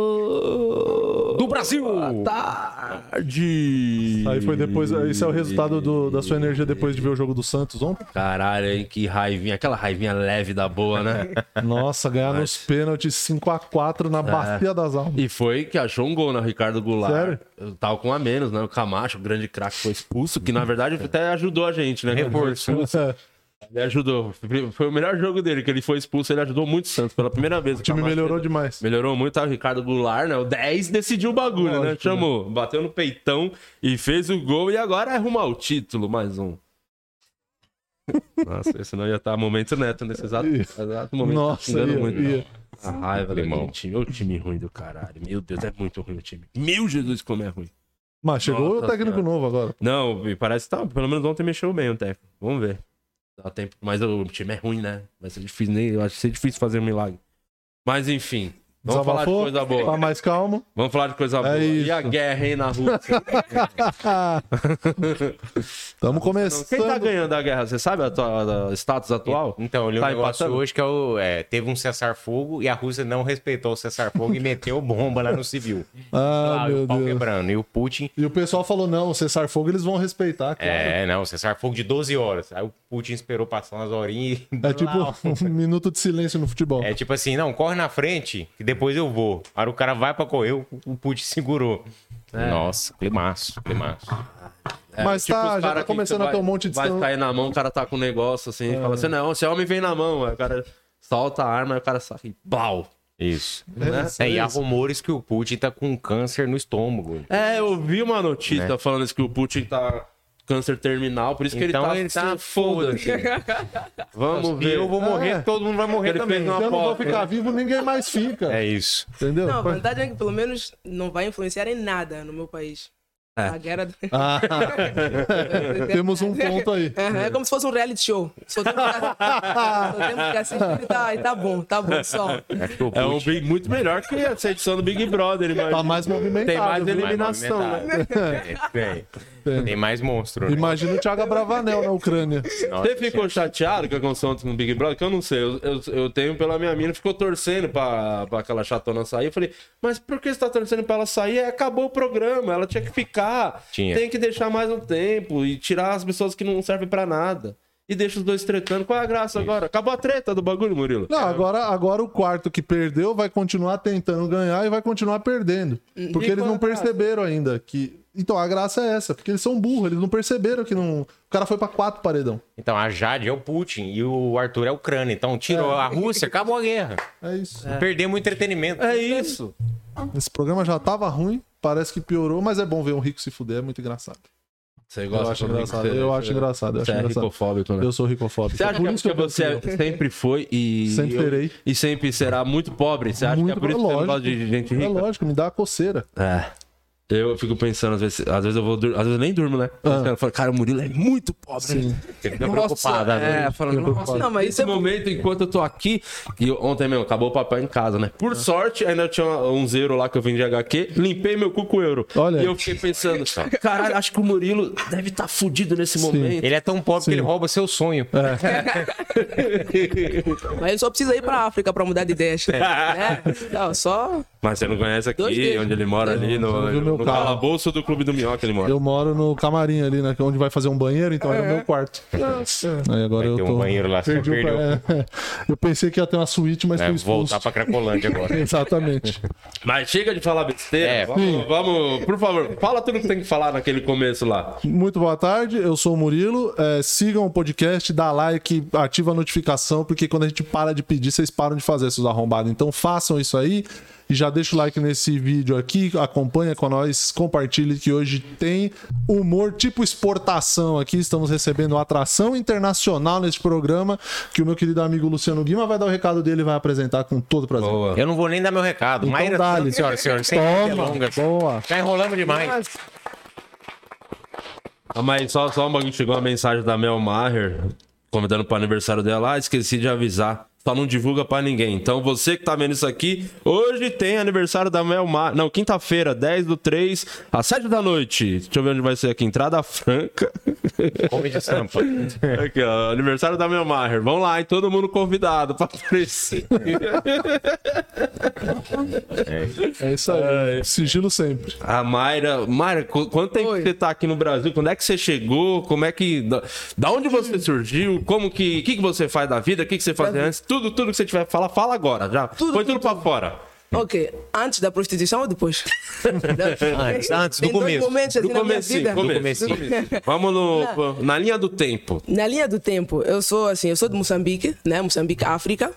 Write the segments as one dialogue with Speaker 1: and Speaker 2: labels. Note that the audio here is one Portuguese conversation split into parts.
Speaker 1: Boa
Speaker 2: Do Brasil!
Speaker 1: tarde!
Speaker 3: Aí foi depois. Isso é o resultado do- da sua energia depois de ver o jogo do Santos ontem.
Speaker 2: Caralho, hein? Que raivinha. Aquela raivinha leve da boa, né?
Speaker 3: Nossa, ganhar nos pênaltis 5x4
Speaker 2: É.
Speaker 3: na Bacia das Almas.
Speaker 2: E foi que achou um gol, né? O Ricardo Goulart.
Speaker 3: Sério?
Speaker 2: Eu Tava com um a menos, né? O Camacho, o grande craque, foi expulso, que na verdade até ajudou a gente, né? Reforçou.
Speaker 3: É,
Speaker 2: Ele ajudou. Foi o melhor jogo dele, que ele foi expulso, ele ajudou muito o Santos pela primeira vez.
Speaker 3: o time melhorou demais.
Speaker 2: Melhorou muito, tá? O Ricardo Goulart, né? O 10 decidiu o bagulho, né?
Speaker 3: Lógico,
Speaker 2: Chamou, bateu no peitão e fez o gol e agora é rumo ao título, mais um. Nossa, esse não ia estar momento neto nesse exato, exato momento. tá
Speaker 3: Nossa,
Speaker 2: xingando
Speaker 3: ia,
Speaker 2: muito.
Speaker 3: ia.
Speaker 2: A raiva daquele time. Ô, time ruim do caralho. Meu Deus, é muito ruim o time. Meu Jesus, como é ruim.
Speaker 3: Mas chegou
Speaker 2: Nossa
Speaker 3: o técnico
Speaker 2: Senhora.
Speaker 3: novo agora.
Speaker 2: Não, me parece que tá. Pelo menos ontem mexeu bem o técnico. Vamos ver. Dá tempo. Mas o time é ruim, né? Vai ser difícil, né? Eu acho que vai ser difícil fazer um milagre. Mas enfim. Vamos falar de
Speaker 3: Desabafou,
Speaker 2: coisa
Speaker 3: tá
Speaker 2: boa.
Speaker 3: mais calmo.
Speaker 2: Vamos falar de coisa boa. E
Speaker 3: É isso.
Speaker 2: a guerra, hein, na Rússia?
Speaker 3: Estamos começando.
Speaker 2: Quem tá ganhando a guerra? Você sabe a tua- a status atual?
Speaker 1: Então, eu li um
Speaker 2: Tá
Speaker 1: negócio
Speaker 2: empatando?
Speaker 1: hoje que é o, é, teve um cessar-fogo e a Rússia não respeitou o cessar-fogo e meteu bomba lá no civil.
Speaker 3: Ah,
Speaker 1: Lá, e
Speaker 3: meu
Speaker 1: o pau
Speaker 3: Deus.
Speaker 1: quebrando. E o Putin.
Speaker 3: E o pessoal falou: não, cessar fogo eles vão respeitar. Cara. É,
Speaker 1: É, não, cessar-fogo de 12 horas. Aí o Putin esperou passar umas horinhas e.
Speaker 3: tipo um minuto de silêncio no futebol.
Speaker 1: É tipo assim, não, corre na frente, que depois eu vou. Aí o cara vai pra correr, o, o Putin segurou. Nossa, climaço, climaço.
Speaker 2: É,
Speaker 3: Mas tá-
Speaker 2: os
Speaker 3: já
Speaker 2: cara
Speaker 3: tá
Speaker 2: que
Speaker 3: começando
Speaker 2: você
Speaker 3: a ter um monte de É.
Speaker 2: Vai
Speaker 3: distância.
Speaker 2: cair na mão, o cara tá com um negócio assim. Fala assim, não, esse homem vem na mão. Aí o cara solta a arma, aí o cara sai e blau.
Speaker 1: Isso.
Speaker 2: Né?
Speaker 3: isso,
Speaker 1: É, e há
Speaker 3: isso.
Speaker 1: rumores que o Putin tá com câncer no estômago.
Speaker 2: É, eu vi uma notícia falando isso que o Putin tá câncer terminal, por isso que
Speaker 1: Então
Speaker 2: ele
Speaker 1: ele
Speaker 2: tá,
Speaker 1: tá
Speaker 2: se foda-se. Vamos
Speaker 1: E
Speaker 2: ver. Ah.
Speaker 1: eu vou morrer,
Speaker 3: É.
Speaker 1: todo mundo vai morrer
Speaker 2: Ele
Speaker 1: também.
Speaker 2: fez uma
Speaker 3: Se eu não vou
Speaker 2: foto,
Speaker 3: ficar vivo, ninguém mais fica.
Speaker 1: É isso.
Speaker 3: Entendeu?
Speaker 4: Não, a vantagem é que pelo menos não vai influenciar em nada no meu país.
Speaker 1: É.
Speaker 4: A guerra.
Speaker 3: Ah, temos um ponto aí.
Speaker 4: É, é como se fosse um reality show. Só temos que, só temos que assistir e tá, e tá bom, tá bom, só.
Speaker 1: Acho que o
Speaker 2: É um
Speaker 1: Putin...
Speaker 2: Big, muito melhor que essa edição do Big Brother, mas
Speaker 3: Tá mais movimentado.
Speaker 2: tem mais
Speaker 3: viu?
Speaker 2: eliminação, né?
Speaker 1: né? Tem. Tem mais monstro, né?
Speaker 3: Imagina o Thiago Bravanel na Ucrânia.
Speaker 2: Você ficou chateado com a condição no Big Brother? Que eu não sei. Eu, eu, eu tenho pela minha mina, ficou torcendo pra, pra aquela chatona sair. Eu falei, mas por que você tá torcendo pra ela sair? É, acabou o programa, ela tinha que ficar.
Speaker 1: Tinha.
Speaker 2: Tem que deixar mais um tempo e tirar as pessoas que não servem pra nada. E deixa os dois tretando. Qual é a graça agora? Acabou a treta do bagulho, Murilo?
Speaker 3: Não, agora, agora o quarto que perdeu vai continuar tentando ganhar e vai continuar perdendo.
Speaker 2: E
Speaker 3: Porque eles
Speaker 2: qual
Speaker 3: não
Speaker 2: a graça?
Speaker 3: perceberam ainda que. Então a graça é essa, porque eles são burros, eles não perceberam que não. O cara foi pra quatro paredão.
Speaker 1: Então, a Jade é o Putin e o Arthur é a Ucrânia. Então, tirou a Rússia, acabou a guerra.
Speaker 3: É isso.
Speaker 1: Perdemos o entretenimento.
Speaker 2: É isso.
Speaker 3: Esse programa já tava ruim, parece que piorou, mas é bom ver um rico se fuder, é muito engraçado.
Speaker 2: Você
Speaker 3: Eu acho engraçado, eu acho engraçado, eu acho
Speaker 2: é Você é
Speaker 3: engraçado.
Speaker 2: ricofóbico, né?
Speaker 3: Eu sou ricofóbico.
Speaker 2: Você acha
Speaker 3: Por
Speaker 2: que é
Speaker 3: isso
Speaker 2: porque você sempre foi e.
Speaker 3: Sempre
Speaker 2: eu-
Speaker 3: serei.
Speaker 2: E sempre será muito pobre? Você acha que é
Speaker 3: Muito
Speaker 2: por isso que você não
Speaker 3: lógico.
Speaker 2: gosta de gente
Speaker 3: É
Speaker 2: rica?
Speaker 3: lógico, me dá a coceira.
Speaker 2: É. Eu fico pensando, às vezes, às vezes eu vou dur- às vezes eu nem durmo, né? Eu falo, cara, o Murilo é muito pobre.
Speaker 1: Você fica
Speaker 2: Nossa,
Speaker 1: preocupado. né?
Speaker 2: é, falando, nossa,
Speaker 4: Não, mas
Speaker 2: nesse
Speaker 4: isso é
Speaker 2: momento, enquanto eu tô aqui, e eu- ontem mesmo, acabou o papel em casa, né? Por sorte, ainda tinha um zero lá que eu vendi HQ, limpei meu cu com euro.
Speaker 3: Olha
Speaker 2: E
Speaker 3: aí.
Speaker 2: eu fiquei pensando, caralho, acho que o Murilo deve estar tá fudido nesse momento.
Speaker 1: Ele é tão pobre que ele rouba seu sonho.
Speaker 3: É,
Speaker 4: Mas ele só precisa ir pra África pra mudar de ideia.
Speaker 1: É.
Speaker 4: Né? Não, só.
Speaker 2: Mas você não conhece
Speaker 4: Dois
Speaker 2: aqui,
Speaker 4: dedos.
Speaker 2: onde ele mora ali,
Speaker 3: Você não viu
Speaker 2: no,
Speaker 3: meu
Speaker 2: no
Speaker 3: carro.
Speaker 2: calabouço do Clube do Minhoca ele mora.
Speaker 3: Eu moro no camarim ali, né? que é Onde vai fazer um banheiro, então era o meu quarto. Aí agora eu
Speaker 1: Tem
Speaker 3: tô.
Speaker 1: um banheiro lá, você
Speaker 3: Perdi o-
Speaker 1: perdeu.
Speaker 3: é, Eu pensei que ia ter uma suíte, mas
Speaker 1: É,
Speaker 3: fui expulso.
Speaker 1: voltar pra Cracolândia agora.
Speaker 3: Exatamente.
Speaker 2: Mas chega de falar besteira.
Speaker 1: É,
Speaker 2: vamos, vamos, por favor, fala tudo que tem que falar naquele começo lá.
Speaker 3: Muito boa tarde, eu sou o Murilo. É, sigam o podcast, dá like, ativa a notificação, porque quando a gente para de pedir, vocês param de fazer, seus arrombados. Então façam isso aí e já deixa o like nesse vídeo aqui, acompanha com nós, compartilhe que hoje tem humor tipo exportação aqui. Estamos recebendo uma atração internacional neste programa, que o meu querido amigo Luciano Guima vai dar o recado dele e vai apresentar com todo prazer.
Speaker 2: Boa.
Speaker 1: Eu não vou nem dar meu recado.
Speaker 3: Então
Speaker 1: Maíra
Speaker 3: dá-lhe.
Speaker 1: Santos, senhoras e senhores, sem
Speaker 3: Toma,
Speaker 1: delongas.
Speaker 3: é boa.
Speaker 1: Já enrolamos demais.
Speaker 2: Ah, mas só, só um bagulho, chegou uma mensagem da Mel Maher, convidando pro aniversário dela. Ah, esqueci de avisar. Só não divulga pra ninguém. Então você que tá vendo isso aqui, hoje tem aniversário da Mel Mar. Não, quinta-feira, 10 do 3, às 7 da noite. Deixa eu ver onde vai ser aqui. Entrada franca.
Speaker 1: Come de sampa.
Speaker 2: Aqui, ó, aniversário da Mel Maher. Vamos lá, e todo mundo convidado pra aparecer.
Speaker 3: É isso aí. Sigilo sempre.
Speaker 2: A Mayra, Mayra, qu- quanto tempo
Speaker 4: Oi.
Speaker 2: que você tá aqui no Brasil? Quando é que você chegou? Como é que. Da, da onde você surgiu? Como que. O que, que você faz da vida? O que, que você fazia antes? Tudo, tudo que você tiver pra falar, fala agora. Já.
Speaker 4: Tudo,
Speaker 2: Põe tudo, pra fora.
Speaker 4: Ok, antes da prostituição ou depois?
Speaker 1: Antes, antes, do
Speaker 4: Tem dois
Speaker 1: começo.
Speaker 4: momentos assim
Speaker 2: Do
Speaker 4: na
Speaker 2: começo,
Speaker 4: minha vida.
Speaker 2: começo. Vamos no, na linha do tempo.
Speaker 4: Na linha do tempo, eu sou assim, eu sou de Moçambique, né? Moçambique, África.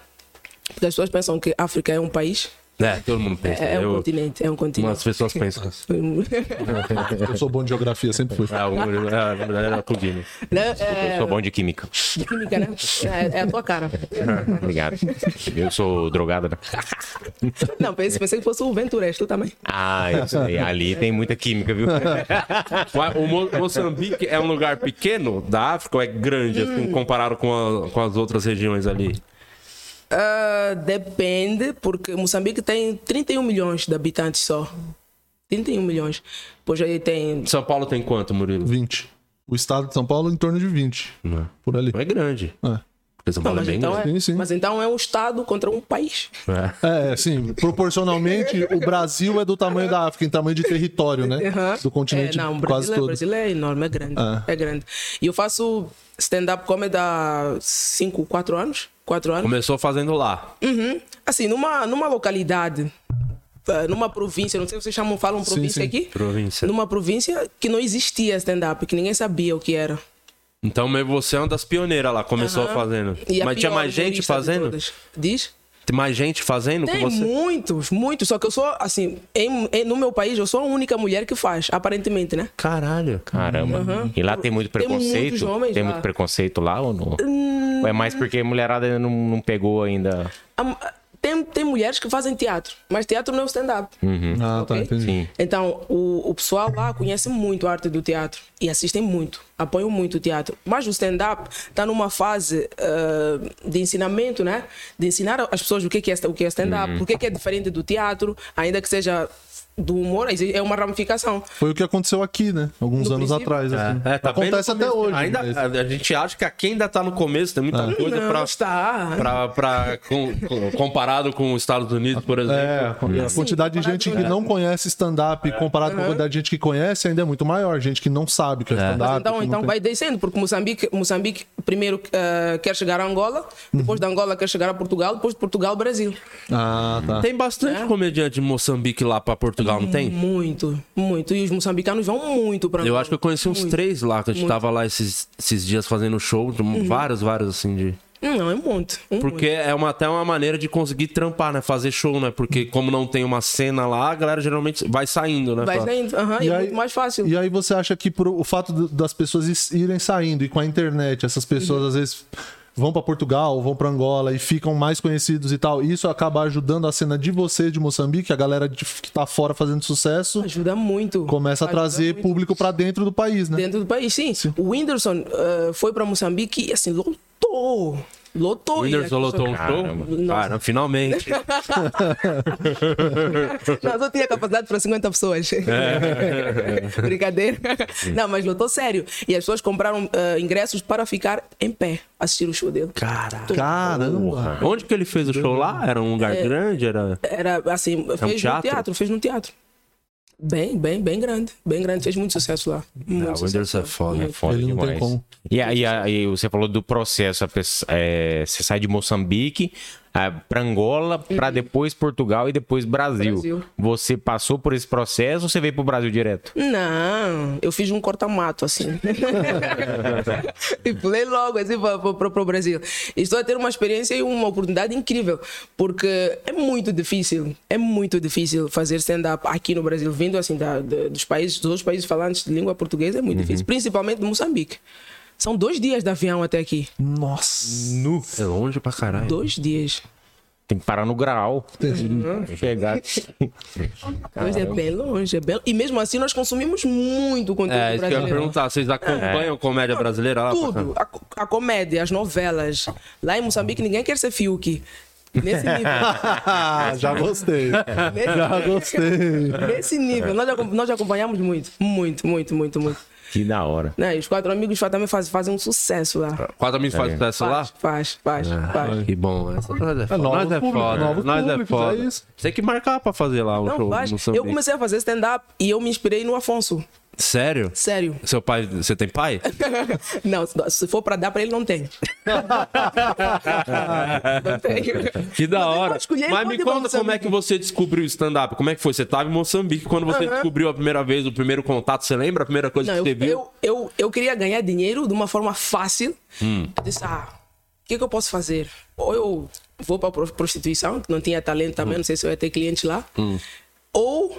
Speaker 4: Porque as pessoas pensam que África é um país.
Speaker 2: É, todo mundo pensa.
Speaker 4: É, é um
Speaker 2: eu,
Speaker 4: continente, é um
Speaker 2: umas
Speaker 4: continente. um-
Speaker 2: pessoas pensam. assim.
Speaker 3: Eu sou bom de geografia, sempre fui.
Speaker 2: Ah, o- ah, na verdade era tudinho.
Speaker 4: Né?
Speaker 1: Eu
Speaker 4: É,
Speaker 1: sou bom de química.
Speaker 4: química, né? É, é a tua cara.
Speaker 1: Obrigado. Eu sou drogado, né?
Speaker 4: Não, pensei, pensei que fosse o Venturex, tu também.
Speaker 1: Ah, eu sei. Ali tem muita química, viu?
Speaker 2: Ué, O Mo- Moçambique é um lugar pequeno da África ou é grande, assim,
Speaker 4: Hum.
Speaker 2: comparado com, a- com as outras regiões ali?
Speaker 4: Ah, depende, porque Moçambique tem 31 milhões de habitantes só. 31 milhões. Pois aí tem.
Speaker 2: São Paulo tem quanto, Murilo?
Speaker 3: 20. O estado de São Paulo é em torno de 20.
Speaker 2: Não.
Speaker 3: Por ali.
Speaker 2: Não é grande.
Speaker 3: É.
Speaker 2: Porque São Paulo é
Speaker 4: Mas
Speaker 2: bem
Speaker 4: então é,
Speaker 2: grande.
Speaker 3: Sim, sim.
Speaker 4: mas então é um Estado contra um país.
Speaker 2: É.
Speaker 3: É, sim. Proporcionalmente, o Brasil é do tamanho da África, em tamanho de território, né?
Speaker 4: Aham.
Speaker 3: Do continente
Speaker 4: É, não, o
Speaker 3: quase
Speaker 4: Brasil, é,
Speaker 3: todo.
Speaker 4: Brasil é enorme, é grande.
Speaker 3: Ah.
Speaker 4: É grande. E eu faço stand-up comedy há 5, 4 anos. 4 anos.
Speaker 2: Começou fazendo lá.
Speaker 4: Uhum. Assim, numa, numa localidade, eh, numa província, não sei se vocês chamam, falam província
Speaker 3: sim.
Speaker 4: aqui.
Speaker 2: Província.
Speaker 4: Numa província que não existia stand-up, que ninguém sabia o que era.
Speaker 2: Então meio você é uma das pioneiras lá, começou fazendo.
Speaker 4: E a
Speaker 2: Mas tinha
Speaker 4: pior
Speaker 2: mais gente
Speaker 4: humorista de
Speaker 2: fazendo?
Speaker 4: todas. Diz?
Speaker 2: Tem mais gente fazendo
Speaker 4: Tem
Speaker 2: com você?
Speaker 4: muitos, muitos. Só que eu sou, assim, em- em- no meu país, eu sou a única mulher que faz, aparentemente, né?
Speaker 2: Caralho.
Speaker 1: Caramba. E lá tem muito
Speaker 4: Tem
Speaker 1: preconceito?
Speaker 4: muitos
Speaker 1: Tem,
Speaker 4: homens lá. Hum.
Speaker 1: muito preconceito lá ou não? Ou é mais porque a mulherada ainda não, não pegou ainda?
Speaker 4: A- Tem, tem mulheres que fazem teatro, mas teatro não é o stand-up.
Speaker 2: Uhum.
Speaker 3: Ah, tá,
Speaker 4: Ok?
Speaker 3: entendi.
Speaker 1: Sim.
Speaker 4: Então, o, o pessoal lá conhece muito a arte do teatro e assistem muito, apoiam muito o teatro. Mas o stand-up está numa fase eh, de ensinamento, né? De ensinar as pessoas o que que é, sta- o que é
Speaker 2: Uhum.
Speaker 4: stand-up, por que que é diferente do teatro, ainda que seja do humor, exi- é uma ramificação.
Speaker 3: Foi o que aconteceu aqui, né? Alguns
Speaker 4: No
Speaker 3: anos
Speaker 4: princípio-
Speaker 3: atrás. assim.
Speaker 2: É, tá bem no
Speaker 3: Acontece até
Speaker 2: começo.
Speaker 3: hoje. É.
Speaker 2: Ainda, é,
Speaker 3: mas- é,
Speaker 2: a, a gente acha que aqui ainda tá no começo, tem muita coisa
Speaker 4: Não, tá.
Speaker 2: pra,
Speaker 4: está.
Speaker 2: pra, pra- com- com- comparado com os Estados Unidos, por exemplo.
Speaker 3: É, a quantidade de gente que não conhece stand-up
Speaker 2: É.
Speaker 3: comparado com a quantidade de gente que conhece ainda é muito maior. Gente que não sabe o que é, stand-up.
Speaker 4: Mas então,
Speaker 3: que não
Speaker 4: então
Speaker 3: tem-
Speaker 4: vai descendo, porque Moçambique, Moçambique primeiro eh, quer chegar a Angola, depois
Speaker 2: Uhum.
Speaker 4: da Angola quer chegar a Portugal, depois de Portugal, Brasil.
Speaker 3: Ah, tá.
Speaker 2: Tem bastante
Speaker 4: É.
Speaker 2: comediante de Moçambique lá pra Portugal, não tem?
Speaker 4: Muito, muito. E os moçambicanos vão Uhum. muito para
Speaker 2: Eu acho que eu conheci uns três lá, que a gente tava lá esses, esses dias fazendo show, de
Speaker 4: Uhum.
Speaker 2: vários, vários assim de.
Speaker 4: Não, é muito. um
Speaker 2: Porque é uma, até uma maneira de conseguir trampar, né? Fazer show, né?
Speaker 4: Uhum.
Speaker 2: Porque como não tem uma cena lá, a galera geralmente vai saindo, né?
Speaker 4: Vai
Speaker 2: Pra-
Speaker 4: saindo, aham, e é muito mais fácil.
Speaker 3: E aí você acha que por o fato do- das pessoas is- irem saindo e com a internet, essas pessoas
Speaker 4: Uhum.
Speaker 3: às vezes vão pra Portugal, vão pra Angola e ficam mais conhecidos e tal. Isso acaba ajudando a cena de você de Moçambique, a galera de- que tá fora fazendo sucesso,
Speaker 4: Ajuda muito.
Speaker 3: começa a
Speaker 4: Ajuda
Speaker 3: trazer
Speaker 4: muito.
Speaker 3: público pra dentro do país, né?
Speaker 4: Dentro do país, sim. O Whindersson eh, foi para Moçambique e assim, lotou. Lotou.
Speaker 2: O Whindersson
Speaker 4: E aqui-
Speaker 2: lotou um
Speaker 1: Caramba.
Speaker 2: show. Cara, finalmente.
Speaker 4: Nós só tinha capacidade para 50 pessoas.
Speaker 2: É.
Speaker 4: Brincadeira. Não, mas lotou sério. E as pessoas compraram eh, ingressos para ficar em pé, assistir o show dele.
Speaker 2: Cara.
Speaker 3: Caramba!
Speaker 2: Onde que ele fez o show lá? Era um
Speaker 4: É.
Speaker 2: lugar grande? Era.
Speaker 4: Era assim, fez
Speaker 2: É
Speaker 4: no
Speaker 2: um teatro?
Speaker 4: teatro, fez no teatro. Bem, bem, bem grande. Bem grande. Fez muito sucesso lá. Muito
Speaker 2: Ah, o
Speaker 4: sucesso.
Speaker 2: Whindersson é foda.
Speaker 1: É foda
Speaker 3: Ele não tem
Speaker 1: demais.
Speaker 3: como.
Speaker 1: E aí, aí você falou do processo. a pessoa- é, você sai de Moçambique ah, pra Angola, pra depois Portugal e depois Brasil.
Speaker 4: Uhum. Brasil.
Speaker 1: Você passou por esse processo ou você veio pro Brasil direto?
Speaker 4: Não, eu fiz um corta-mato, assim. e pulei logo, assim, para o Brasil. E Estou a ter uma experiência e uma oportunidade incrível, porque é muito difícil, é muito difícil fazer stand-up aqui no Brasil, vindo, assim, da, da- dos países, dos outros países falantes de língua portuguesa, é muito
Speaker 2: Uhum.
Speaker 4: difícil, principalmente de Moçambique. São dois dias de avião até aqui.
Speaker 3: Nossa!
Speaker 2: É longe pra caralho.
Speaker 4: Dois dias.
Speaker 1: Tem que parar no grau.
Speaker 4: Uhum.
Speaker 1: Chegar.
Speaker 4: Mas é bem longe, é bem... E mesmo assim nós consumimos muito conteúdo
Speaker 2: É, isso que eu ia
Speaker 4: brasileiro. É.
Speaker 2: perguntar. Vocês acompanham comédia brasileira lá? pra cá?
Speaker 4: Tudo. A, co- a comédia, as novelas. Lá em Moçambique ninguém quer ser Fiuk. Nesse nível.
Speaker 3: já gostei.
Speaker 4: nesse,
Speaker 3: Já gostei.
Speaker 4: nesse nível. Nós, acom- nós acompanhamos muito. Muito, muito, muito, muito.
Speaker 1: Que da hora.
Speaker 4: Né? e Os quatro amigos fa- também fazem, fazem um sucesso lá.
Speaker 2: Quatro amigos fazem sucesso lá? É.
Speaker 4: Faz, faz, faz, faz.
Speaker 2: Que bom. Essa, nós é foda.
Speaker 3: novos
Speaker 2: nós é
Speaker 3: públicos,
Speaker 2: foda.
Speaker 3: novos
Speaker 2: Nós é
Speaker 3: públicos,
Speaker 2: foda.
Speaker 3: é isso.
Speaker 2: Você tem que marcar pra fazer lá um
Speaker 4: Não,
Speaker 2: show
Speaker 4: faz.
Speaker 2: no Moçambique.
Speaker 4: Eu comecei a fazer stand-up e eu me inspirei no Afonso.
Speaker 2: Sério?
Speaker 4: Sério.
Speaker 2: Seu pai, você tem pai?
Speaker 4: Não, se- se for pra dar pra ele, não tem. não tem.
Speaker 2: Que da
Speaker 4: Mas ele
Speaker 2: hora.
Speaker 4: pode escolher, ele
Speaker 2: Mas
Speaker 4: pode
Speaker 2: me
Speaker 4: ir pra
Speaker 2: conta como é
Speaker 4: Moçambique.
Speaker 2: que você descobriu o stand-up. Como é que foi? Você tava em Moçambique quando você
Speaker 4: Aham.
Speaker 2: descobriu a primeira vez, o primeiro contato. Você lembra a primeira coisa
Speaker 4: Não,
Speaker 2: que
Speaker 4: eu,
Speaker 2: você viu?
Speaker 4: eu, eu, eu queria ganhar dinheiro de uma forma fácil.
Speaker 2: Hum.
Speaker 4: Eu disse, ah, o que, que eu posso fazer? Ou eu vou para prostituição, que não tinha talento
Speaker 2: Hum.
Speaker 4: também, não sei se eu ia ter cliente lá. Ou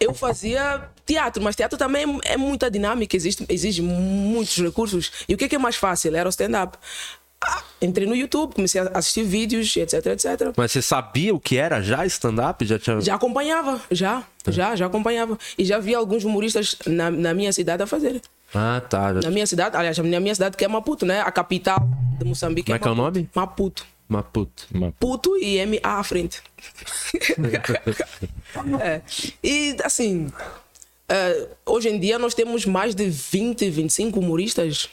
Speaker 4: eu fazia teatro, mas teatro também é muita dinâmica, existe, exige muitos recursos. E o que que é mais fácil? Era o stand-up. Ah, entrei no YouTube, comecei a assistir vídeos, etc, etc.
Speaker 2: Mas você sabia o que era já stand-up? Já tinha...
Speaker 4: Já acompanhava, já,
Speaker 2: Tá.
Speaker 4: já, já acompanhava. E já vi alguns humoristas na, na minha cidade a fazerem.
Speaker 2: Ah, tá. Já...
Speaker 4: Na minha cidade, aliás, na minha cidade que é Maputo, né? A capital de Moçambique.
Speaker 2: Como é que é o
Speaker 4: Maputo.
Speaker 2: nome?
Speaker 4: Maputo.
Speaker 2: Mas puto.
Speaker 4: Puto e MA à frente. É. E assim, eh, hoje em dia nós temos mais de 20, 25 humoristas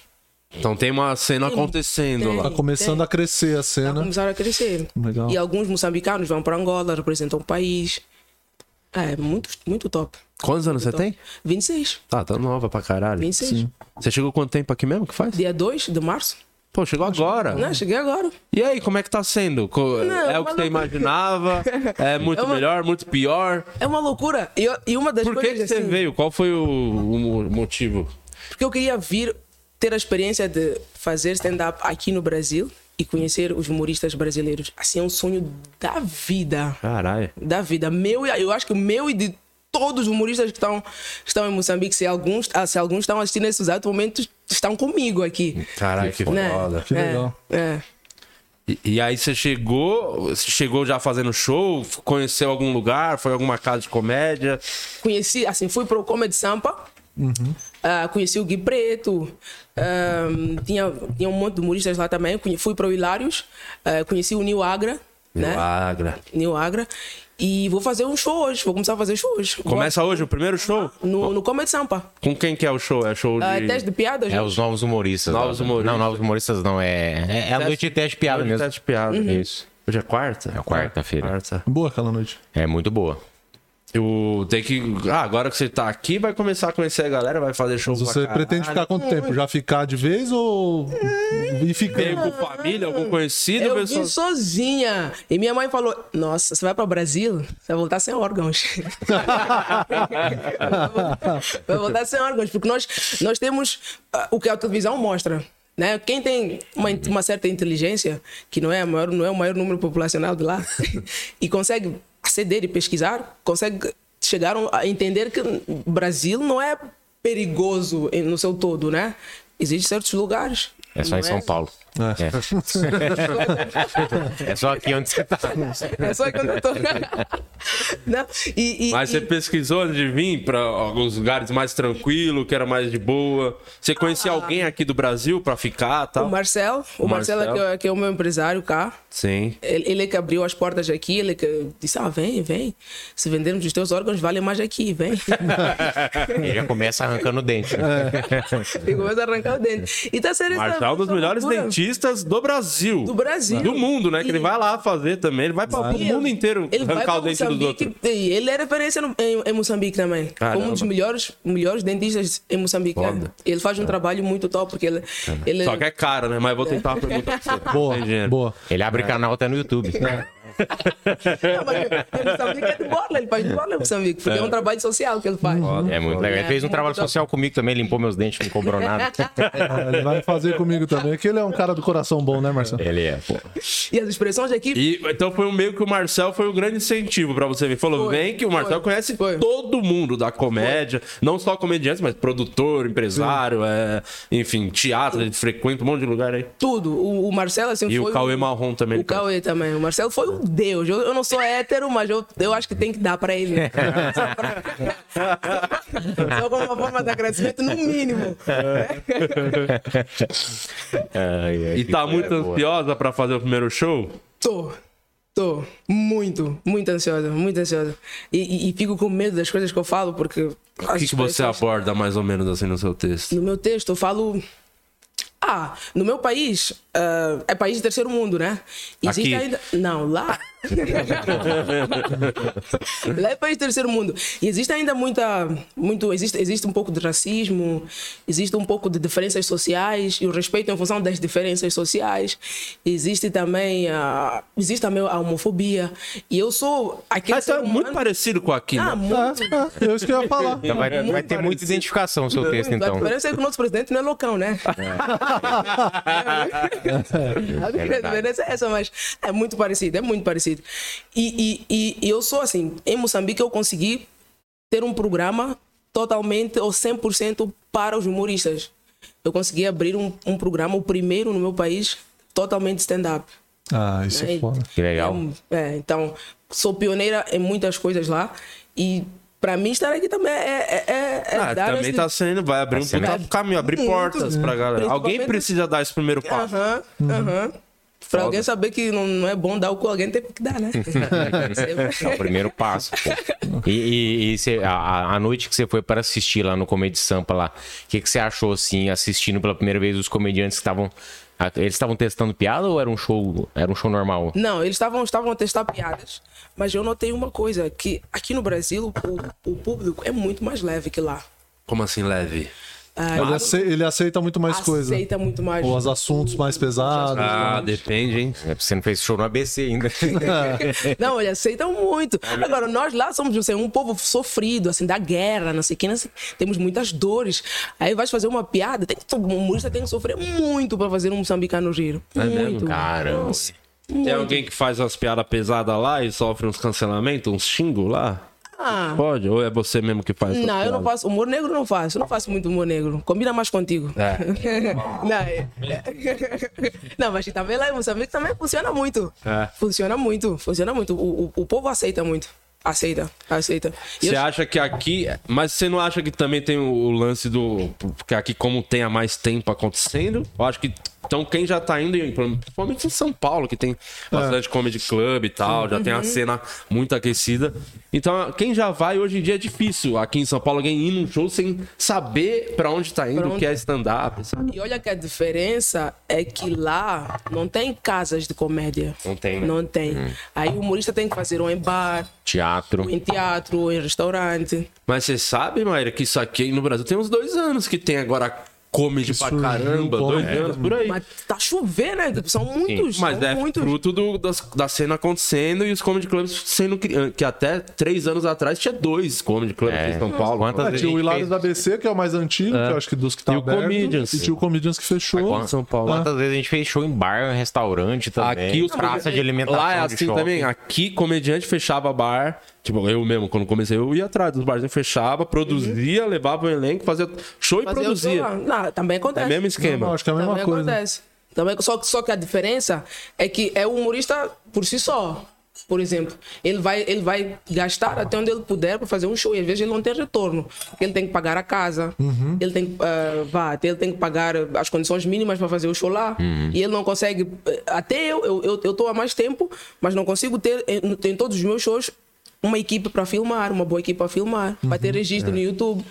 Speaker 2: Então tem uma cena acontecendo
Speaker 4: tem.
Speaker 2: lá.
Speaker 3: Tá começando a
Speaker 4: Tá
Speaker 3: crescer a cena.
Speaker 4: começaram a crescer.
Speaker 3: Legal.
Speaker 4: E alguns moçambicanos vão para Angola, representam o país. É, muito, muito top.
Speaker 2: Quantos anos você
Speaker 4: Então.
Speaker 2: tem?
Speaker 4: 26.
Speaker 2: Tá, tá nova pra caralho.
Speaker 4: 26.
Speaker 2: Você chegou quanto tempo aqui mesmo que faz?
Speaker 4: Dia 2 de março.
Speaker 2: Pô, chegou agora.
Speaker 4: Né? Cheguei agora.
Speaker 2: E aí, como é que tá sendo? Co-
Speaker 4: Não,
Speaker 2: é o que você
Speaker 4: mas não-
Speaker 2: imaginava? É muito
Speaker 4: Eu não-
Speaker 2: melhor, muito pior?
Speaker 4: É uma loucura. E, eu- e uma das
Speaker 2: Por que,
Speaker 4: coisas
Speaker 2: que você
Speaker 4: assim,
Speaker 2: veio? Qual foi o, o mo- motivo?
Speaker 4: Porque eu queria vir ter a experiência de fazer stand-up aqui no Brasil e conhecer os humoristas brasileiros. Assim, é um sonho da vida.
Speaker 2: Caralho.
Speaker 4: Da vida. Meu, e- eu acho que o meu e de todos os humoristas que estão, que estão em Moçambique, se alguns, ah, se alguns estão assistindo nesse exato momento, estão comigo aqui.
Speaker 2: Caralho, que
Speaker 4: Né?
Speaker 2: foda.
Speaker 3: Que legal.
Speaker 4: É, é.
Speaker 2: E, e aí você chegou, você chegou já fazendo show, f- conheceu algum lugar, foi alguma casa de comédia.
Speaker 4: Conheci, assim, fui pro Comedy Sampa. Ah, conheci o Gui Preto, ah, tinha, tinha um monte de humoristas lá também. Conhe- Fui para o Hilários, ah, conheci o Nil Agra, né?
Speaker 2: Milagre.
Speaker 4: New Agra. E vou fazer um show hoje. Vou começar a fazer show hoje.
Speaker 2: Começa hoje o primeiro show?
Speaker 4: No, no Comedy Sampa.
Speaker 2: Com quem que é o show? É show de...
Speaker 4: Ah, teste de piadas?
Speaker 1: É
Speaker 4: né?
Speaker 1: os novos humoristas.
Speaker 2: Novos
Speaker 1: né?
Speaker 2: humoristas.
Speaker 1: Não, novos humoristas não. É, é, é a noite de teste de piada
Speaker 2: Hoje é
Speaker 1: mesmo.
Speaker 2: teste de piada.
Speaker 4: Uhum.
Speaker 1: Isso.
Speaker 2: Hoje é quarta? É
Speaker 1: quarta-feira.
Speaker 2: Quarta.
Speaker 3: Boa aquela noite.
Speaker 1: É muito boa.
Speaker 2: Eu tenho que. Ah, agora que você tá aqui, vai começar a conhecer a galera, vai fazer show. pra
Speaker 3: Você
Speaker 2: caralho.
Speaker 3: pretende ficar quanto tempo? Já ficar de vez ou.
Speaker 4: É,
Speaker 3: E
Speaker 2: Veio
Speaker 3: ficando?
Speaker 2: com família, algum conhecido,
Speaker 4: Eu
Speaker 2: pessoal?
Speaker 4: vim sozinha. E minha mãe falou: Nossa, você vai para o Brasil? Você vai voltar sem órgãos. vai voltar sem órgãos, porque nós, nós temos ah, o que a televisão mostra. Né? Quem tem uma, in- uma certa inteligência, que não é, a maior, não é o maior número populacional de lá, e consegue aceder e pesquisar, consegue chegar a entender que o Brasil não é perigoso em- no seu todo, né? Existem certos lugares.
Speaker 1: É só
Speaker 4: não
Speaker 1: em São Paulo.
Speaker 3: É.
Speaker 2: É.
Speaker 1: É. É só aqui onde você tá.
Speaker 4: É só quando eu tô. Não, e, e-
Speaker 2: Mas você
Speaker 4: e-
Speaker 2: pesquisou antes de vir pra alguns lugares mais tranquilo, que era mais de boa. Você conhecia alguém aqui do Brasil pra ficar e
Speaker 4: Ah. o
Speaker 2: tal?
Speaker 4: Marcel, o Marcel, é que, é, que é o meu empresário cá.
Speaker 2: Sim.
Speaker 4: Ele, ele é que abriu as portas aqui, ele é que disse: Ah, vem, vem. Se vendermos os teus órgãos, vale mais aqui, vem.
Speaker 1: Ele já começa arrancando o dente. né?
Speaker 4: e começa a arrancar o dente. E tá sendo essa-
Speaker 2: Marcelo é um dos
Speaker 4: essa
Speaker 2: melhores
Speaker 4: loucura
Speaker 2: dentistas do Brasil.
Speaker 4: Do Brasil.
Speaker 2: Do mundo, né? Que ele vai lá fazer também. Ele vai pra o
Speaker 4: E
Speaker 2: mundo inteiro
Speaker 4: ele vai
Speaker 2: arrancar
Speaker 4: pra
Speaker 2: o dente dos
Speaker 4: Moçambique,
Speaker 2: outros.
Speaker 4: e Ele é referência no- em, em Moçambique também.
Speaker 2: Caramba.
Speaker 4: Como um dos melhores, melhores dentistas em Moçambique. né?
Speaker 2: Foda. É.
Speaker 4: Ele faz um trabalho muito top, porque ele. ele É.
Speaker 2: Só que é caro, né? Mas vou tentar uma pergunta pra você.
Speaker 3: Boa.
Speaker 2: Tem dinheiro.
Speaker 3: Boa.
Speaker 1: Ele abre canal até no YouTube.
Speaker 4: Não, mas em Moçambique é de Borla, ele faz de Borla em Moçambique, porque é um trabalho social que ele faz.
Speaker 1: É muito legal. Ele fez um trabalho social comigo também, limpou meus dentes, não cobrou nada.
Speaker 3: Ah, Ele vai fazer comigo também, que ele é um cara do coração bom, né, Marcelo?
Speaker 1: Ele é, pô.
Speaker 4: E as expressões aqui.
Speaker 2: E, então foi um meio que o Marcel foi um grande incentivo pra você ver. Falou,
Speaker 4: Foi,
Speaker 2: vem que o Marcel
Speaker 4: foi,
Speaker 2: conhece
Speaker 4: foi.
Speaker 2: todo mundo da comédia, não só comediantes, mas produtor, empresário, é, enfim, teatro, ele frequenta um monte de lugar aí.
Speaker 4: Tudo. O, o Marcelo, assim,
Speaker 2: E
Speaker 4: foi.
Speaker 2: o Cauê Marrom também.
Speaker 4: O Cauê também. O Marcelo foi um deus. Eu, eu não sou hétero, mas eu, eu acho que tem que dar pra ele. Só, pra... Só como uma forma de agradecimento, no mínimo.
Speaker 1: Ai, ai,
Speaker 2: E
Speaker 1: que
Speaker 2: tá
Speaker 1: coisa
Speaker 2: muito
Speaker 1: boa.
Speaker 2: ansiosa pra fazer o primeiro show?
Speaker 4: Tô. Tô. Muito, muito ansiosa, muito ansiosa. E, e- e fico com medo das coisas que eu falo, porque.
Speaker 2: O que, que você aborda mais ou menos assim no seu texto?
Speaker 4: No meu texto eu falo. Ah, no meu país, ah, é país de terceiro mundo, né? Existe
Speaker 2: Aqui.
Speaker 4: ainda. Não, lá. lá é país de terceiro mundo. E existe ainda muita. Muito, existe, existe um pouco de racismo, existe um pouco de diferenças sociais, e o respeito em função das diferenças sociais. Existe também a. Existe também a homofobia. E eu sou aquele.
Speaker 2: Ah, então é
Speaker 4: ser humano-
Speaker 2: muito parecido com aqui,
Speaker 4: Ah,
Speaker 2: né?
Speaker 3: Ah,
Speaker 4: muito.
Speaker 3: ah, eu isso que eu ia falar.
Speaker 1: Então vai, vai ter muita identificação o seu texto,
Speaker 4: Muito. A
Speaker 1: então.
Speaker 4: diferença é que o nosso presidente não é loucão, né? É A
Speaker 1: verdade.
Speaker 4: diferença é essa, mas é muito parecido, é muito parecido. E, e- e- e eu sou assim, em Moçambique eu consegui ter um programa totalmente ou 100% para os humoristas. Eu consegui abrir um, um programa, o primeiro no meu país, totalmente stand-up.
Speaker 3: Ah, isso é
Speaker 4: Ei.
Speaker 3: foda.
Speaker 1: Que legal.
Speaker 4: É, é, então, sou pioneira em muitas coisas lá e para mim estar aqui também é, é, é, é
Speaker 2: Ah,
Speaker 4: dar
Speaker 2: também
Speaker 4: esse-
Speaker 2: tá sendo, vai abrir um
Speaker 1: sendo-
Speaker 2: puta caminho, abrir
Speaker 4: Muito, né?
Speaker 2: portas pra galera. Alguém
Speaker 4: principalmente-
Speaker 2: precisa dar esse primeiro passo.
Speaker 4: Aham, aham. Pra alguém saber que não, não é bom dar o que alguém tem que dar, né?
Speaker 1: É o primeiro passo, pô. E, e- e cê- a- a, a noite que você foi para assistir lá no Comedy Sampa lá, o que, que você achou, assim, assistindo pela primeira vez os comediantes que estavam... a- Eles estavam testando piada ou era um show, era um show normal?
Speaker 4: não, eles estavam estavam a testar piadas, mas eu notei uma coisa, que aqui no Brasil o, o público é muito mais leve que lá.
Speaker 2: Como assim, leve?
Speaker 4: Ah,
Speaker 3: Ele, ace- ele aceita muito mais coisa.
Speaker 4: aceita muito mais.
Speaker 3: Ou os assuntos mais pesados.
Speaker 2: Ah, depende, hein?
Speaker 1: É, Você não fez show no ABC ainda.
Speaker 4: Não, eles aceitam muito. Agora, nós lá somos assim, um povo sofrido, assim, da guerra, não sei o que, não sei- temos muitas dores. Aí vais fazer uma piada, tem que, o humorista tem que sofrer muito para fazer um moçambicano giro. muito.
Speaker 2: mesmo?
Speaker 1: Caramba.
Speaker 4: Nossa.
Speaker 2: Tem alguém que faz umas piadas pesadas lá e sofre uns cancelamentos, uns xingos lá?
Speaker 4: Ah.
Speaker 2: Pode? Ou é você mesmo que faz essas
Speaker 4: Não, eu não
Speaker 2: piadas?
Speaker 4: faço. Humor negro eu não faço. Eu não faço muito humor negro. Combina mais contigo. não, é- não, mas também lá em Moçambique também funciona muito.
Speaker 2: É.
Speaker 4: Funciona muito, funciona muito. O, o, o povo aceita muito. Aceita, aceita. E
Speaker 2: Você
Speaker 4: eu-
Speaker 2: acha que aqui. Mas você não acha que também tem o- o lance do. Porque aqui, como tem há mais tempo acontecendo, eu acho que. Então, quem já tá indo, principalmente em São Paulo, que tem bastante comedy club e tal, já tem
Speaker 4: Uhum.
Speaker 2: a cena muito aquecida. Então, quem já vai, hoje em dia é difícil aqui em São Paulo alguém ir num show sem saber pra onde tá indo, o que é stand-up. sabe?
Speaker 4: E olha que a diferença é que lá não tem casas de comédia.
Speaker 2: Não tem, né?
Speaker 4: Não tem. Aí o humorista tem que fazer ou em bar,
Speaker 1: Teatro.
Speaker 4: ou em teatro, ou em restaurante.
Speaker 2: Mas você sabe, Maíra, que isso aqui no Brasil tem uns dois anos que tem agora comedy pra
Speaker 3: surgiu
Speaker 2: caramba,
Speaker 3: como-
Speaker 1: É.
Speaker 2: dois anos por aí.
Speaker 4: Mas tá chovendo, né? São muitos.
Speaker 2: Mas
Speaker 4: são
Speaker 2: é
Speaker 4: muitos.
Speaker 2: fruto do- das- da cena acontecendo e os comedy clubs sendo cri- que até três anos atrás tinha dois comedy clubs
Speaker 1: É.
Speaker 2: aqui em São Paulo.
Speaker 1: Quantas
Speaker 3: É, tinha o
Speaker 1: gente
Speaker 3: Hilários
Speaker 1: fez-
Speaker 3: da ABC, que é o mais antigo, que eu acho que dos que tá
Speaker 2: E o
Speaker 3: aberto,
Speaker 2: Comedians.
Speaker 3: E tinha o Comedians que fechou. Ah,
Speaker 1: Quan-
Speaker 2: São Paulo.
Speaker 1: Quantas vezes a gente fez show em bar, em restaurante também.
Speaker 2: Aqui os
Speaker 1: praça de alimentação
Speaker 2: Lá é
Speaker 1: de
Speaker 2: assim
Speaker 1: shopping. tá
Speaker 2: também. Aqui comediante fechava bar. Tipo, eu mesmo, quando comecei, eu ia atrás dos bares. Eu fechava, produzia, levava o elenco, fazia show e
Speaker 4: Fazer
Speaker 2: produzia.
Speaker 4: outro lá. Não, também
Speaker 2: É
Speaker 4: acontece.
Speaker 2: o mesmo
Speaker 3: Não,
Speaker 2: esquema.
Speaker 3: acho que é a mesma
Speaker 4: também
Speaker 3: coisa.
Speaker 4: acontece. Também, só, que- só que a diferença é que é o humorista por si só. Por exemplo, ele vai, ele vai gastar até onde ele puder para fazer um show e às vezes ele não tem retorno. Porque ele tem que pagar a casa,
Speaker 3: Uhum.
Speaker 4: ele, tem, que, ah, vá, ele tem que pagar as condições mínimas para fazer o show lá.
Speaker 2: Uhum.
Speaker 4: E ele não consegue. eh, Até eu, eu, eu, eu tô há mais tempo, mas não consigo ter em, em todos os meus shows uma equipe para filmar, uma boa equipe para filmar, para
Speaker 3: Uhum.
Speaker 4: ter registro
Speaker 3: É.
Speaker 4: no YouTube.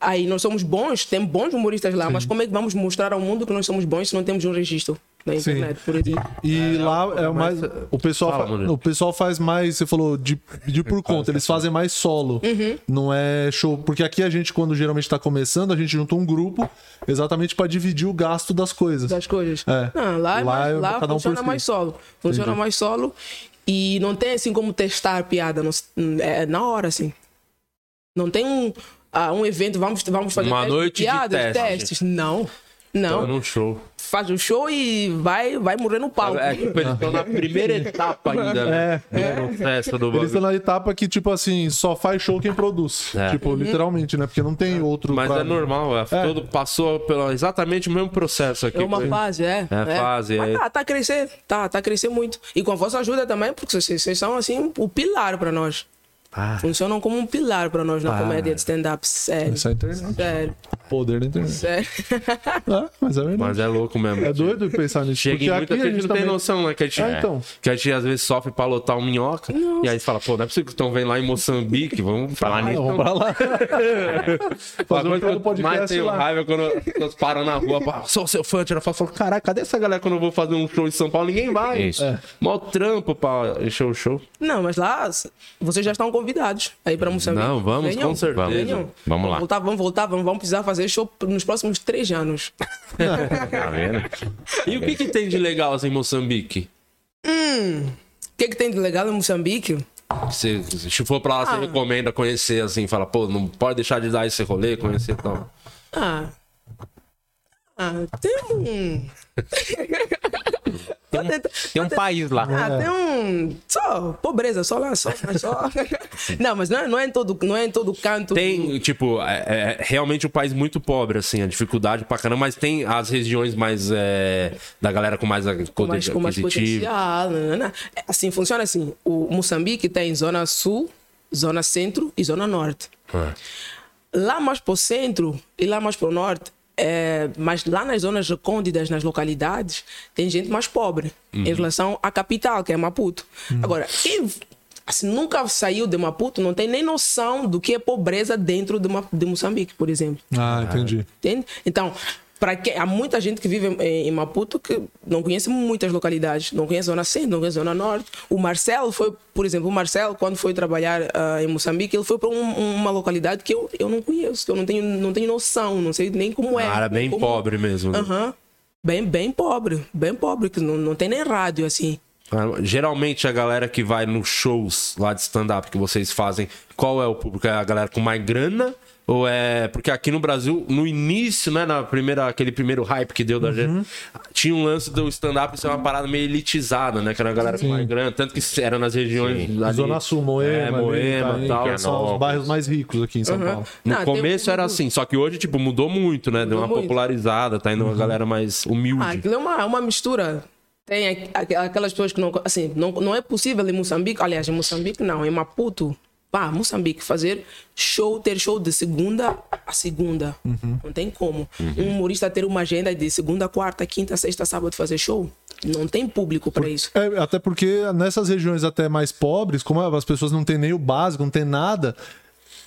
Speaker 4: Aí nós somos bons, temos bons humoristas lá, mas como é que vamos mostrar ao mundo que nós somos bons se não temos um registro na
Speaker 3: Sim.
Speaker 4: internet, por exemplo?
Speaker 3: E lá é o mais. O pessoal, fa-
Speaker 2: Murilo.
Speaker 3: o pessoal faz mais. Você falou de, de por conta, eles fazem mais solo. Não é show. Porque aqui a gente, quando geralmente tá começando, a gente junta um grupo exatamente pra dividir o gasto das coisas.
Speaker 4: Das coisas.
Speaker 3: É.
Speaker 4: Não, lá, é
Speaker 3: Lá
Speaker 4: mais-
Speaker 3: é
Speaker 4: lá
Speaker 3: cada um por
Speaker 4: funciona
Speaker 3: si.
Speaker 4: mais solo. Funciona mais solo. E não tem assim como testar piada não se- é na hora, assim. Não tem um, ah, um evento, vamos, vamos fazer
Speaker 2: Uma
Speaker 4: teste
Speaker 2: noite de Então, teste.
Speaker 4: testes. Não. Não.
Speaker 1: um
Speaker 2: Num show.
Speaker 4: Faz o show e vai, vai morrer no palco.
Speaker 2: É, tipo, eles estão na primeira etapa ainda, né? É. Festa do
Speaker 3: Eles
Speaker 2: bagulho.
Speaker 3: estão na etapa que, tipo assim, só faz show quem produz.
Speaker 2: É.
Speaker 3: Tipo, literalmente, né? Porque não tem outro.
Speaker 2: Mas
Speaker 3: pra-
Speaker 2: é normal, é. Todo passou pelo exatamente o mesmo processo aqui.
Speaker 4: É uma
Speaker 2: Foi-
Speaker 4: fase, é.
Speaker 2: É fase,
Speaker 4: Mas
Speaker 2: é.
Speaker 4: tá, tá a crescer, tá, tá a crescer muito. E com a vossa ajuda também, porque vocês, vocês são assim o pilar para nós.
Speaker 2: Ah.
Speaker 4: Funcionam como um pilar para nós na comédia de stand-up. Sério.
Speaker 3: Isso é a internet.
Speaker 4: Sério,
Speaker 3: Poder da internet.
Speaker 4: sério.
Speaker 3: É, mas é verdade.
Speaker 2: Mas é louco mesmo.
Speaker 3: É doido pensar nisso.
Speaker 2: Chega
Speaker 3: porque
Speaker 2: em muita
Speaker 3: aqui
Speaker 2: gente,
Speaker 3: a gente
Speaker 2: não
Speaker 3: também...
Speaker 2: tem noção, né? Que a gente,
Speaker 3: É, então.
Speaker 2: que a gente às vezes sofre pra lotar um minhoca. E aí fala, pô, não é possível que estão vendo lá em Moçambique, vamos falar nisso. então."
Speaker 3: Vamos pra
Speaker 2: Uma
Speaker 3: lá. Fazer um
Speaker 2: coisa que
Speaker 3: todo
Speaker 2: eu mais
Speaker 3: podcast
Speaker 2: tenho
Speaker 3: lá.
Speaker 2: raiva quando nós paramos na rua, pá, sou seu fã, tira foto, falo, caraca, cadê essa galera quando eu vou fazer um show em São Paulo? Ninguém vai.
Speaker 1: Isso. É.
Speaker 2: Mó trampo pra encher o show.
Speaker 4: Não, mas lá c- vocês já estão convidados aí para Moçambique.
Speaker 2: Não, vamos,
Speaker 4: Venham,
Speaker 2: com certeza.
Speaker 4: venham.
Speaker 1: Vamos lá.
Speaker 4: Voltar, vamos voltar, vamos, vamos precisar fazer show p- nos próximos três anos.
Speaker 1: Tá vendo?
Speaker 2: E o que que tem de legal assim em Moçambique?
Speaker 4: O que, é que tem de legal em Moçambique?
Speaker 2: Se, se for pra lá,
Speaker 4: Ah.
Speaker 2: você recomenda conhecer assim, fala, pô, não pode deixar de dar esse rolê, conhecer e tal.
Speaker 4: Ah. Ah, tem um. Tá Tô tenta-
Speaker 1: Tem um país lá.
Speaker 4: Ah,
Speaker 2: É.
Speaker 4: tem um. Só pobreza, só lá, só. só. não, mas não é, não é em todo, não é em todo canto.
Speaker 2: Tem, tipo, é, é realmente um país muito pobre, assim, a dificuldade pra caramba, mas tem as regiões mais. é, da galera com mais
Speaker 4: com mais,
Speaker 2: poder
Speaker 4: com mais
Speaker 2: aquisitivo.
Speaker 4: potencial. nananã. É, Assim, funciona assim. O Moçambique tem zona sul, zona centro e zona norte.
Speaker 2: É.
Speaker 4: Lá mais para o centro e lá mais para o norte, é, mas lá nas zonas recônditas, nas localidades, tem gente mais pobre
Speaker 2: Uhum.
Speaker 4: em relação à capital, que é Maputo. Agora, quem assim, nunca saiu de Maputo não tem nem noção do que é pobreza dentro de, Ma- de Moçambique, por exemplo.
Speaker 3: Ah, entendi.
Speaker 4: Entende? Então, para que há muita gente que vive em, em Maputo que não conhece muitas localidades, não conhece zona centro, não conhece zona norte. O Marcelo foi, por exemplo, o Marcelo quando foi trabalhar ah, em Moçambique, ele foi para uma localidade que eu, eu não conheço, que eu não tenho não tenho noção, não sei nem como é.
Speaker 2: Uma área bem
Speaker 4: como-
Speaker 2: pobre mesmo. né?
Speaker 4: Aham. Bem, bem pobre, bem pobre, que não, não tem nem rádio assim.
Speaker 2: Ah, Geralmente a galera que vai nos shows lá de stand-up que vocês fazem, qual é o público? É a galera com mais grana? Ou é. Porque aqui no Brasil, no início, né? Na primeira, aquele primeiro hype que
Speaker 3: Uhum.
Speaker 2: deu da gente, tinha um lance do stand-up ser uma parada meio elitizada, né? Que era a galera com mais grana, tanto que era nas regiões. ali-
Speaker 3: Zona Sul, Moema.
Speaker 2: É,
Speaker 3: ali,
Speaker 2: Moema
Speaker 3: Itaim,
Speaker 2: tal.
Speaker 3: que São os
Speaker 1: Florianópolis.
Speaker 3: bairros mais ricos aqui em São Paulo.
Speaker 2: No
Speaker 4: Não, tem um
Speaker 2: começo era
Speaker 4: público-
Speaker 2: assim, só que hoje, tipo, mudou muito, né? Deu uma
Speaker 4: Mudou muito.
Speaker 2: popularizada, tá indo
Speaker 3: Uhum.
Speaker 2: uma galera mais
Speaker 4: Ah,
Speaker 2: humilde.
Speaker 4: aquilo é uma, uma mistura. Tem aqu- aqu- aquelas pessoas que não. Assim, não, não é possível em Moçambique. Aliás, em Moçambique não, em Maputo. Pá, Moçambique, fazer show, ter show de segunda a segunda.
Speaker 1: Uhum.
Speaker 4: Não tem como. Um humorista ter uma agenda de segunda, quarta, quinta, sexta, sábado fazer show. Não tem público para isso.
Speaker 3: É, até porque nessas regiões até mais pobres, como as pessoas não têm nem o básico, não têm nada,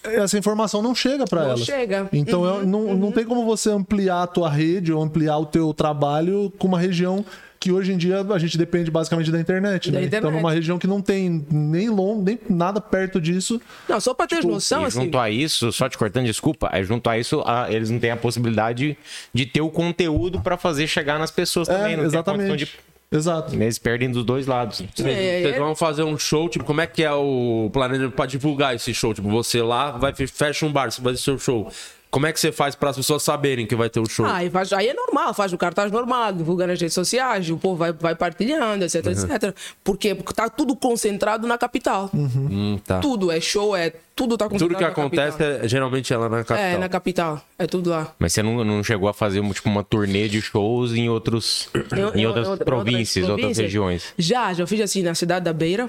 Speaker 3: essa informação não chega para
Speaker 4: Não
Speaker 3: elas.
Speaker 4: chega. Uhum,
Speaker 3: Então é- não, não tem como você ampliar a tua rede ou ampliar o teu trabalho com uma região que hoje em dia a gente depende basicamente da internet,
Speaker 4: Da
Speaker 3: né? Então
Speaker 4: internet.
Speaker 3: numa região que não tem nem longo, nem nada perto disso.
Speaker 4: Não, só para ter noção,
Speaker 1: e
Speaker 4: assim.
Speaker 1: Tipo, junto a isso, só te cortando, desculpa, aí junto a isso, a- eles não têm a possibilidade de ter o conteúdo pra fazer chegar nas pessoas também.
Speaker 3: é,
Speaker 1: Não Tem a
Speaker 3: exatamente.
Speaker 1: condição
Speaker 3: Exato.
Speaker 1: de... Eles perdem dos dois lados.
Speaker 2: Tipo, Vocês,
Speaker 4: É,
Speaker 2: vocês
Speaker 4: é.
Speaker 2: vão fazer um show, tipo, como é que é o planejamento pra divulgar esse show? Tipo, você lá vai fe- fecha um bar, você vai fazer seu show. Como é que você faz para as pessoas saberem que vai ter o show?
Speaker 4: Ah, e faz- aí é normal, faz o cartaz normal, divulga nas redes sociais, o povo vai, vai partilhando, etc,
Speaker 1: Uhum.
Speaker 4: etc. Por quê? Porque tá tudo concentrado na capital.
Speaker 1: Uhum.
Speaker 2: Hum, tá. Tudo,
Speaker 4: Tudo é show, é tudo tá concentrado
Speaker 2: que
Speaker 4: na
Speaker 2: acontece
Speaker 4: capital.
Speaker 2: é, geralmente é lá na capital.
Speaker 4: É, na capital. É tudo lá.
Speaker 1: Mas você não, não chegou a fazer tipo, uma turnê de shows em, outros,
Speaker 4: Eu-
Speaker 1: em
Speaker 4: eu-
Speaker 1: outras
Speaker 4: eu- outras
Speaker 1: províncias, outras
Speaker 4: províncias?
Speaker 1: regiões.
Speaker 4: Já, já fiz assim na cidade da Beira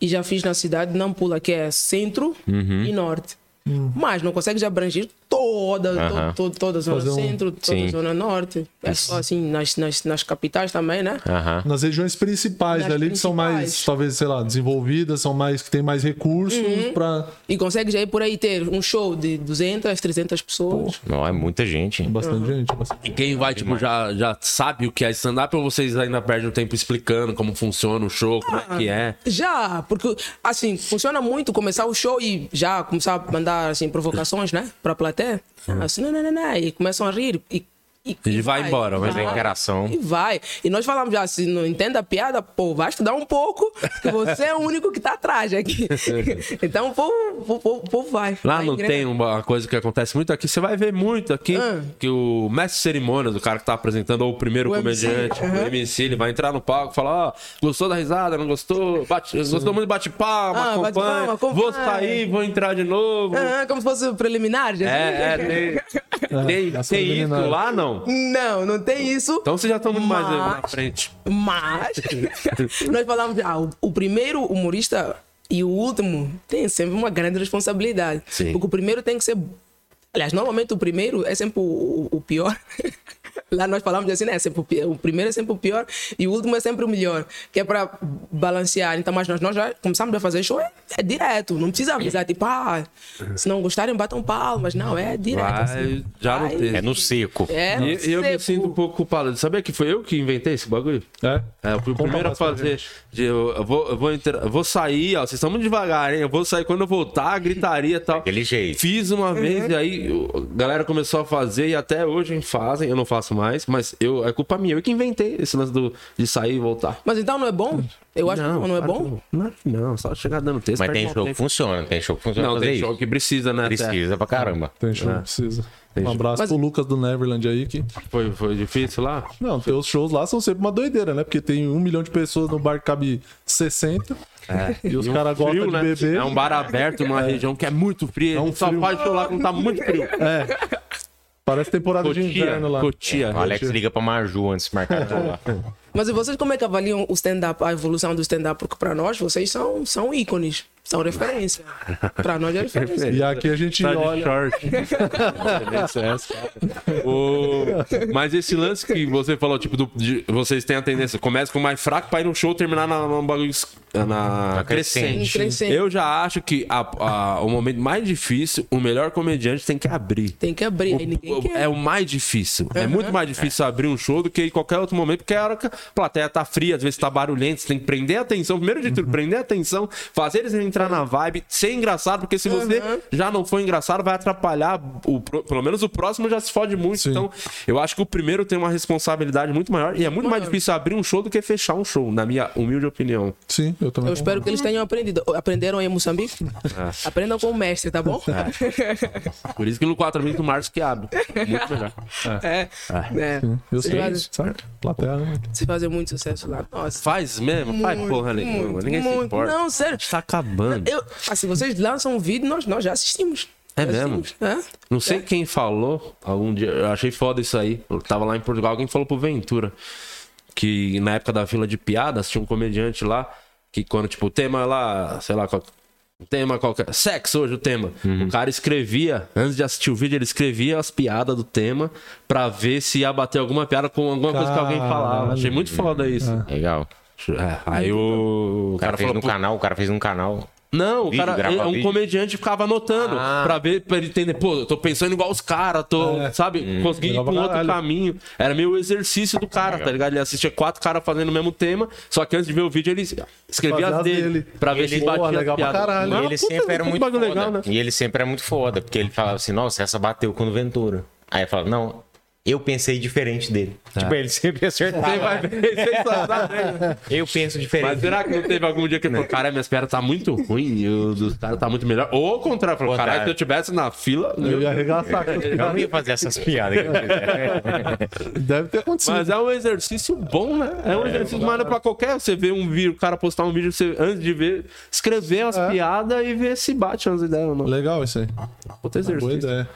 Speaker 4: e já fiz na cidade de Nampula, que é centro e norte.
Speaker 3: Hum.
Speaker 4: Mas não consegues abranger toda, to-
Speaker 1: Aham.
Speaker 4: to- toda a zona
Speaker 3: Fazer um-
Speaker 4: centro, toda
Speaker 1: Sim.
Speaker 4: a zona norte. É só assim nas, nas, nas capitais também, né?
Speaker 1: Aham.
Speaker 3: Nas regiões principais
Speaker 4: Nas
Speaker 3: dali que são mais,
Speaker 4: principais.
Speaker 3: talvez, sei lá, desenvolvidas, são mais que tem mais recursos
Speaker 4: Uhum.
Speaker 3: pra.
Speaker 4: E consegues aí por aí ter um show de 200, 300 pessoas.
Speaker 1: Não, é muita gente.
Speaker 4: Uhum.
Speaker 3: bastante gente, bastante
Speaker 2: E quem vai, tipo, já, já sabe o que é stand-up ou vocês ainda perdem um tempo explicando como funciona o show, como é
Speaker 4: Ah,
Speaker 2: que é?
Speaker 4: Já, porque assim, funciona muito começar o show e já "Né, começar a mandar assim provocações, né, para plateia. Assim, não, não, não, não, e começam a rir e E,
Speaker 2: E vai embora, mas
Speaker 1: é encaração.
Speaker 4: E vai. E nós falamos já, se não entende a piada, pô, vai estudar um pouco, que você é o único que tá atrás aqui. então o povo, o povo, o povo vai.
Speaker 2: Lá
Speaker 4: Vai
Speaker 2: não
Speaker 4: engrenar.
Speaker 2: tem uma coisa que acontece muito aqui, você vai ver muito aqui
Speaker 4: Ah.
Speaker 2: que o mestre de cerimônia do cara que tá apresentando, ou o primeiro
Speaker 4: O MC,
Speaker 2: comediante,
Speaker 4: aham.
Speaker 2: o MC, ele vai entrar no palco, falar, ó, gostou da risada, não gostou, bate, gostou muito, bate palma,
Speaker 4: Ah, bate
Speaker 2: acompanha,
Speaker 4: palma,
Speaker 2: vou
Speaker 4: acompanha.
Speaker 2: sair, vou entrar de novo.
Speaker 4: Ah, como se fosse o preliminar, já
Speaker 2: É, é, tem, tem,
Speaker 3: essa
Speaker 2: tem isso
Speaker 3: menina-
Speaker 2: lá, não?
Speaker 4: Não, não tem isso.
Speaker 2: Então vocês já estão muito mais
Speaker 4: Mas-
Speaker 2: na frente.
Speaker 4: Mas nós falamos, ah, o, o primeiro humorista e o último tem sempre uma grande responsabilidade.
Speaker 2: Sim.
Speaker 4: Porque o primeiro tem que ser. Aliás, normalmente o primeiro é sempre o, o- o pior. Lá nós falamos assim, né? Sempre o, pi- o primeiro é sempre o pior e o último é sempre o melhor, que é para balancear. Então, mas nós, nós já começamos a fazer show, é, é direto, não precisa avisar, tipo, ah, se não gostarem, batam palmas. Não, é direto. assim.
Speaker 2: Vai, já não
Speaker 4: Vai.
Speaker 2: teve.
Speaker 1: É no seco.
Speaker 4: É,
Speaker 2: E e eu me
Speaker 4: seco.
Speaker 2: sinto um pouco culpado. Sabia que foi eu que inventei esse bagulho?
Speaker 3: É?
Speaker 2: É, eu fui o
Speaker 3: Conta
Speaker 2: primeiro a
Speaker 3: mais pra
Speaker 2: fazer. de- Eu, eu vou, eu vou, entrar- eu vou sair, ó. Vocês estão muito devagar, hein? Eu vou sair quando eu voltar, gritaria e tal.
Speaker 1: Daquele jeito.
Speaker 2: Fiz
Speaker 3: Uhum.
Speaker 2: uma vez e aí o- a galera começou a fazer e até hoje fazem. Eu não faço mais, mas eu, é culpa minha. Eu que inventei esse lance do, de sair e voltar.
Speaker 4: Mas então não é bom? Eu acho que não
Speaker 2: claro
Speaker 4: é bom.
Speaker 2: que Não, não, não, só chegar dando texto.
Speaker 1: Mas
Speaker 2: perde
Speaker 1: tem
Speaker 2: mal
Speaker 1: show que
Speaker 2: tempo.
Speaker 1: funciona, tem show que funciona.
Speaker 2: Não,
Speaker 1: fazer
Speaker 2: tem
Speaker 1: isso.
Speaker 2: show que precisa, né? até.
Speaker 1: Precisa pra caramba.
Speaker 3: Tem show, precisa. Um
Speaker 2: É. show.
Speaker 3: abraço
Speaker 4: Mas-
Speaker 3: pro Lucas do Neverland aí que.
Speaker 2: Foi, foi difícil lá?
Speaker 3: Não, teus shows lá são sempre uma doideira, né? Porque tem um milhão de pessoas no bar que cabe 60. E os
Speaker 2: E um
Speaker 3: caras gostam
Speaker 2: frio,
Speaker 3: de
Speaker 2: né?
Speaker 3: beber.
Speaker 2: É um bar aberto numa região que é muito fria.
Speaker 3: um
Speaker 2: um só
Speaker 3: frio.
Speaker 2: faz show lá quando tá muito frio.
Speaker 3: É. Parece temporada de
Speaker 2: Cotia,
Speaker 3: inverno lá.
Speaker 2: Cotia.
Speaker 1: O Alex liga pra Maju antes de marcar show lá.
Speaker 4: Mas e vocês como é que avaliam o stand-up, a evolução do stand-up? Porque para nós, vocês são, são ícones, são referência. Para nós é referência.
Speaker 3: E aqui a gente
Speaker 2: Tá de
Speaker 3: olha.
Speaker 2: short. O- Mas esse lance que você falou, tipo, do- de- vocês têm a tendência, começa com o mais fraco pra ir no show terminar na, num bagulho es- na,
Speaker 1: Na
Speaker 2: crescente.
Speaker 1: crescente.
Speaker 4: Crescente.
Speaker 2: Eu já acho que a- a- o momento mais difícil, o melhor comediante tem que abrir.
Speaker 4: Tem que abrir, aí ninguém
Speaker 2: O-
Speaker 4: quer.
Speaker 2: É o mais difícil. É muito mais difícil abrir um show do que em qualquer outro momento, porque é a hora que a plateia tá fria, às vezes tá barulhento, você tem que prender a atenção. Primeiro de
Speaker 4: Uhum.
Speaker 2: tudo, prender a atenção, fazer eles entrar na vibe, ser engraçado, porque se você já não for engraçado, vai atrapalhar. O, pro- pelo menos o próximo já se fode muito. Então, eu acho que o primeiro tem uma responsabilidade muito maior e é muito mais
Speaker 4: Maior.
Speaker 2: difícil abrir um show do que fechar um show, na minha humilde opinião.
Speaker 3: Sim, eu também.
Speaker 4: Eu espero que eles tenham aprendido. Aprenderam em Moçambique?
Speaker 2: Ah.
Speaker 4: Aprendam com o mestre, tá bom?
Speaker 2: Por isso que no 4 minutos o Márcio que abre. Muito melhor.
Speaker 4: É.
Speaker 2: Ah.
Speaker 4: é.
Speaker 3: Eu
Speaker 4: Vocês
Speaker 3: sei,
Speaker 4: fazem-
Speaker 3: sabe? Plateia, né?
Speaker 4: vocês fazem muito sucesso lá. Nossa.
Speaker 2: Faz mesmo? Faz porra nenhuma.
Speaker 4: muito,
Speaker 2: Ninguém se
Speaker 4: muito.
Speaker 2: importa.
Speaker 4: Não, sério.
Speaker 2: Tá acabando.
Speaker 4: Eu, assim, vocês lançam um vídeo, nós, nós já assistimos.
Speaker 2: É
Speaker 4: Já
Speaker 2: mesmo? É.
Speaker 4: assistimos, né?
Speaker 2: Não sei
Speaker 1: É.
Speaker 2: quem falou algum dia. Eu achei foda isso aí. Eu tava lá em Portugal, alguém falou pro Ventura que na época da fila de piadas tinha um comediante lá que quando, tipo, o tema lá, sei lá, qual, o tema qualquer. Sexo hoje o tema.
Speaker 1: Uhum.
Speaker 2: O cara escrevia, antes de assistir o vídeo, ele escrevia as piadas do tema pra ver se ia bater alguma piada com alguma coisa que alguém falava.
Speaker 3: Caralho.
Speaker 2: Achei muito foda isso.
Speaker 1: Legal.
Speaker 2: É, aí o,
Speaker 1: O cara, fez
Speaker 2: falou,
Speaker 1: no
Speaker 2: "Pô,
Speaker 1: canal, o cara fez um canal.
Speaker 2: não, o
Speaker 1: Vídeo,
Speaker 2: cara,
Speaker 1: gravar
Speaker 2: ele- um
Speaker 1: vídeo. Ah.
Speaker 2: comediante ficava anotando pra ver, pra ele entender, pô, eu tô pensando igual os caras, tô, sabe,
Speaker 1: Hum.
Speaker 2: consegui ir pra
Speaker 3: É. Legal
Speaker 2: um
Speaker 3: pra
Speaker 2: outro
Speaker 3: caralho.
Speaker 2: caminho. Era meio o exercício do cara, tá
Speaker 1: Legal.
Speaker 2: ligado? Ele assistia quatro caras fazendo o mesmo tema, só que antes de ver o vídeo ele escrevia
Speaker 3: Fazia
Speaker 2: as
Speaker 3: as
Speaker 2: dele,
Speaker 3: dele.
Speaker 2: pra ver
Speaker 1: Ele-
Speaker 2: se batia
Speaker 3: Porra,
Speaker 2: as
Speaker 3: legal pra
Speaker 2: piadas.
Speaker 3: caralho.
Speaker 1: E
Speaker 2: Não, puta,
Speaker 1: ele sempre era
Speaker 2: puta
Speaker 1: muito foda.
Speaker 2: bagulho legal, né?
Speaker 1: E ele sempre era muito foda, porque ele falava assim, nossa, essa bateu com o Ventura. Aí eu falava, não, eu pensei diferente dele. Tipo, ele sempre
Speaker 2: Você
Speaker 1: acertava.
Speaker 2: vai ver, você só tá vendo.
Speaker 1: Eu penso
Speaker 2: Mas
Speaker 1: diferente.
Speaker 2: será que não teve algum dia que ele
Speaker 1: Né.
Speaker 2: falou, cara, minhas pernas tá muito ruim e o dos caras tá muito melhor? Ou ao contrário, falou,
Speaker 1: Contrário.
Speaker 2: caralho, se eu tivesse na fila,
Speaker 3: Eu ia arregaçar. com os
Speaker 2: É.
Speaker 1: Eu não
Speaker 3: caras.
Speaker 1: ia fazer essas piadas que eu fiz.
Speaker 3: Deve ter acontecido.
Speaker 2: Mas é um exercício bom, né? É um exercício maneiro pra qualquer. Você vê um vídeo, o cara postar um vídeo, você, antes de ver, escrever
Speaker 3: É.
Speaker 2: umas piadas e ver se bate umas ideias ou não.
Speaker 3: Legal isso aí.
Speaker 2: Puta
Speaker 4: é
Speaker 3: Boa
Speaker 2: exercício.
Speaker 3: ideia.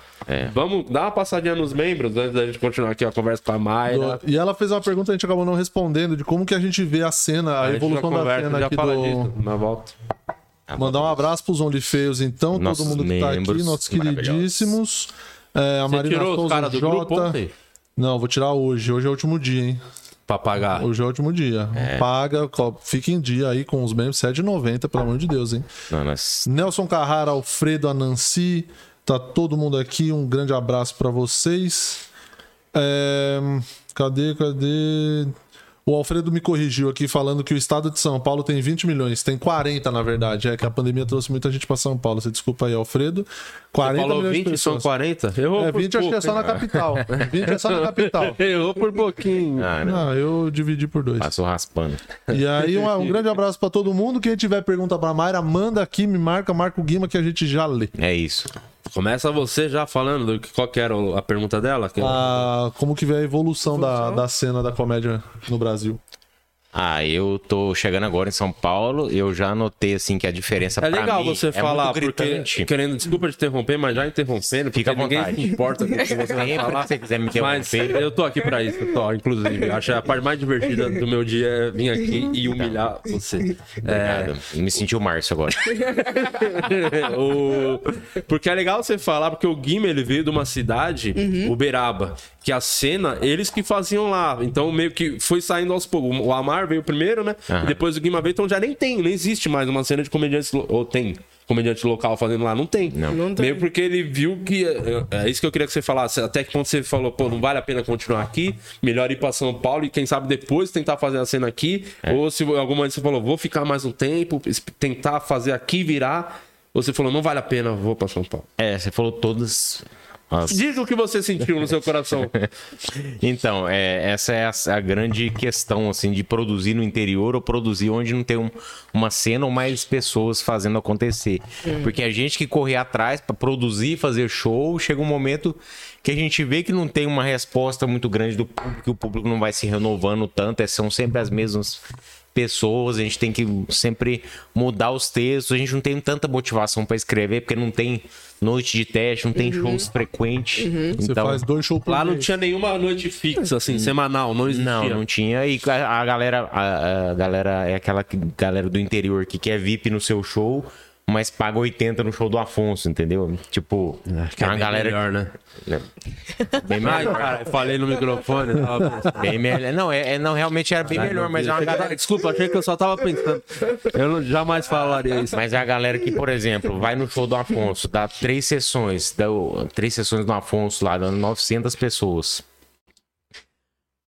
Speaker 2: Vamos dar uma passadinha nos membros antes da gente continuar aqui a conversa com a
Speaker 4: É
Speaker 2: Mayra.
Speaker 3: Do- E ela fez uma pergunta, a gente acabou não respondendo, de como que a gente vê a cena, a,
Speaker 2: gente
Speaker 3: evolução
Speaker 2: já
Speaker 3: da
Speaker 2: conversa,
Speaker 3: cena
Speaker 2: já
Speaker 3: aqui
Speaker 2: fala
Speaker 3: do.
Speaker 2: disso na volta.
Speaker 3: Mandar um abraço pros Only Feios, então,
Speaker 1: Nossos
Speaker 3: todo mundo que tá aqui,
Speaker 1: membros
Speaker 3: nossos
Speaker 1: maravilhosos.
Speaker 3: queridíssimos. É, a
Speaker 2: Você
Speaker 3: Marina
Speaker 2: tirou os
Speaker 3: Souza
Speaker 2: caras do
Speaker 3: Jota.
Speaker 2: grupo ontem?
Speaker 3: Não, vou tirar hoje. Hoje é o último dia, hein?
Speaker 2: Pra pagar.
Speaker 3: Hoje é o último dia. Paga, co- fica em dia aí com os membros, 7,90, pelo amor de Deus, hein?
Speaker 1: Não, nós-
Speaker 3: Nelson Carrara, Alfredo, Anansi, tá todo mundo aqui. Um grande abraço pra vocês. É, Cadê, cadê? O Alfredo me corrigiu aqui falando que o estado de São Paulo tem 20 milhões, tem 40 na verdade. É que a pandemia trouxe muita gente pra São Paulo. Você desculpa aí, Alfredo. 40
Speaker 2: Falou
Speaker 3: milhões de
Speaker 2: 20, são
Speaker 3: pessoas.
Speaker 2: 40? Errou
Speaker 3: É,
Speaker 2: por
Speaker 3: 20 acho que é só na capital. 20 é só na capital.
Speaker 2: pouco. Errou por pouquinho.
Speaker 1: Ah, não.
Speaker 3: Não, eu dividi por dois.
Speaker 1: Passou raspando.
Speaker 3: E aí, um, um grande abraço pra todo mundo. Quem tiver pergunta pra Mayra, manda aqui, me marca, marca o Guima que a gente já lê.
Speaker 1: É isso.
Speaker 3: então
Speaker 2: Começa você já falando do que, qual que era o- a pergunta dela. que-
Speaker 3: Ah, como que vê a evolução da, da cena da comédia no Brasil?
Speaker 1: Ah, eu tô chegando agora em São Paulo, eu já notei assim que a diferença
Speaker 2: É
Speaker 1: pra
Speaker 2: legal
Speaker 1: mim
Speaker 2: você
Speaker 1: é
Speaker 2: falar,
Speaker 1: muito
Speaker 2: porque.
Speaker 1: gritante.
Speaker 2: Querendo, desculpa te interromper, mas já interrompendo, porque
Speaker 1: Fica à
Speaker 2: ninguém
Speaker 1: vontade.
Speaker 2: se importa com o que você vai
Speaker 1: Sempre
Speaker 2: falar.
Speaker 1: que você quiser me
Speaker 2: Mas
Speaker 1: interromper.
Speaker 2: eu tô aqui pra isso, tô, inclusive. Acho a parte mais divertida do meu dia é vir aqui e humilhar você. É,
Speaker 1: Obrigado. Me senti o Márcio agora.
Speaker 2: o- Porque é legal você falar, porque o Guima ele veio de uma cidade, Uberaba, que a cena, eles que faziam lá. Então meio que foi saindo aos poucos. O Amar veio primeiro, né?
Speaker 1: Aham.
Speaker 2: E depois o Guima veio, então já nem tem, não existe mais uma cena de comediantes. lo- Ou tem comediante local fazendo lá? Não tem.
Speaker 1: Não.
Speaker 4: Não tem.
Speaker 2: Meio É porque ele viu que. É é isso que eu queria que você falasse. Até que quando você falou, pô, não vale a pena continuar aqui, melhor ir pra São Paulo e quem sabe depois tentar fazer a cena aqui. Ou se alguma vez você falou, vou ficar mais um tempo, es- tentar fazer aqui virar. Ou você falou, não vale a pena, vou pra São Paulo.
Speaker 1: É, você falou todas as
Speaker 2: Diz o que você sentiu no seu coração.
Speaker 1: Então, é, essa é a, a grande questão, assim, de produzir no interior ou produzir onde não tem um- uma cena ou mais pessoas fazendo acontecer. Porque a gente que corre atrás para produzir, fazer show, chega um momento que a gente vê que não tem uma resposta muito grande do público, que o público não vai se renovando tanto, é, são sempre as mesmas pessoas, a gente tem que sempre mudar os textos, a gente não tem tanta motivação para escrever, porque não tem noite de teste, não tem shows frequentes.
Speaker 3: Você
Speaker 1: Então,
Speaker 3: faz dois shows por
Speaker 2: Lá não
Speaker 3: mês.
Speaker 2: tinha nenhuma noite fixa, assim, semanal, não existia.
Speaker 1: Não, não tinha. E a, a galera, a, a galera é aquela que- galera do interior que quer VIP no seu show, mas paga 80 no show do Afonso, entendeu? Tipo,
Speaker 2: Ah, Que
Speaker 1: é uma
Speaker 2: bem
Speaker 1: galera
Speaker 2: melhor, né?
Speaker 1: bem
Speaker 2: Ai,
Speaker 1: melhor.
Speaker 2: cara, eu falei no microfone. eu Tava pensando.
Speaker 1: Bem melhor. Não, é, é- não, realmente era bem melhor, mas é uma galera.
Speaker 2: Desculpa, achei que eu só tava pensando. Eu não- jamais falaria isso.
Speaker 1: Mas é a galera que, por exemplo, vai no show do Afonso, dá três sessões, dá o- três sessões do Afonso lá, dando 900 pessoas.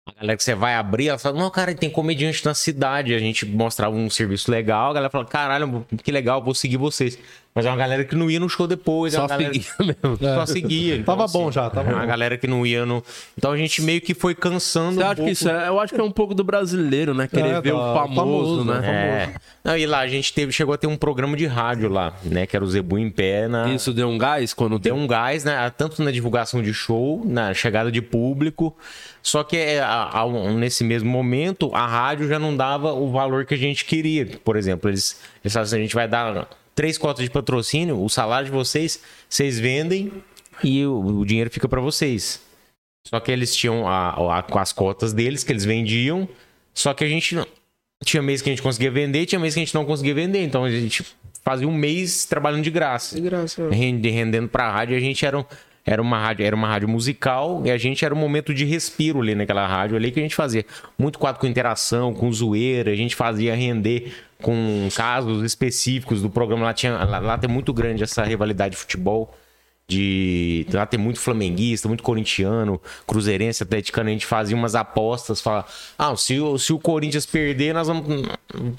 Speaker 1: A galera que você vai abrir, ela fala, não, cara, tem comediante na cidade, a gente mostrava um serviço legal, a galera fala, caralho, que legal, vou seguir vocês. Mas é uma galera que não ia no show depois, é
Speaker 2: Só
Speaker 1: uma galera
Speaker 2: seguia mesmo.
Speaker 1: que só seguia. então,
Speaker 3: Tava bom já, tava
Speaker 1: é uma
Speaker 3: bom.
Speaker 1: galera que não ia no... Então a gente meio que foi cansando
Speaker 2: Você
Speaker 1: um
Speaker 2: acha que
Speaker 1: pouco.
Speaker 2: isso é, eu acho que é um pouco do brasileiro, né? Querer
Speaker 3: É,
Speaker 2: ver o
Speaker 3: tá,
Speaker 2: famoso,
Speaker 3: famoso,
Speaker 2: né?
Speaker 1: É. Não, e lá a gente teve, chegou a ter um programa de rádio lá, né? Que era o Zebu em pé na,
Speaker 2: Isso deu um gás quando
Speaker 1: deu
Speaker 2: deu um...
Speaker 1: um gás, né? Tanto na divulgação de show, na chegada de público. Só que é, a- a- nesse mesmo momento, a rádio já não dava o valor que a gente queria. Por exemplo, eles, eles falaram assim, a gente vai dar três cotas de patrocínio, o salário de vocês, vocês vendem e o, o dinheiro fica para vocês. Só que eles tinham a, a- com as cotas deles que eles vendiam, só que a gente não. Tinha mês que a gente conseguia vender, tinha mês que a gente não conseguia vender. Então a gente fazia um mês trabalhando de graça
Speaker 4: De graça.
Speaker 1: rende- rendendo pra rádio, a gente era, um- era uma rádio, era uma rádio musical e a gente era um momento de respiro ali naquela rádio ali que a gente fazia muito quadro com interação, com zoeira, a gente fazia render com casos específicos do programa lá tinha lá, lá tem muito grande essa rivalidade de futebol de lá tem muito flamenguista, muito corintiano, cruzeirense, atleticano, a gente fazia umas apostas, fala, ah, se o, se o Corinthians perder, nós vamos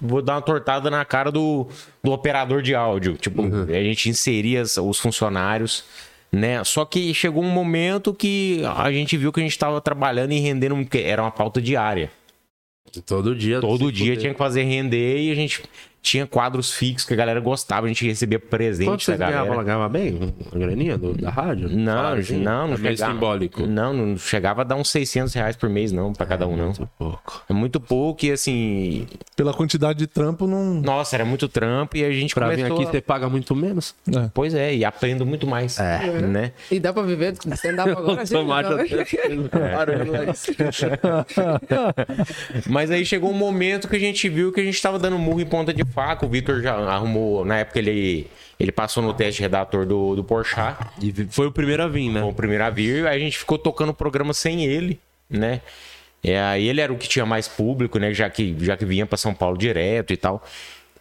Speaker 1: vou dar uma tortada na cara do, do operador de áudio, tipo,
Speaker 2: Uhum.
Speaker 1: a gente inseria as- os funcionários, né? Só que chegou um momento que a gente viu que a gente estava trabalhando e rendendo, porque era uma pauta diária.
Speaker 2: todo dia.
Speaker 1: Todo
Speaker 2: se
Speaker 1: dia
Speaker 2: fuder.
Speaker 1: tinha que fazer render e a gente tinha quadros fixos que a galera gostava, a gente recebia
Speaker 2: Quanto
Speaker 1: presente da
Speaker 2: vocês
Speaker 1: galera.
Speaker 2: ganhavam? Ela ganhava bem? A graninha do- da rádio?
Speaker 1: Não,
Speaker 2: Salário?
Speaker 1: não, não
Speaker 2: É meio
Speaker 1: chegava.
Speaker 2: simbólico.
Speaker 1: Não, não chegava a dar uns 600 reais por mês, não, pra cada um, não.
Speaker 2: Pouco.
Speaker 1: É muito pouco e assim.
Speaker 3: Pela quantidade de trampo, não.
Speaker 1: Nossa, era muito trampo e a gente
Speaker 2: Pra vir
Speaker 1: começou.
Speaker 2: aqui, você paga muito menos.
Speaker 3: É.
Speaker 1: Pois é, e aprendo muito mais. É. Né?
Speaker 4: E dá pra viver de stand-up agora? gente?
Speaker 2: Tomate
Speaker 4: Não.
Speaker 2: até-
Speaker 1: Mas aí chegou um momento que a gente viu que a gente tava dando murro em ponta de faca. O Vitor já arrumou. Na época ele, ele passou no teste redator do, do Porchat.
Speaker 2: E vi- foi o primeiro a vir, né?
Speaker 1: Foi o primeiro a vir, aí a gente ficou tocando o programa sem ele, né? E aí ele era o que tinha mais público, né? Já que, já que vinha pra São Paulo direto e tal.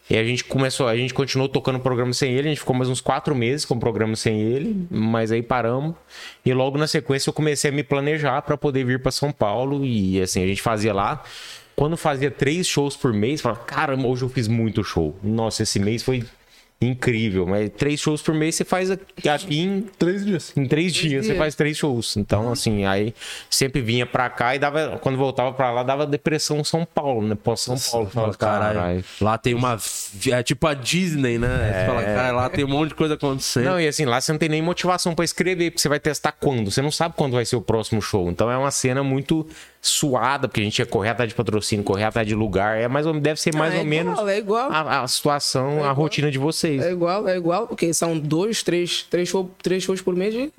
Speaker 1: E a gente começou, a gente continuou tocando o programa sem ele, a gente ficou mais uns quatro meses com o programa sem ele, mas aí paramos. E logo na sequência eu comecei a me planejar pra poder vir pra São Paulo. E assim, a gente fazia lá. Quando fazia três shows por mês, falava, caramba, hoje eu fiz muito show. Nossa, esse mês foi incrível. Mas três shows por mês você faz aqui aqui em
Speaker 3: Três dias.
Speaker 1: em três dias você faz três shows. Então, assim, aí sempre vinha pra cá e dava. Quando voltava pra lá, dava depressão São Paulo, né? Pós São Paulo.
Speaker 2: Fala,
Speaker 1: Falava,
Speaker 2: caralho.
Speaker 1: caralho. É.
Speaker 2: Lá tem uma. É tipo a Disney, né? Você fala, caralho, lá tem um monte de coisa acontecendo.
Speaker 1: Não, e assim, lá você não tem nem motivação pra escrever, porque você vai testar quando. Você não sabe quando vai ser o próximo show. Então é uma cena muito suada, porque a gente ia correr atrás de patrocínio, correr atrás de lugar. É mais ou, deve ser mais
Speaker 4: Ah, é
Speaker 1: ou menos
Speaker 4: igual, é igual.
Speaker 1: A, a situação, a rotina de vocês.
Speaker 4: É igual, é igual, porque são dois, três, três, show, três shows por mês e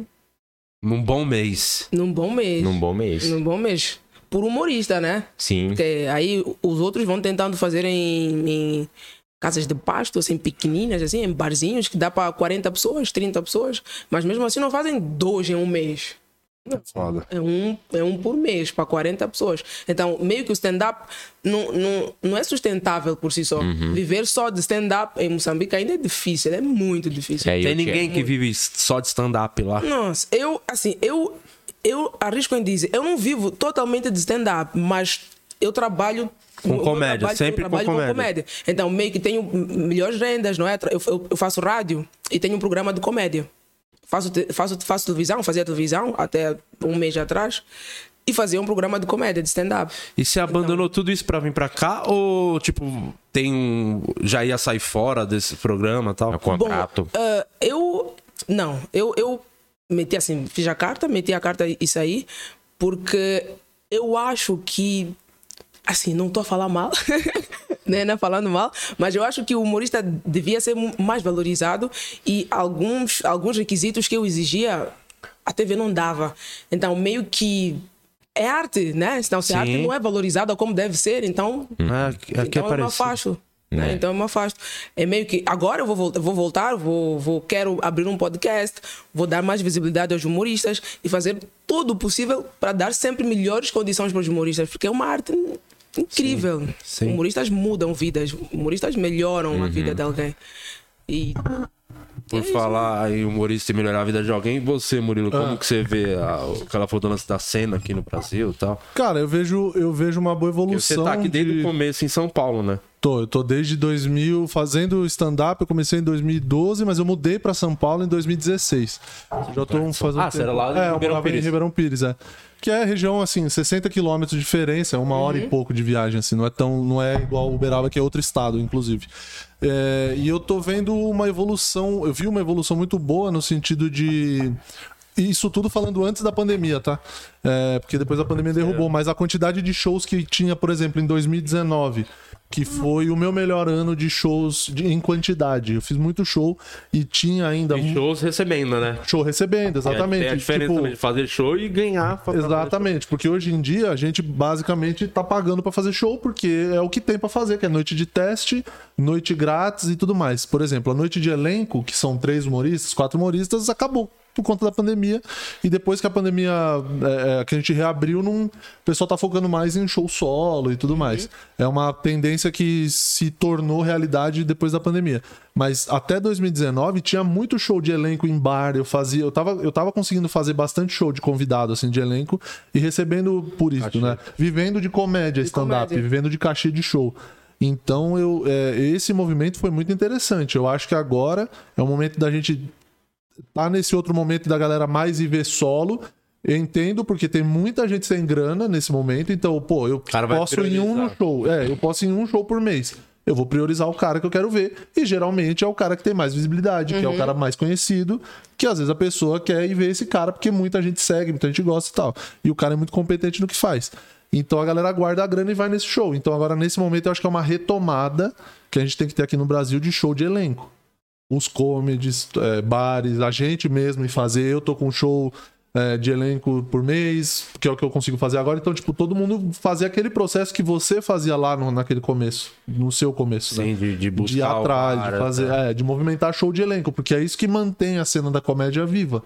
Speaker 2: Num Um bom mês.
Speaker 4: num bom mês.
Speaker 1: Num bom mês.
Speaker 4: Num bom mês. Por humorista, né?
Speaker 1: Sim.
Speaker 4: Porque aí os outros vão tentando fazer em, em casas de pasto, assim, pequeninas, assim, em barzinhos, que dá pra 40 pessoas, 30 pessoas. Mas mesmo assim não fazem dois em um mês.
Speaker 3: Foda.
Speaker 4: É um, é um por mês, para 40 pessoas. Então, meio que o stand-up não, não, não é sustentável por si só.
Speaker 1: Uhum.
Speaker 4: Viver só de stand-up em Moçambique ainda é difícil, é muito difícil.
Speaker 1: É, eu
Speaker 2: tem
Speaker 1: te-
Speaker 2: ninguém que vive só de stand-up lá.
Speaker 4: Nossa, eu, assim, eu, eu arrisco em dizer, eu não vivo totalmente de stand-up, mas eu trabalho.
Speaker 2: Com
Speaker 4: eu
Speaker 2: comédia,
Speaker 4: trabalho-
Speaker 2: sempre
Speaker 4: eu trabalho
Speaker 2: com comédia.
Speaker 4: Então, meio que tenho melhores rendas, não é? Eu, eu- eu faço rádio e tenho um programa de comédia. Faço, te- faço, faço televisão, fazia televisão até um mês atrás. E fazia um programa de comédia, de stand-up.
Speaker 2: E você abandonou tudo isso pra vir pra cá? Ou, tipo, tem um. Já ia sair fora desse programa e tal?
Speaker 1: É contrato.
Speaker 4: Bom, ah, eu. Não, eu, eu meti assim, fiz a carta, meti a carta e saí, porque eu acho que. Assim, não tô a falar mal, né? Não é falando mal, mas eu acho que o humorista devia ser mu- mais valorizado e alguns, alguns requisitos que eu exigia, a TV não dava. Então, meio que. É arte, né? Senão, se a arte
Speaker 2: Sim.
Speaker 4: não é valorizada como deve ser, então
Speaker 2: Ah, aqui aqui
Speaker 4: então eu me
Speaker 2: apareceu.
Speaker 4: afasto. né? Então eu me afasto. É meio que agora eu vou, vol- eu vou voltar, vou, vou, quero abrir um podcast, vou dar mais visibilidade aos humoristas e fazer tudo o possível para dar sempre melhores condições para os humoristas, porque é uma arte in- incrível.
Speaker 2: sim. Uhum.
Speaker 4: Humoristas mudam vidas, humoristas melhoram a vida de alguém. E
Speaker 2: Por falar em humorista e melhorar a vida de alguém, e você, Murilo, como que você vê a, aquela fotonância da cena aqui no Brasil e tal?
Speaker 3: Cara, eu vejo, eu vejo uma boa
Speaker 2: Porque
Speaker 3: evolução.
Speaker 2: Você tá aqui desde
Speaker 3: de-
Speaker 2: o começo em São Paulo, né?
Speaker 3: Tô, eu tô desde 2000 fazendo stand-up. Eu comecei em 2012, mas eu mudei pra São Paulo em 2016. Eu já tô um- faz um
Speaker 2: Ah, você era lá em
Speaker 3: é, eu
Speaker 2: Ribeirão
Speaker 3: morava
Speaker 2: Pires.
Speaker 3: em Ribeirão Pires, é. Que é região, assim, 60 quilômetros de diferença, é uma hora
Speaker 2: Uhum.
Speaker 3: e pouco de viagem, assim. Não é tão, não é igual Uberaba, que é outro estado, inclusive. É, e eu tô vendo uma evolução, eu vi uma evolução muito boa no sentido de... e Isso tudo falando antes da pandemia, tá? É, porque depois a pandemia
Speaker 2: É.
Speaker 3: derrubou, mas a quantidade de shows que tinha, por exemplo, em 2019, que
Speaker 2: Uhum.
Speaker 3: foi o meu melhor ano de shows de- em quantidade. Eu fiz muito show e tinha ainda
Speaker 2: E shows recebendo, né?
Speaker 3: show recebendo, exatamente.
Speaker 2: Tem a diferença
Speaker 3: Tipo,
Speaker 2: também de fazer show e ganhar. pra-
Speaker 3: Exatamente, porque hoje em dia a gente basicamente tá pagando pra fazer show porque é o que tem pra fazer, que é noite de teste, noite grátis e tudo mais. Por exemplo, a noite de elenco, que são três humoristas, quatro humoristas, acabou por conta da pandemia. E depois que a pandemia é, é, que a gente reabriu, não, o pessoal tá focando mais em show solo e tudo mais. É uma tendência que se tornou realidade depois da pandemia. Mas até 2019 tinha muito show de elenco em bar. Eu fazia, eu tava, eu tava conseguindo fazer bastante show de convidado assim de elenco e recebendo por isso, né? Vivendo de comédia stand-up,
Speaker 4: comédia.
Speaker 3: vivendo de cachê de show. Então eu, é, esse movimento foi muito interessante. Eu acho que agora é o momento da gente tá nesse outro momento da galera mais ir ver solo. Eu entendo, porque tem muita gente sem grana nesse momento, então, pô, eu
Speaker 2: cara vai
Speaker 3: posso ir em um
Speaker 2: priorizar.
Speaker 3: show. É, eu posso ir em um show por mês. Eu vou priorizar o cara que eu quero ver. E geralmente é o cara que tem mais visibilidade, que é o cara mais conhecido, que às vezes a pessoa quer ir ver esse cara, porque muita gente segue, muita gente gosta e tal. E o cara é muito competente no que faz. Então a galera guarda a grana e vai nesse show. Então agora, nesse momento, eu acho que é uma retomada que a gente tem que ter aqui no Brasil de show de elenco os comedies, é, bares, a gente mesmo em fazer. Eu tô com um show é, de elenco por mês, que é o que eu consigo fazer agora. Então, tipo, todo mundo fazer aquele processo que você fazia lá no- naquele começo, no seu começo, né?
Speaker 2: Sim, Assim, de, de buscar.
Speaker 3: de ir
Speaker 2: o
Speaker 3: atrás,
Speaker 2: cara,
Speaker 3: de fazer,
Speaker 2: tá?
Speaker 3: é, de movimentar show de elenco, porque é isso que mantém a cena da comédia viva.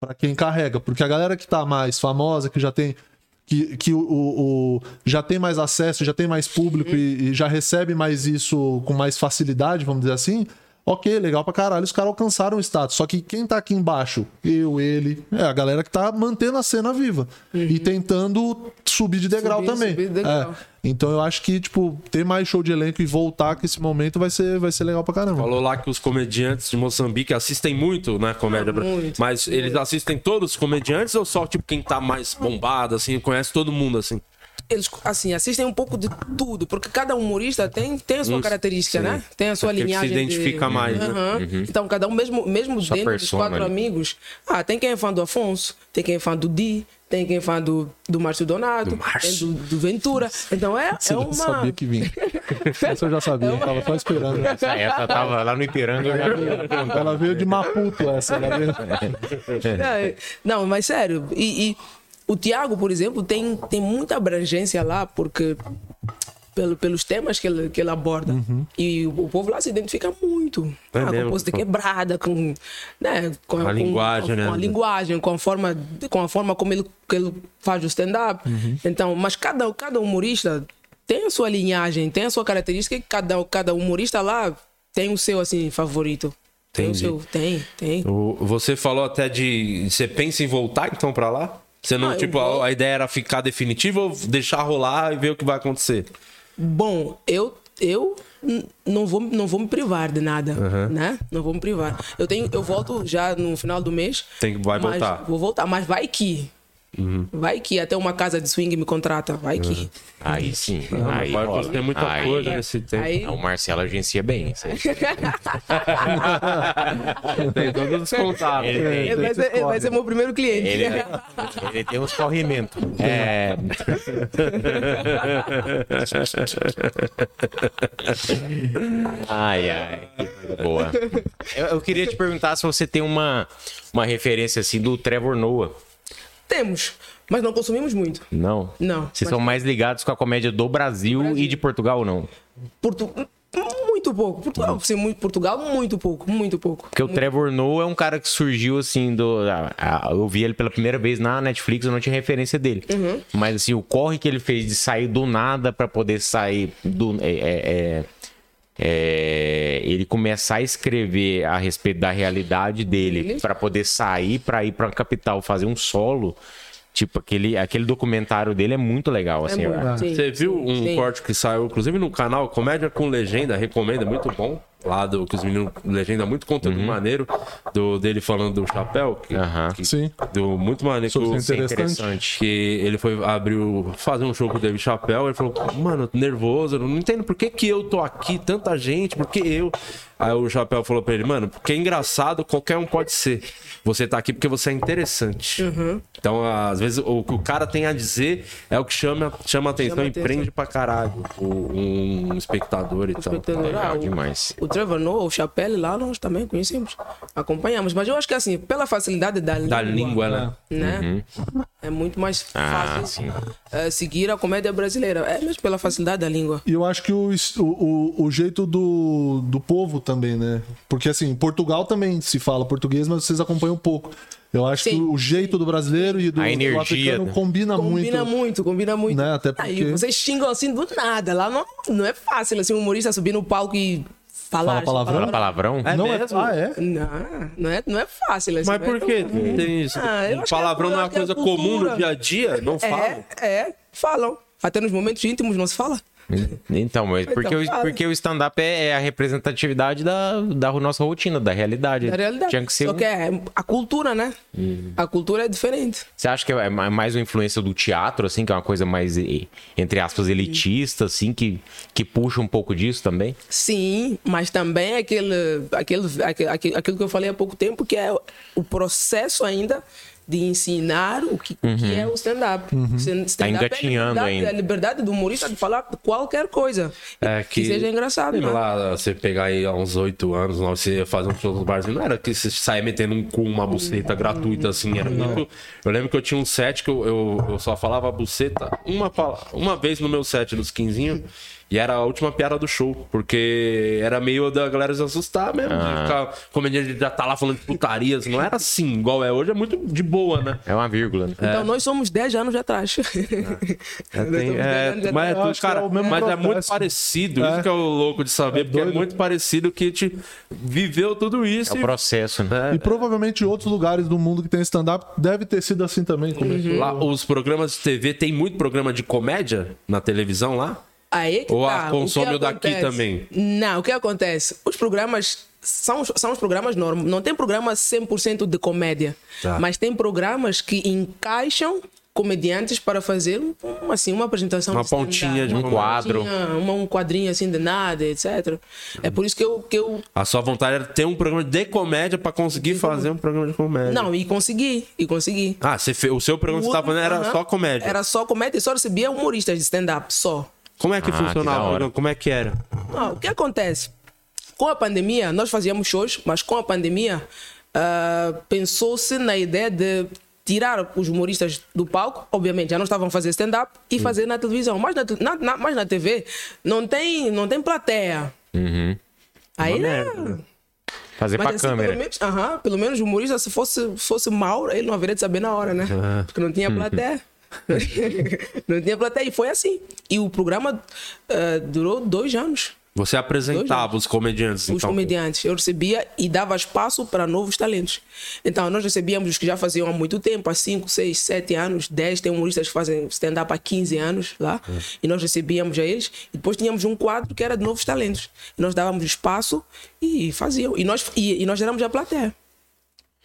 Speaker 3: Pra quem carrega, porque a galera que tá mais famosa, que já tem que, que o, o- o- já tem mais acesso, já tem mais público e, e já recebe mais isso com mais facilidade, vamos dizer assim, Ok, legal pra caralho, os caras alcançaram o status. Só que quem tá aqui embaixo? Eu, ele, é a galera que tá mantendo a cena viva. E tentando subir de degrau
Speaker 4: Uhum. Subir,
Speaker 3: também.
Speaker 4: subir de degrau.
Speaker 3: É. Então eu acho que, tipo, ter mais show de elenco e voltar com esse momento vai ser, vai ser legal pra caramba.
Speaker 2: Falou lá que os comediantes de Moçambique assistem muito, né, comédia.
Speaker 4: Ah, muito.
Speaker 2: mas eles assistem todos os comediantes ou só, tipo, quem tá mais bombado, assim, conhece todo mundo, assim?
Speaker 4: eles assim assistem um pouco de tudo, porque cada humorista tem, tem a sua característica, né? Tem a sua
Speaker 2: Aquele que se
Speaker 4: linhagem.
Speaker 2: identifica
Speaker 4: de...
Speaker 2: mais, né?
Speaker 4: Aham. Então, cada um, mesmo, mesmo
Speaker 1: Sua
Speaker 4: dentro dos
Speaker 1: persona
Speaker 4: quatro
Speaker 1: ali.
Speaker 4: amigos, ah, tem quem é fã do Afonso, tem quem é fã do Di, tem quem é fã do, do Márcio Donato, do, tem do, do Ventura. Então é,
Speaker 3: Você
Speaker 4: é
Speaker 3: já
Speaker 4: uma.
Speaker 3: sabia que vinha. Essa eu já sabia, eu tava só esperando.
Speaker 1: Essa tava lá no Ipiranga. né? eu já-
Speaker 3: Ela veio de Maputo, essa. né? Ela veio...
Speaker 4: É, Não, mas sério. E, e o Tiago, por exemplo, tem, tem muita abrangência lá, porque pelo, pelos temas que ele, que ele aborda. E o, o povo lá se identifica muito.
Speaker 2: Uhum. É
Speaker 4: ah, com
Speaker 2: mesmo?
Speaker 4: o posto de quebrada, com, né, com, com-
Speaker 2: linguagem,
Speaker 4: com
Speaker 2: né?
Speaker 4: a linguagem, com a forma, de- com a forma como ele, que ele faz o stand-up.
Speaker 2: Uhum.
Speaker 4: Então, mas cada, cada humorista tem a sua linhagem, tem a sua característica e cada, cada humorista lá tem o seu assim favorito. Tem o
Speaker 2: Entendi.
Speaker 4: seu, tem, tem.
Speaker 2: O- Você falou até de. Você pensa em voltar então pra lá? Você não,
Speaker 4: Ah, eu
Speaker 2: tipo, a,
Speaker 4: vou.
Speaker 2: a ideia era ficar definitiva ou deixar rolar e ver o que vai acontecer?
Speaker 4: Bom, eu eu n- não vou não vou me privar de nada, né? Não vou me privar. Eu tenho eu volto já no final do mês.
Speaker 2: Tem que- vai
Speaker 4: mas-
Speaker 2: voltar. Uhum.
Speaker 4: Vou voltar, mas vai que Vai que até uma casa de swing me contrata, vai que.
Speaker 1: Aí sim. Aí
Speaker 2: Vai
Speaker 1: rola.
Speaker 2: acontecer muita
Speaker 1: Aí-
Speaker 2: coisa nesse tempo.
Speaker 4: Aí
Speaker 1: Ah, O Marcelo agencia bem. isso aí.
Speaker 2: Tem todos os contatos.
Speaker 1: Ele tem.
Speaker 4: ele vai, ser, ele vai ser é, meu primeiro cliente.
Speaker 1: Ele, ele tem um uns corrimentos. É. ai, ai. que coisa Boa. Eu, eu queria te perguntar se você tem uma, uma referência assim do Trevor Noah.
Speaker 4: Temos, mas não consumimos muito.
Speaker 1: Não?
Speaker 4: Não,
Speaker 1: Vocês
Speaker 4: mas-
Speaker 1: são mais ligados com a comédia do Brasil, e de Portugal, não?
Speaker 4: Portu... Muito pouco.
Speaker 2: Uhum.
Speaker 4: Portugal, sim, muito Portugal, muito pouco, muito pouco.
Speaker 1: Porque o Trevor Noah é um cara que surgiu assim do. a- a- eu vi ele pela primeira vez na Netflix, eu não tinha referência dele. Mas assim, o corre que ele fez de sair do nada pra poder sair do. é- é- é- é, ele começar a escrever a respeito da realidade dele
Speaker 4: Ele?
Speaker 1: pra poder sair pra ir pra capital fazer um solo. Tipo, aquele, aquele documentário dele é muito legal, assim.
Speaker 4: muito,
Speaker 1: eu-
Speaker 4: sim,
Speaker 2: Você viu
Speaker 4: sim,
Speaker 2: um
Speaker 4: sim.
Speaker 2: corte que saiu, inclusive, no canal Comédia com Legenda, recomenda, é muito bom. Lá do que os meninos legenda muito conteúdo maneiro do dele falando do chapéu, que,
Speaker 1: Aham.
Speaker 2: que
Speaker 3: Sim.
Speaker 2: deu muito maneiro que
Speaker 3: Sobre
Speaker 2: o-
Speaker 3: ser interessante.
Speaker 1: Interessante.
Speaker 2: que ele foi abriu fazer um show com o David Chappelle, ele falou: "Mano, eu tô nervoso, eu não entendo por que, que eu tô aqui, tanta gente, por que eu?" Aí o Chappelle falou pra ele: "Mano, porque é engraçado, qualquer um pode ser. Você tá aqui porque você é interessante."
Speaker 4: Uhum.
Speaker 2: Então, às vezes o que o cara tem a dizer é o que chama chama atenção
Speaker 4: Chama
Speaker 2: e
Speaker 4: atenção.
Speaker 2: prende pra caralho o- um espectador e tal.
Speaker 4: espectador.
Speaker 1: Legal
Speaker 4: Ah, o-
Speaker 1: demais.
Speaker 4: O Trevor Noah, o Chapelle lá, nós também conhecemos, acompanhamos. Mas eu acho que assim, pela facilidade da,
Speaker 2: Da língua, né?
Speaker 4: né? É muito mais
Speaker 1: Uhum. Ah,
Speaker 4: fácil
Speaker 1: sim.
Speaker 4: eh, seguir a comédia brasileira. É mesmo pela facilidade da língua.
Speaker 3: E eu acho que o, es- o, o- o jeito do, do povo também, né? Porque assim, em Portugal também se fala português, mas vocês acompanham um pouco. Eu acho que
Speaker 4: Sim.
Speaker 3: o jeito do brasileiro e do,
Speaker 1: A
Speaker 3: do
Speaker 1: energia,
Speaker 3: africano
Speaker 1: né?
Speaker 3: combina,
Speaker 4: Combina
Speaker 3: muito.
Speaker 4: muito, combina muito.
Speaker 3: Né, até porque-
Speaker 4: Aí vocês xingam assim do nada. Lá não, não é fácil, assim, um humorista subir no palco e falar.
Speaker 3: Fala palavrão?
Speaker 1: Fala palavrão?
Speaker 3: não
Speaker 2: mesmo?
Speaker 3: é? Ah, é?
Speaker 4: Não, não é, não é fácil.
Speaker 2: Mas
Speaker 4: Assim, não é
Speaker 2: por
Speaker 4: tão-
Speaker 2: que tem isso?
Speaker 4: Ah, eu
Speaker 2: O
Speaker 4: acho que é
Speaker 2: palavrão não é uma
Speaker 4: porque
Speaker 2: coisa
Speaker 4: a
Speaker 2: comum
Speaker 4: cultura-
Speaker 2: no dia a dia, não fala.
Speaker 4: É, é, falam. Até nos momentos íntimos não se fala.
Speaker 1: Então, mas porque,
Speaker 4: Então,
Speaker 1: o,
Speaker 4: fala.
Speaker 1: porque o stand-up é, é a representatividade da, da nossa rotina, da realidade.
Speaker 4: Na realidade.
Speaker 1: Tinha que ser.
Speaker 4: Só
Speaker 1: um- Uhum.
Speaker 4: que é a cultura, né? A cultura é diferente.
Speaker 1: Você acha que é ma- mais uma influência do teatro, assim, que é uma coisa mais, e- entre aspas, elitista, assim, que, que puxa um pouco disso também?
Speaker 4: Sim, mas também aquele, aquele, aquele, aquele- aquilo que eu falei há pouco tempo, que é o processo ainda de ensinar o que, o que
Speaker 2: Uhum.
Speaker 4: é o stand-up. Stand
Speaker 1: Tá engatinhando
Speaker 4: é a liberdade-
Speaker 1: ainda.
Speaker 4: A liberdade do humorista de falar qualquer coisa.
Speaker 2: É que,
Speaker 4: seja engraçado,
Speaker 2: sei
Speaker 4: né?
Speaker 2: lá, você pegar aí há uns 8 anos, nove, você ia fazer um show nos barzinhos, não era que você saia metendo um cu, uma buceta gratuita assim, era muito... Eu lembro que eu tinha um set que eu, eu, eu só falava buceta uma, pala- uma vez no meu set dos 15 E era a última piada do show, porque era meio da galera se assustar mesmo. De ficar, o comediante já tá lá falando de putarias. Não era assim, igual é hoje, é muito de boa, né?
Speaker 1: É uma vírgula. né?
Speaker 4: Então nós somos 10 anos atrás. Nós
Speaker 2: Tem-
Speaker 4: somos 10
Speaker 2: é,
Speaker 4: anos
Speaker 2: mas, é
Speaker 4: atrás.
Speaker 2: tudo,
Speaker 3: acho que
Speaker 2: cara,
Speaker 3: é o mesmo
Speaker 2: mas é
Speaker 3: processo.
Speaker 2: muito parecido.
Speaker 3: É.
Speaker 2: Isso que é o louco de saber, porque é
Speaker 3: doido.
Speaker 2: muito parecido que a gente viveu tudo isso.
Speaker 1: É o
Speaker 2: e-
Speaker 1: processo, né?
Speaker 3: E provavelmente outros lugares do mundo que tem stand-up deve ter sido assim também. Como é que-
Speaker 2: Lá, os programas de TV, tem muito programa de comédia na televisão lá?
Speaker 4: Aí que
Speaker 2: Ou a
Speaker 4: tá.
Speaker 2: consome
Speaker 4: o
Speaker 2: o
Speaker 4: que
Speaker 2: daqui
Speaker 4: acontece?
Speaker 2: também?
Speaker 4: Não, o que acontece? Os programas são, os- são os programas normais. Não tem programa 100% de comédia.
Speaker 2: Tá.
Speaker 4: Mas tem programas que encaixam comediantes para fazer um- um, assim, uma apresentação
Speaker 2: Uma
Speaker 4: de stand-up,
Speaker 2: pontinha de
Speaker 1: Um
Speaker 2: comédia.
Speaker 1: quadro.
Speaker 4: pontinha, uma- um quadrinho assim de nada, etc. É por isso que eu, que eu
Speaker 2: A sua vontade era ter um programa de comédia pra conseguir fazer um programa de comédia.
Speaker 4: Não, e consegui, e consegui.
Speaker 2: Ah, você fe- o seu programa que você tava
Speaker 4: Outro-
Speaker 2: fazendo era
Speaker 4: aham.
Speaker 2: só comédia.
Speaker 4: Era só comédia, só recebia humoristas de stand-up, só.
Speaker 2: Como é que
Speaker 1: Ah, que da
Speaker 2: funcionava? o
Speaker 1: hora.
Speaker 2: programa? Como é que era?
Speaker 4: Não, o que acontece? Com a pandemia, nós fazíamos shows, mas com a pandemia, ah, pensou-se na ideia de tirar os humoristas do palco, obviamente já não estavam a fazer stand-up, e fazer na televisão. Mas na, te- na- na- mas na TV não tem, não tem plateia. Aí
Speaker 2: Uma
Speaker 4: né?
Speaker 2: merda.
Speaker 1: Fazer É pra
Speaker 4: assim,
Speaker 1: câmera.
Speaker 4: Pelo menos, aham, pelo menos o humorista, se fosse, fosse mal, ele não haveria de saber na hora, né? Porque não tinha plateia. não tinha plateia. E foi assim. E o programa ah, durou dois anos
Speaker 2: Você apresentava os comediantes,
Speaker 4: os
Speaker 2: então.
Speaker 4: comediantes. Eu recebia e dava espaço para novos talentos. Então, nós recebíamos os que já faziam há muito tempo, há 5, 6, 7 anos, 10, tem humoristas que fazem stand-up há 15 anos lá,
Speaker 2: É.
Speaker 4: e nós recebíamos a eles. E depois tínhamos um quadro que era de novos talentos. E nós dávamos espaço e faziam. E nós, e, e nós éramos a plateia.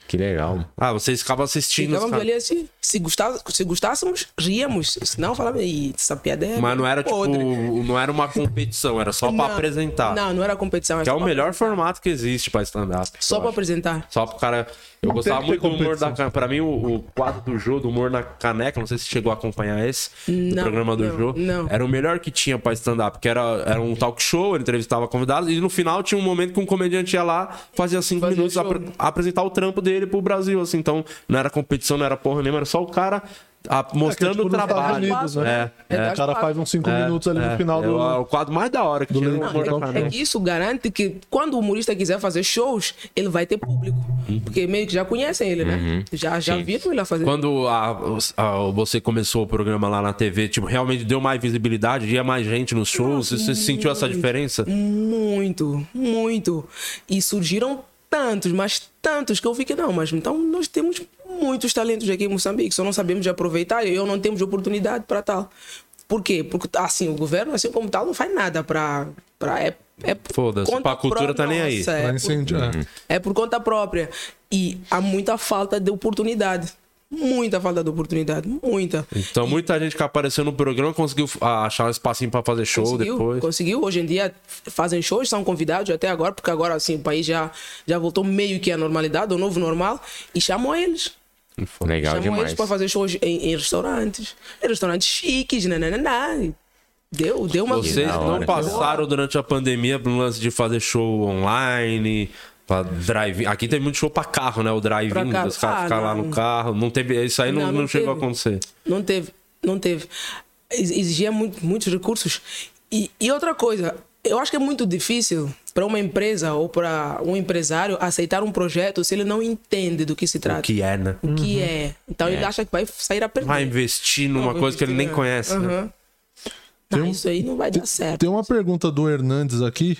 Speaker 1: Que legal.
Speaker 2: Ah, vocês ficavam assistindo. os
Speaker 4: Ficávamos
Speaker 2: caras.
Speaker 4: ali assim, se, gostava, se gostássemos, ríamos. Se não, falávamos, "Ih, essa piada é
Speaker 2: Mas não era tipo,
Speaker 4: podre."
Speaker 2: não era uma competição, era só pra
Speaker 4: Não,
Speaker 2: apresentar.
Speaker 4: Não, não era competição. era
Speaker 2: Que é
Speaker 4: só
Speaker 2: o
Speaker 4: pra-
Speaker 2: melhor formato que existe pra stand-up.
Speaker 4: Só
Speaker 2: eu acho.
Speaker 4: para apresentar.
Speaker 2: Só pro cara. Eu gostava
Speaker 3: que
Speaker 2: muito
Speaker 3: ter
Speaker 2: do humor da
Speaker 3: competição.
Speaker 2: caneca. Pra mim, o, o quadro do Jô, do humor na caneca, não sei se chegou a acompanhar esse. do
Speaker 4: Não,
Speaker 2: programa do
Speaker 4: não,
Speaker 2: Jô.
Speaker 4: não.
Speaker 2: Era o melhor que tinha pra stand-up, que era, era um talk show, ele entrevistava convidados, e no final tinha um momento que um comediante ia lá, fazia cinco
Speaker 4: Fazia
Speaker 2: minutos,
Speaker 4: show.
Speaker 2: apre- apresentar o trampo dele pro Brasil, assim. Então, não era competição, não era porra nenhuma, era só o cara a- mostrando
Speaker 3: tipo
Speaker 2: o
Speaker 3: nos Estados
Speaker 2: trabalho.
Speaker 3: Unidos, né?
Speaker 2: É, é.
Speaker 4: É,
Speaker 3: O cara faz uns 5 minutos ali
Speaker 2: É,
Speaker 3: no final
Speaker 2: é
Speaker 3: do.
Speaker 2: o, o quadro mais da hora que
Speaker 3: do
Speaker 2: tinha no
Speaker 3: Leandro
Speaker 2: humor da
Speaker 3: Mortal
Speaker 4: Não, é,
Speaker 2: caneca.
Speaker 4: é que isso garante que quando o humorista quiser fazer shows, ele vai ter público. Porque meio que já conhecem ele, né? Já, já viram ele lá fazer.
Speaker 2: Uhum. Quando a- os- a- você começou o programa lá na TV, tipo, realmente deu mais visibilidade, ia mais gente nos shows, você sentiu essa diferença?
Speaker 4: Muito, muito. E surgiram tantos, mas tantos que eu fiquei, não, mas então nós temos muitos talentos aqui em Moçambique, só não sabemos de aproveitar e eu não temos oportunidade para tal. Por quê? Porque assim, o governo, assim como tal, não faz nada para. É, é por
Speaker 2: Foda-se,
Speaker 4: conta
Speaker 2: pra cultura
Speaker 4: própria
Speaker 2: tá nem aí.
Speaker 4: nossa, é
Speaker 3: Pra
Speaker 4: por-
Speaker 3: incendiar.
Speaker 4: É por conta própria. E há muita falta de oportunidade. Muita falta de oportunidade. Muita.
Speaker 2: Então, muita gente que apareceu no programa conseguiu ah, achar um espacinho pra fazer show
Speaker 4: conseguiu,
Speaker 2: depois.
Speaker 4: conseguiu. Hoje em dia fazem shows, são convidados até agora, porque agora assim, o país já, já voltou meio que à normalidade, ao novo normal, e chamam eles.
Speaker 1: Legal
Speaker 4: chamam
Speaker 1: demais.
Speaker 4: eles para fazer shows em, em restaurantes. Em restaurantes chiques, nananana. E Deu, deu uma
Speaker 2: Vocês
Speaker 1: da
Speaker 2: não é
Speaker 1: hora.
Speaker 2: passaram durante a pandemia pro lance de fazer show online, pra drive Aqui teve muito show pra carro, né? O
Speaker 4: Pra
Speaker 2: drive-in,
Speaker 4: carro.
Speaker 2: os caras
Speaker 4: Ah,
Speaker 2: ficar lá
Speaker 4: não.
Speaker 2: no carro. Não teve, isso aí não,
Speaker 4: Não,
Speaker 2: não
Speaker 4: não
Speaker 2: chegou a
Speaker 4: teve.
Speaker 2: acontecer.
Speaker 4: Não teve, não teve. Ex- Exigia muito- muitos recursos. E, e outra coisa, eu acho que é muito difícil para uma empresa ou para um empresário aceitar um projeto se ele não entende do que se trata.
Speaker 2: O que é, né?
Speaker 4: O
Speaker 3: Uhum.
Speaker 4: que é. Então ele acha que vai sair a perder.
Speaker 2: Vai investir
Speaker 4: Não,
Speaker 2: numa
Speaker 4: vai
Speaker 2: coisa que ele nem
Speaker 4: investir, né?
Speaker 2: conhece, né?
Speaker 4: Aham.
Speaker 3: Tem
Speaker 4: Não,
Speaker 3: um-
Speaker 4: isso aí não vai
Speaker 3: Tem-
Speaker 4: dar certo.
Speaker 3: Tem uma pergunta do Hernandes aqui,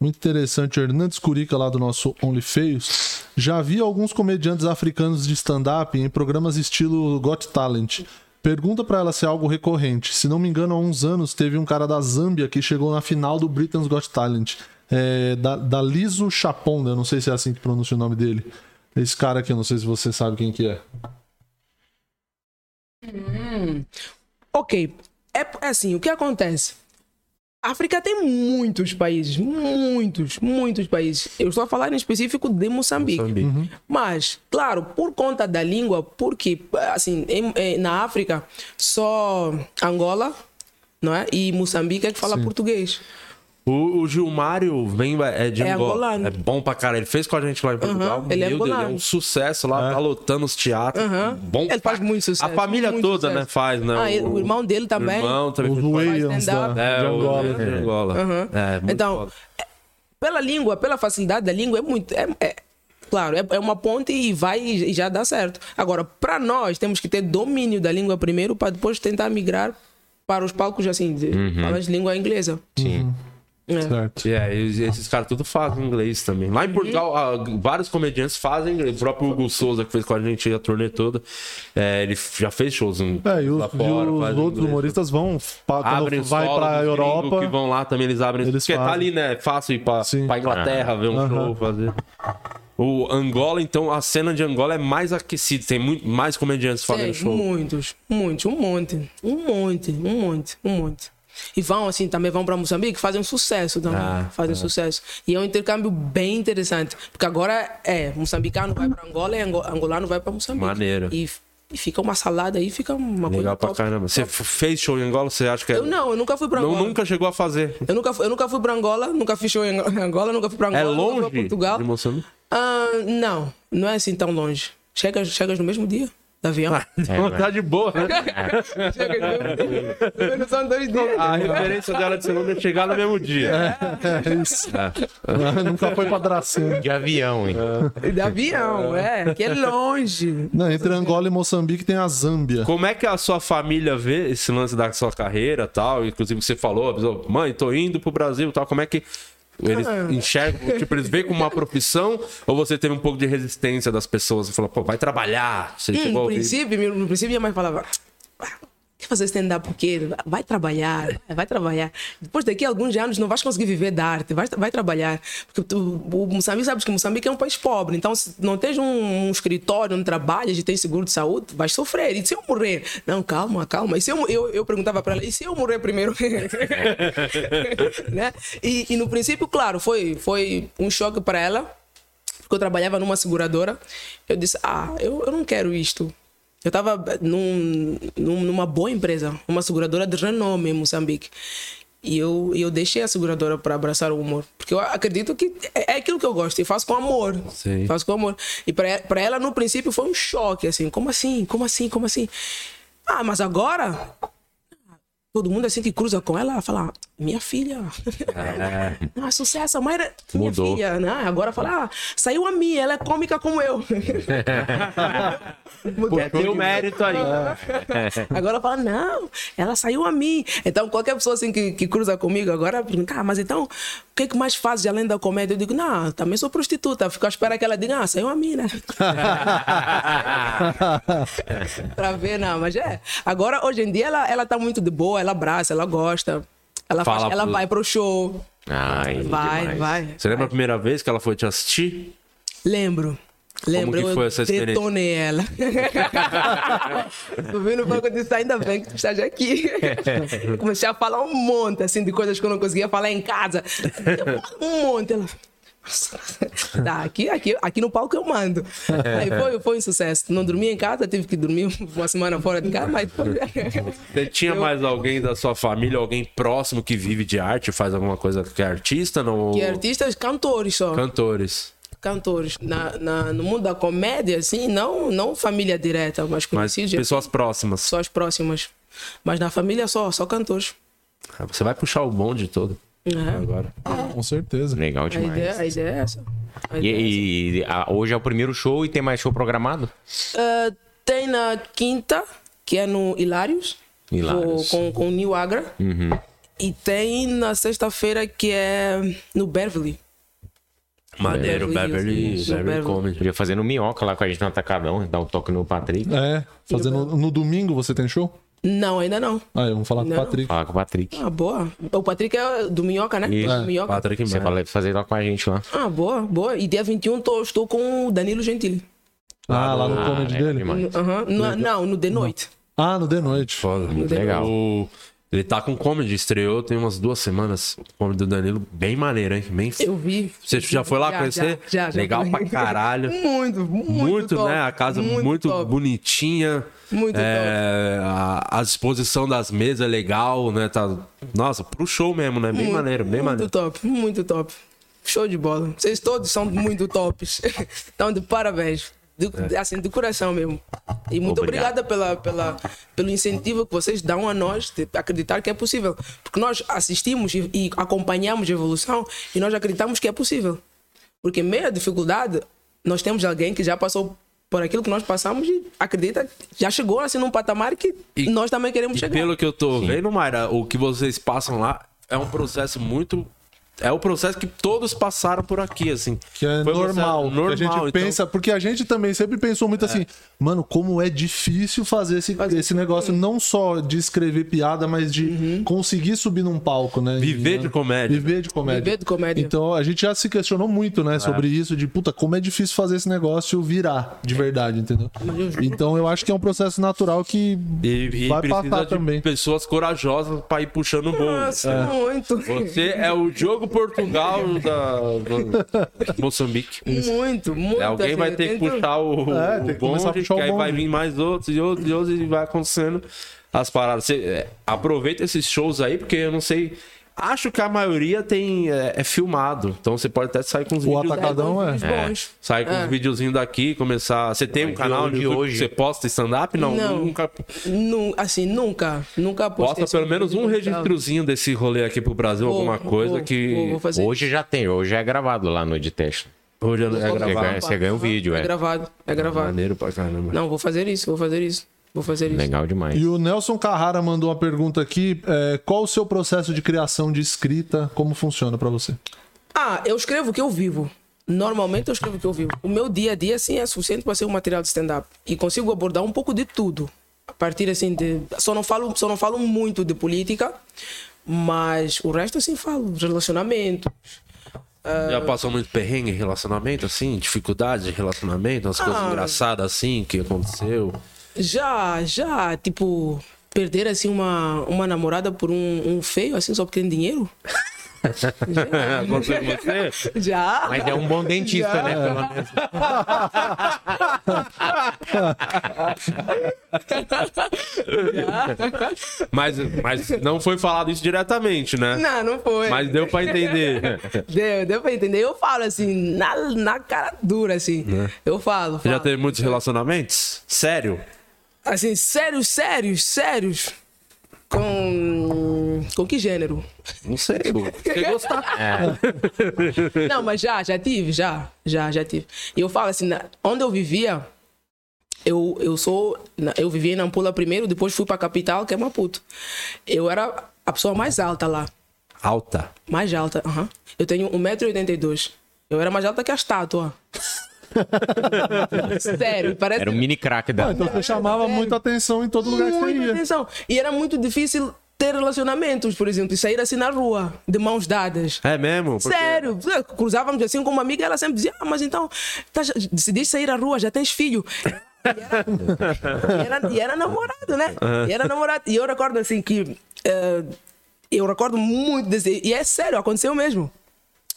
Speaker 3: muito interessante. O Hernandes Curica, lá do nosso Only Feios. Já vi alguns comediantes africanos de stand-up em programas estilo Got Talent. Pergunta pra ela se é algo recorrente. Se não me engano, há uns anos teve um cara da Zâmbia que chegou na final do Britain's Got Talent. É, da, da Liso Chaponda, eu não sei se é assim que pronuncia o nome dele. Esse cara aqui, eu não sei se você sabe quem que é.
Speaker 4: Ok. É, é assim, o que acontece? A África tem muitos países, muitos, muitos países. Eu estou a falar em específico de Moçambique. Uhum.
Speaker 2: Moçambique.
Speaker 4: Mas, claro, por conta da língua, porque, assim, em- em- na África, só Angola, não é? E Moçambique é que fala português.
Speaker 2: O, o Gilmário vem é de
Speaker 4: É
Speaker 2: Angola.
Speaker 4: angolano.
Speaker 2: É bom pra cara. Ele fez com a gente lá em Portugal.
Speaker 4: ele é
Speaker 2: Meu Deus,
Speaker 4: angolano.
Speaker 2: é um sucesso lá, tá lotando os teatros. Bom
Speaker 4: Ele faz
Speaker 2: pra-
Speaker 4: muito sucesso,
Speaker 2: A família
Speaker 4: muito
Speaker 2: toda,
Speaker 4: sucesso.
Speaker 2: né, faz, né?
Speaker 4: Ah, ele- o irmão dele também.
Speaker 2: O irmão também
Speaker 3: Os
Speaker 2: fez parte.
Speaker 3: Williams da,
Speaker 4: stand-up.
Speaker 2: É,
Speaker 3: de
Speaker 2: o-
Speaker 3: Angola.
Speaker 2: de Angola. É, muito
Speaker 4: então,
Speaker 2: foda.
Speaker 4: é- pela língua, pela facilidade da língua, é muito. É, é- claro, é, é uma ponte e vai e já dá certo. Agora, para nós, temos que ter domínio da língua primeiro para depois tentar migrar para os palcos assim, de
Speaker 2: Uhum.
Speaker 4: falas de língua inglesa.
Speaker 1: Sim.
Speaker 4: É.
Speaker 3: Certo.
Speaker 2: E aí, es- esses caras tudo fazem inglês também.
Speaker 4: Uhum.
Speaker 2: Lá em Portugal, ah, vários comediantes fazem inglês. O próprio Hugo Souza, que fez com a gente a turnê toda, é, ele f- já fez shows em,
Speaker 3: É, e os,
Speaker 2: lá
Speaker 3: e
Speaker 2: fora.
Speaker 3: os
Speaker 2: faz
Speaker 3: outros
Speaker 2: inglês.
Speaker 3: humoristas vão. pa- Quando
Speaker 2: Abrem os
Speaker 3: vai
Speaker 2: solos
Speaker 3: pra
Speaker 2: dos gringos
Speaker 3: Europa.
Speaker 2: que vão lá também, eles abrem.
Speaker 3: eles
Speaker 2: porque tá
Speaker 3: fazem.
Speaker 2: ali, né? é Fácil ir pra,
Speaker 3: Sim.
Speaker 2: pra Inglaterra ver um
Speaker 3: Aham.
Speaker 2: show, fazer. O Angola, então, a cena de Angola é mais aquecida. Tem muito, mais comediantes fazendo
Speaker 4: Tem
Speaker 2: show.
Speaker 4: muitos, muitos, um monte, um monte, um monte, um monte. E vão assim, também vão para Moçambique, fazem um sucesso também,
Speaker 2: Ah,
Speaker 4: fazem sucesso. E é um intercâmbio bem interessante, porque agora é, moçambicano vai para Angola e ango- angolano vai para Moçambique.
Speaker 2: Maneiro.
Speaker 4: E, f- e fica uma salada aí, fica uma coisa
Speaker 2: Legal pra
Speaker 4: top.
Speaker 2: caramba. Você f- fez show em Angola? Você acha que é...
Speaker 4: Eu não, eu nunca fui para
Speaker 2: Não,
Speaker 4: Angola.
Speaker 2: nunca chegou a fazer.
Speaker 4: Eu nunca, fui- eu nunca fui para Angola, nunca fiz show em Ang- em Angola, nunca fui para Angola,
Speaker 2: É
Speaker 4: nunca
Speaker 2: longe
Speaker 4: fui pra Portugal.
Speaker 2: de Moçambique?
Speaker 4: Ah, não, não é assim tão longe. Chegas, chegas no mesmo dia, da avião.
Speaker 2: Então tá de boa, né?
Speaker 4: Chega no mesmo dia. Pelo menos São dois dias.
Speaker 2: A referência dela de segunda é chegar no mesmo dia.
Speaker 3: É isso.
Speaker 2: É.
Speaker 3: É, Nunca foi pra Dracena.
Speaker 1: De avião, hein?
Speaker 4: De avião, é. Que é longe.
Speaker 3: Não, entre Angola e Moçambique tem a Zâmbia.
Speaker 2: Como é que a sua família vê esse lance da sua carreira e tal? Inclusive, você falou, avisou, mãe, tô indo pro Brasil e tal. Como é que eles enxergam? Tipo, eles veem como uma profissão? Ou você teve um pouco de resistência das pessoas? Você falou, pô, vai trabalhar. Você
Speaker 4: Hum,
Speaker 2: chegou a
Speaker 4: no
Speaker 2: ouvir?
Speaker 4: princípio, meu- no princípio, minha mãe falava. "Ah, Quer fazer stand-up por quê? Vai trabalhar, vai- vai trabalhar. Depois daqui a alguns anos não vais conseguir viver da arte, vai, vai trabalhar. Porque tu, o Moçambique, sabes que Moçambique é um país pobre, então se não tens um, um escritório onde trabalhas e tens seguro de saúde, vais sofrer. E se eu morrer? Não, calma, calma. E se eu, mo- eu, eu perguntava para ela, e se eu morrer primeiro? né? e, e no princípio, claro, foi, foi um choque para ela, porque eu trabalhava numa seguradora. Eu disse, ah, eu, eu não quero isto. Eu estava num, num- numa boa empresa, uma seguradora de renome em Moçambique. E eu, e eu deixei a seguradora para abraçar o humor. Porque eu acredito que é é aquilo que eu gosto e faço com amor.
Speaker 2: Sim.
Speaker 4: Faço com amor. E para ela, no princípio, foi um choque, assim. Como assim? Como assim? Como assim? Ah, mas agora todo mundo assim que cruza com ela, fala, minha filha.
Speaker 2: É.
Speaker 4: Ah, sucesso, a Mayra, minha
Speaker 1: Mudou.
Speaker 4: filha, né? Agora fala, ah, saiu a minha, ela é cômica como eu.
Speaker 2: É, tem o mérito aí.
Speaker 4: agora fala, não, ela saiu a mim. Então, qualquer pessoa assim que, que cruza comigo agora pergunta, ah, mas então, o que, é que mais fazes além da comédia? Eu digo, não, também sou prostituta. Fico à espera que ela diga, ah, saiu a mim, né? pra ver, não, mas é. Agora, hoje em dia, ela, ela tá muito de boa, ela abraça, ela gosta. Ela, faz-
Speaker 2: Fala
Speaker 4: ela
Speaker 2: pro-
Speaker 4: vai pro show.
Speaker 1: Ai,
Speaker 4: Vai,
Speaker 1: demais.
Speaker 4: vai.
Speaker 2: Você lembra a primeira vez que ela foi te assistir?
Speaker 4: Lembro. Lembro,
Speaker 2: que
Speaker 4: eu
Speaker 2: foi essa experiência?
Speaker 4: detonei ela. eu vi no banco e disse, ainda bem que tu estás aqui. Comecei a falar um monte, assim, de coisas que eu não conseguia falar em casa. Um monte. Ela... Tá, aqui, aqui, aqui no palco eu mando. Aí foi, foi um sucesso. Não dormi em casa, tive que dormir uma semana fora de casa, mas foi.
Speaker 2: Você tinha mais alguém da sua família, alguém próximo que vive de arte, faz alguma coisa que é artista? Não...
Speaker 4: E artistas, cantores só.
Speaker 2: Cantores.
Speaker 4: Cantores. Na, na- no mundo da comédia, assim, não, não família direta, mas
Speaker 2: Mas
Speaker 4: conhecidos.
Speaker 2: pessoas próximas.
Speaker 4: só as próximas. Mas na família só, só cantores.
Speaker 2: Ah, Você vai puxar o bonde todo
Speaker 4: É.
Speaker 2: agora.
Speaker 3: Com certeza.
Speaker 1: Legal
Speaker 4: A, ideia,
Speaker 1: Ah, demais.
Speaker 4: a ideia é essa.
Speaker 1: E,
Speaker 4: A ideia é essa.
Speaker 1: e- a- hoje é o primeiro show e tem mais show programado?
Speaker 4: Ah, tem na quinta, que é no Hilários,
Speaker 1: Hilários. Uhum.
Speaker 4: Com, com o New Agra. E tem na sexta-feira, que é no Beverly.
Speaker 2: Maneiro,
Speaker 4: Beverly
Speaker 2: Beverly,
Speaker 4: Hills,
Speaker 2: Beverly
Speaker 4: Beverly.
Speaker 2: Comedy.
Speaker 1: Podia fazer no Minhoca lá com a gente no Atacadão, dar um toque no Patrick.
Speaker 3: É. Fazendo. No domingo você tem show?
Speaker 4: Não, ainda não.
Speaker 3: Aí, vamos falar com o
Speaker 4: Não.
Speaker 3: Patrick.
Speaker 1: Falar com o Patrick.
Speaker 4: Ah, boa. O Patrick é do Minhoca, né?
Speaker 1: Isso. É,
Speaker 4: Do Minhoca.
Speaker 2: Patrick
Speaker 3: É.
Speaker 1: Você
Speaker 2: Maia.
Speaker 1: fala fazer lá com a gente lá.
Speaker 4: Ah, boa, boa. E dia 21 tô, estou com o Danilo Gentili.
Speaker 3: Ah, lá no
Speaker 1: Ah,
Speaker 2: é,
Speaker 3: comedy
Speaker 1: legal
Speaker 3: dele?
Speaker 1: demais.
Speaker 4: Aham. No- não, no de noite.
Speaker 3: Ah, no de noite.
Speaker 2: Foda, muito
Speaker 1: Legal.
Speaker 2: legal. O, Ele tá com comedy, estreou tem umas duas semanas. O comedy do Danilo, bem maneiro, hein? Bem...
Speaker 4: Eu vi.
Speaker 2: Você já foi lá conhecer?
Speaker 4: Já, já, já.
Speaker 2: Legal pra caralho.
Speaker 4: Muito, muito.
Speaker 2: Muito,
Speaker 4: top,
Speaker 2: né? A casa muito,
Speaker 4: top.
Speaker 2: bonitinha.
Speaker 4: Muito
Speaker 2: é, a, a disposição das mesas é legal, né? Tá, nossa, pro show mesmo, né? Bem
Speaker 4: Muito,
Speaker 2: maneiro, bem
Speaker 4: muito
Speaker 2: maneiro.
Speaker 4: top, muito top. Show de bola. Vocês todos são muito tops. Então, de parabéns. Do- Assim, do coração mesmo. E muito
Speaker 2: É. Obrigado.
Speaker 4: obrigada pela, pela, pelo incentivo que vocês dão a nós de acreditar que é possível. Porque nós assistimos e, e acompanhamos a evolução e nós acreditamos que é possível. Porque meio à dificuldade, nós temos alguém que já passou por aquilo que nós passamos e acredita, já chegou assim num patamar que
Speaker 2: E-
Speaker 4: nós também queremos
Speaker 2: E
Speaker 4: chegar.
Speaker 2: pelo que eu tô vendo, Mayra, o que vocês passam lá é um processo muito. É o processo que todos passaram por aqui, assim.
Speaker 3: Que é
Speaker 2: Foi um processo
Speaker 3: normal.
Speaker 2: normal.
Speaker 3: que a gente
Speaker 2: então-
Speaker 3: pensa, porque a gente também sempre pensou muito assim, mano, como é difícil fazer esse, esse negócio,
Speaker 2: Uhum.
Speaker 3: não só de escrever piada, mas de conseguir subir num palco, né?
Speaker 2: Viver
Speaker 3: E,
Speaker 2: de
Speaker 3: né?
Speaker 2: comédia.
Speaker 3: Viver de comédia.
Speaker 4: Viver de comédia.
Speaker 3: Então a gente já se questionou muito,
Speaker 2: É.
Speaker 3: né, sobre isso, de puta, como é difícil fazer esse negócio virar de verdade, entendeu? Então eu acho que é um processo natural que
Speaker 2: E, e
Speaker 3: vai
Speaker 2: precisa
Speaker 3: passar
Speaker 2: de
Speaker 3: também.
Speaker 2: pessoas corajosas pra ir puxando o bolo.
Speaker 4: Nossa, muito.
Speaker 2: Você é o Diogo Portugal da, do- Moçambique.
Speaker 4: Muito, muito.
Speaker 2: Né, Alguém
Speaker 4: assim,
Speaker 2: vai
Speaker 4: eu
Speaker 2: ter que
Speaker 4: tento-
Speaker 2: puxar o,
Speaker 3: É,
Speaker 2: o
Speaker 3: tem que começar a
Speaker 2: bonde,
Speaker 3: puxar o
Speaker 2: que aí vai
Speaker 3: bonde.
Speaker 2: vir mais outros e outros e outros e vai acontecendo as paradas. Você, é, aproveita esses shows aí, porque eu não sei. Acho que a maioria tem é, é filmado, então você pode até sair com os
Speaker 3: O
Speaker 2: vídeos.
Speaker 3: atacado- Cada um é.
Speaker 4: Os bons.
Speaker 2: Sair com
Speaker 4: É.
Speaker 2: os videozinhos daqui, começar. Você tem um
Speaker 1: Mas
Speaker 2: canal
Speaker 1: de
Speaker 2: de hoje
Speaker 1: hoje-
Speaker 2: que você posta stand-up? Não,
Speaker 4: Não.
Speaker 2: nunca.
Speaker 1: É.
Speaker 4: Nu- assim, nunca. Nunca postei assim,
Speaker 2: Posta pelo menos um
Speaker 4: sobre-
Speaker 2: registrozinho desse rolê aqui pro Brasil,
Speaker 4: Vou,
Speaker 2: alguma coisa
Speaker 4: vou,
Speaker 2: que.
Speaker 4: Vou, vou fazer.
Speaker 1: Hoje já tem, hoje é gravado lá no Editest.
Speaker 2: Hoje é
Speaker 4: Vou
Speaker 2: gravado.
Speaker 1: Você
Speaker 4: gravar.
Speaker 1: ganha, você ganha o vídeo,
Speaker 4: É
Speaker 1: é. Uhum.
Speaker 4: gravado, é gravado.
Speaker 2: Maneiro pra caramba.
Speaker 4: Não, vou fazer isso, vou fazer isso. Vou fazer isso.
Speaker 1: Legal demais.
Speaker 3: E o Nelson Carrara mandou uma pergunta aqui: é, qual o seu processo de criação de escrita? Como funciona pra você?
Speaker 4: Ah, eu escrevo o que eu vivo. Normalmente eu escrevo o que eu vivo. O meu dia a dia, assim, é suficiente para ser um material de stand-up. E consigo abordar um pouco de tudo. A partir, assim, de... Só não falo, só não falo muito de política, mas o resto, assim, falo. Relacionamento.
Speaker 2: Já passou muito perrengue em relacionamento, assim? Dificuldade de relacionamento? Umas coisas
Speaker 4: Ah.
Speaker 2: engraçadas, assim, que aconteceu?
Speaker 4: Já, já, tipo... Perder, assim, uma, uma namorada por um, um feio, assim, só porque tem dinheiro?
Speaker 2: aconteceu com você?
Speaker 4: Já.
Speaker 1: Mas é um bom dentista, né? Pelo menos.
Speaker 2: Mas, mas não foi falado isso diretamente, né?
Speaker 4: Não, não foi.
Speaker 2: Mas deu pra entender.
Speaker 4: Deu, deu pra entender. Eu falo assim, na, na cara dura, assim. Eu falo.
Speaker 2: Né? Já
Speaker 4: falo.
Speaker 2: teve muitos relacionamentos? Sério?
Speaker 4: Assim, sérios, sérios, sérios. Com. Com que gênero?
Speaker 2: Não sei. Você gostar.
Speaker 1: É.
Speaker 4: Não, mas já, já tive, já. Já, já tive. E eu falo assim, na- onde eu vivia, eu, eu sou. na- Eu vivia em Nampula primeiro, depois fui pra capital, que é Maputo. Eu era a pessoa mais alta lá.
Speaker 2: Alta.
Speaker 4: Mais alta, aham. Eu tenho 1,82m. Eu era mais alta que a estátua. Sério, parece.
Speaker 1: Era um mini crack da.
Speaker 3: Então você
Speaker 4: É.
Speaker 3: chamava muita atenção em todo lugar que você
Speaker 4: muita
Speaker 3: ia.
Speaker 4: atenção. E era muito difícil ter relacionamentos, por exemplo, e sair assim na rua, de mãos dadas.
Speaker 2: É mesmo? Porque-
Speaker 4: Sério, cruzávamos assim com uma amiga, ela sempre dizia: Ah, mas então, tá, já- decidiste sair à rua, já tens filho. E era, e era namorado, né? E era namorado. E eu recordo assim que. eh, eu recordo muito desse. E é sério, aconteceu mesmo.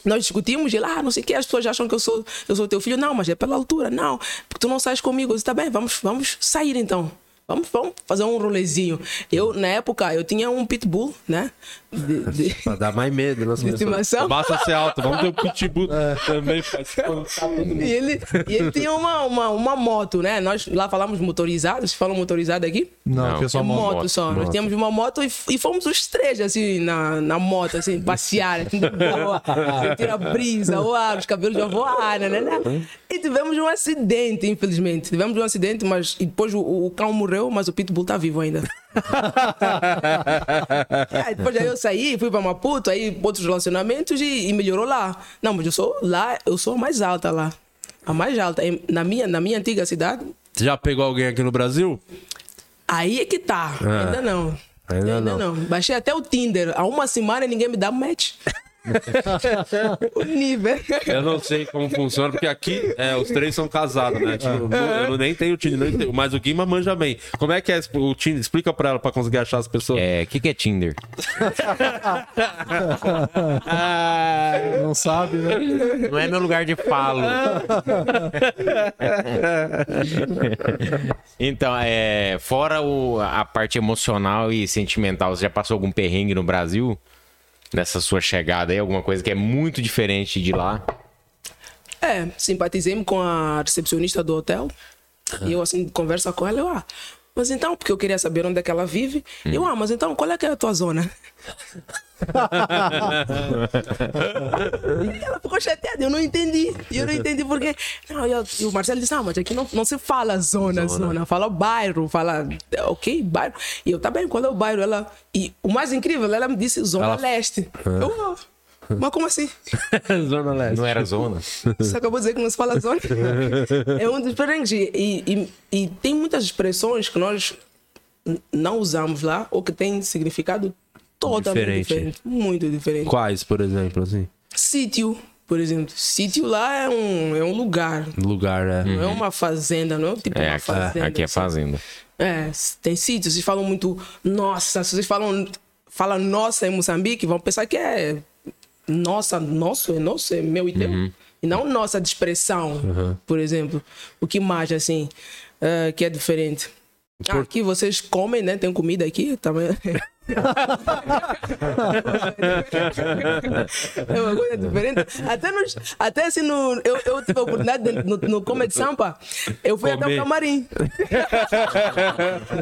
Speaker 4: Nós discutimos, ele, ah, não sei o que, as pessoas acham que eu sou, eu sou teu filho. Não, mas é pela altura, não, porque tu não sais comigo. Eu disse, tá bem, vamos, vamos sair então. Vamos, vamos fazer um rolezinho. Eu, na época, eu tinha um pitbull, né? De- de-
Speaker 2: Pra dar mais medo. Nossa,
Speaker 4: De estimação?
Speaker 2: é Basta ser alto. Vamos ter o pitbull também. Faz... tá
Speaker 4: E ele, e ele tinha uma, uma, uma moto, né? Nós lá falamos motorizado, se falam motorizado aqui?
Speaker 3: Não,
Speaker 1: Não.
Speaker 3: que é só
Speaker 4: É
Speaker 3: moto.
Speaker 4: moto, só. Nós tínhamos uma moto e, f- e fomos os três, assim, na, na moto, assim, passear, assim, de boa. Sentir a brisa, o ar, os cabelos já voaram, né,
Speaker 2: Uhum.
Speaker 4: né? E tivemos um acidente, infelizmente. Tivemos um acidente, mas e depois o, o cão morreu, mas o pitbull tá vivo ainda. Aí depois aí eu saí, fui pra Maputo, aí outros relacionamentos e, e melhorou lá. Não, mas eu sou lá, eu sou a mais alta lá. A mais alta. Em- Na minha, na minha antiga cidade,
Speaker 2: Você já pegou alguém aqui no Brasil?
Speaker 4: Aí é que tá. Ainda não.
Speaker 2: Ah, Ainda não.
Speaker 4: Baixei até o Tinder. Há uma semana e ninguém me dá match. O nível.
Speaker 2: Eu não sei como funciona, porque aqui é, os três são casados, né? Tipo, eu não- eu não nem tenho o Tinder, não entendo, mas o Guima manja bem. Como é que é esse- o Tinder? Explica pra ela pra conseguir achar as pessoas.
Speaker 1: É, o que, que é Tinder? Ah,
Speaker 3: Não sabe, né?
Speaker 1: Não é meu lugar de falo. então, é, fora o- a parte emocional e sentimental, você já passou algum perrengue no Brasil? Nessa sua chegada aí, alguma coisa que é muito diferente de lá?
Speaker 4: É, simpatizei-me com a recepcionista do hotel. E eu, assim, de conversa com ela, eu, ah, mas então, porque eu queria saber onde é que ela vive. Eu, ah, mas então, qual é que é a tua zona? E ela ficou chateada, eu não entendi. E Eu não entendi porque. Não, eu- e o Marcelo disse: Ah, mas aqui não, não se fala zona, zona, fala bairro, fala. é, Ok, bairro. E eu, tá bem, qual é o bairro? Ela. E o mais incrível, ela É. me disse Zona Leste. Eu, ah, mas como assim?
Speaker 2: Zona Leste.
Speaker 1: Não era zona?
Speaker 4: Você acabou de dizer que não se fala zona. é um dos perrengues. E, e- e tem muitas expressões que nós n- não usamos lá ou que têm significado totalmente
Speaker 2: Diferente.
Speaker 4: diferente. Muito diferente.
Speaker 2: Quais, por exemplo, assim?
Speaker 4: Sítio, por exemplo. Sítio lá é um, é um lugar.
Speaker 2: Lugar, é.
Speaker 4: Não é uma fazenda, não é tipo
Speaker 1: Uhum. É,
Speaker 4: uma
Speaker 1: aqui,
Speaker 4: fazenda.
Speaker 1: aqui é
Speaker 4: assim.
Speaker 1: fazenda.
Speaker 4: É, s- tem sítios, vocês falam muito nossa, se vocês falam, falam nossa em Moçambique, vão pensar que é nossa, nosso, é nosso, é meu e teu.
Speaker 1: Uhum.
Speaker 4: E não nossa de expressão, por exemplo. O que mais, assim, eh, que é diferente? Ah, Aqui vocês comem, né? Tem comida aqui também. É uma coisa diferente. Até, nos, até assim, no, eu, eu tive a oportunidade de- no, no Comedy Sampa, eu fui até
Speaker 2: Comer.
Speaker 4: o camarim. Eu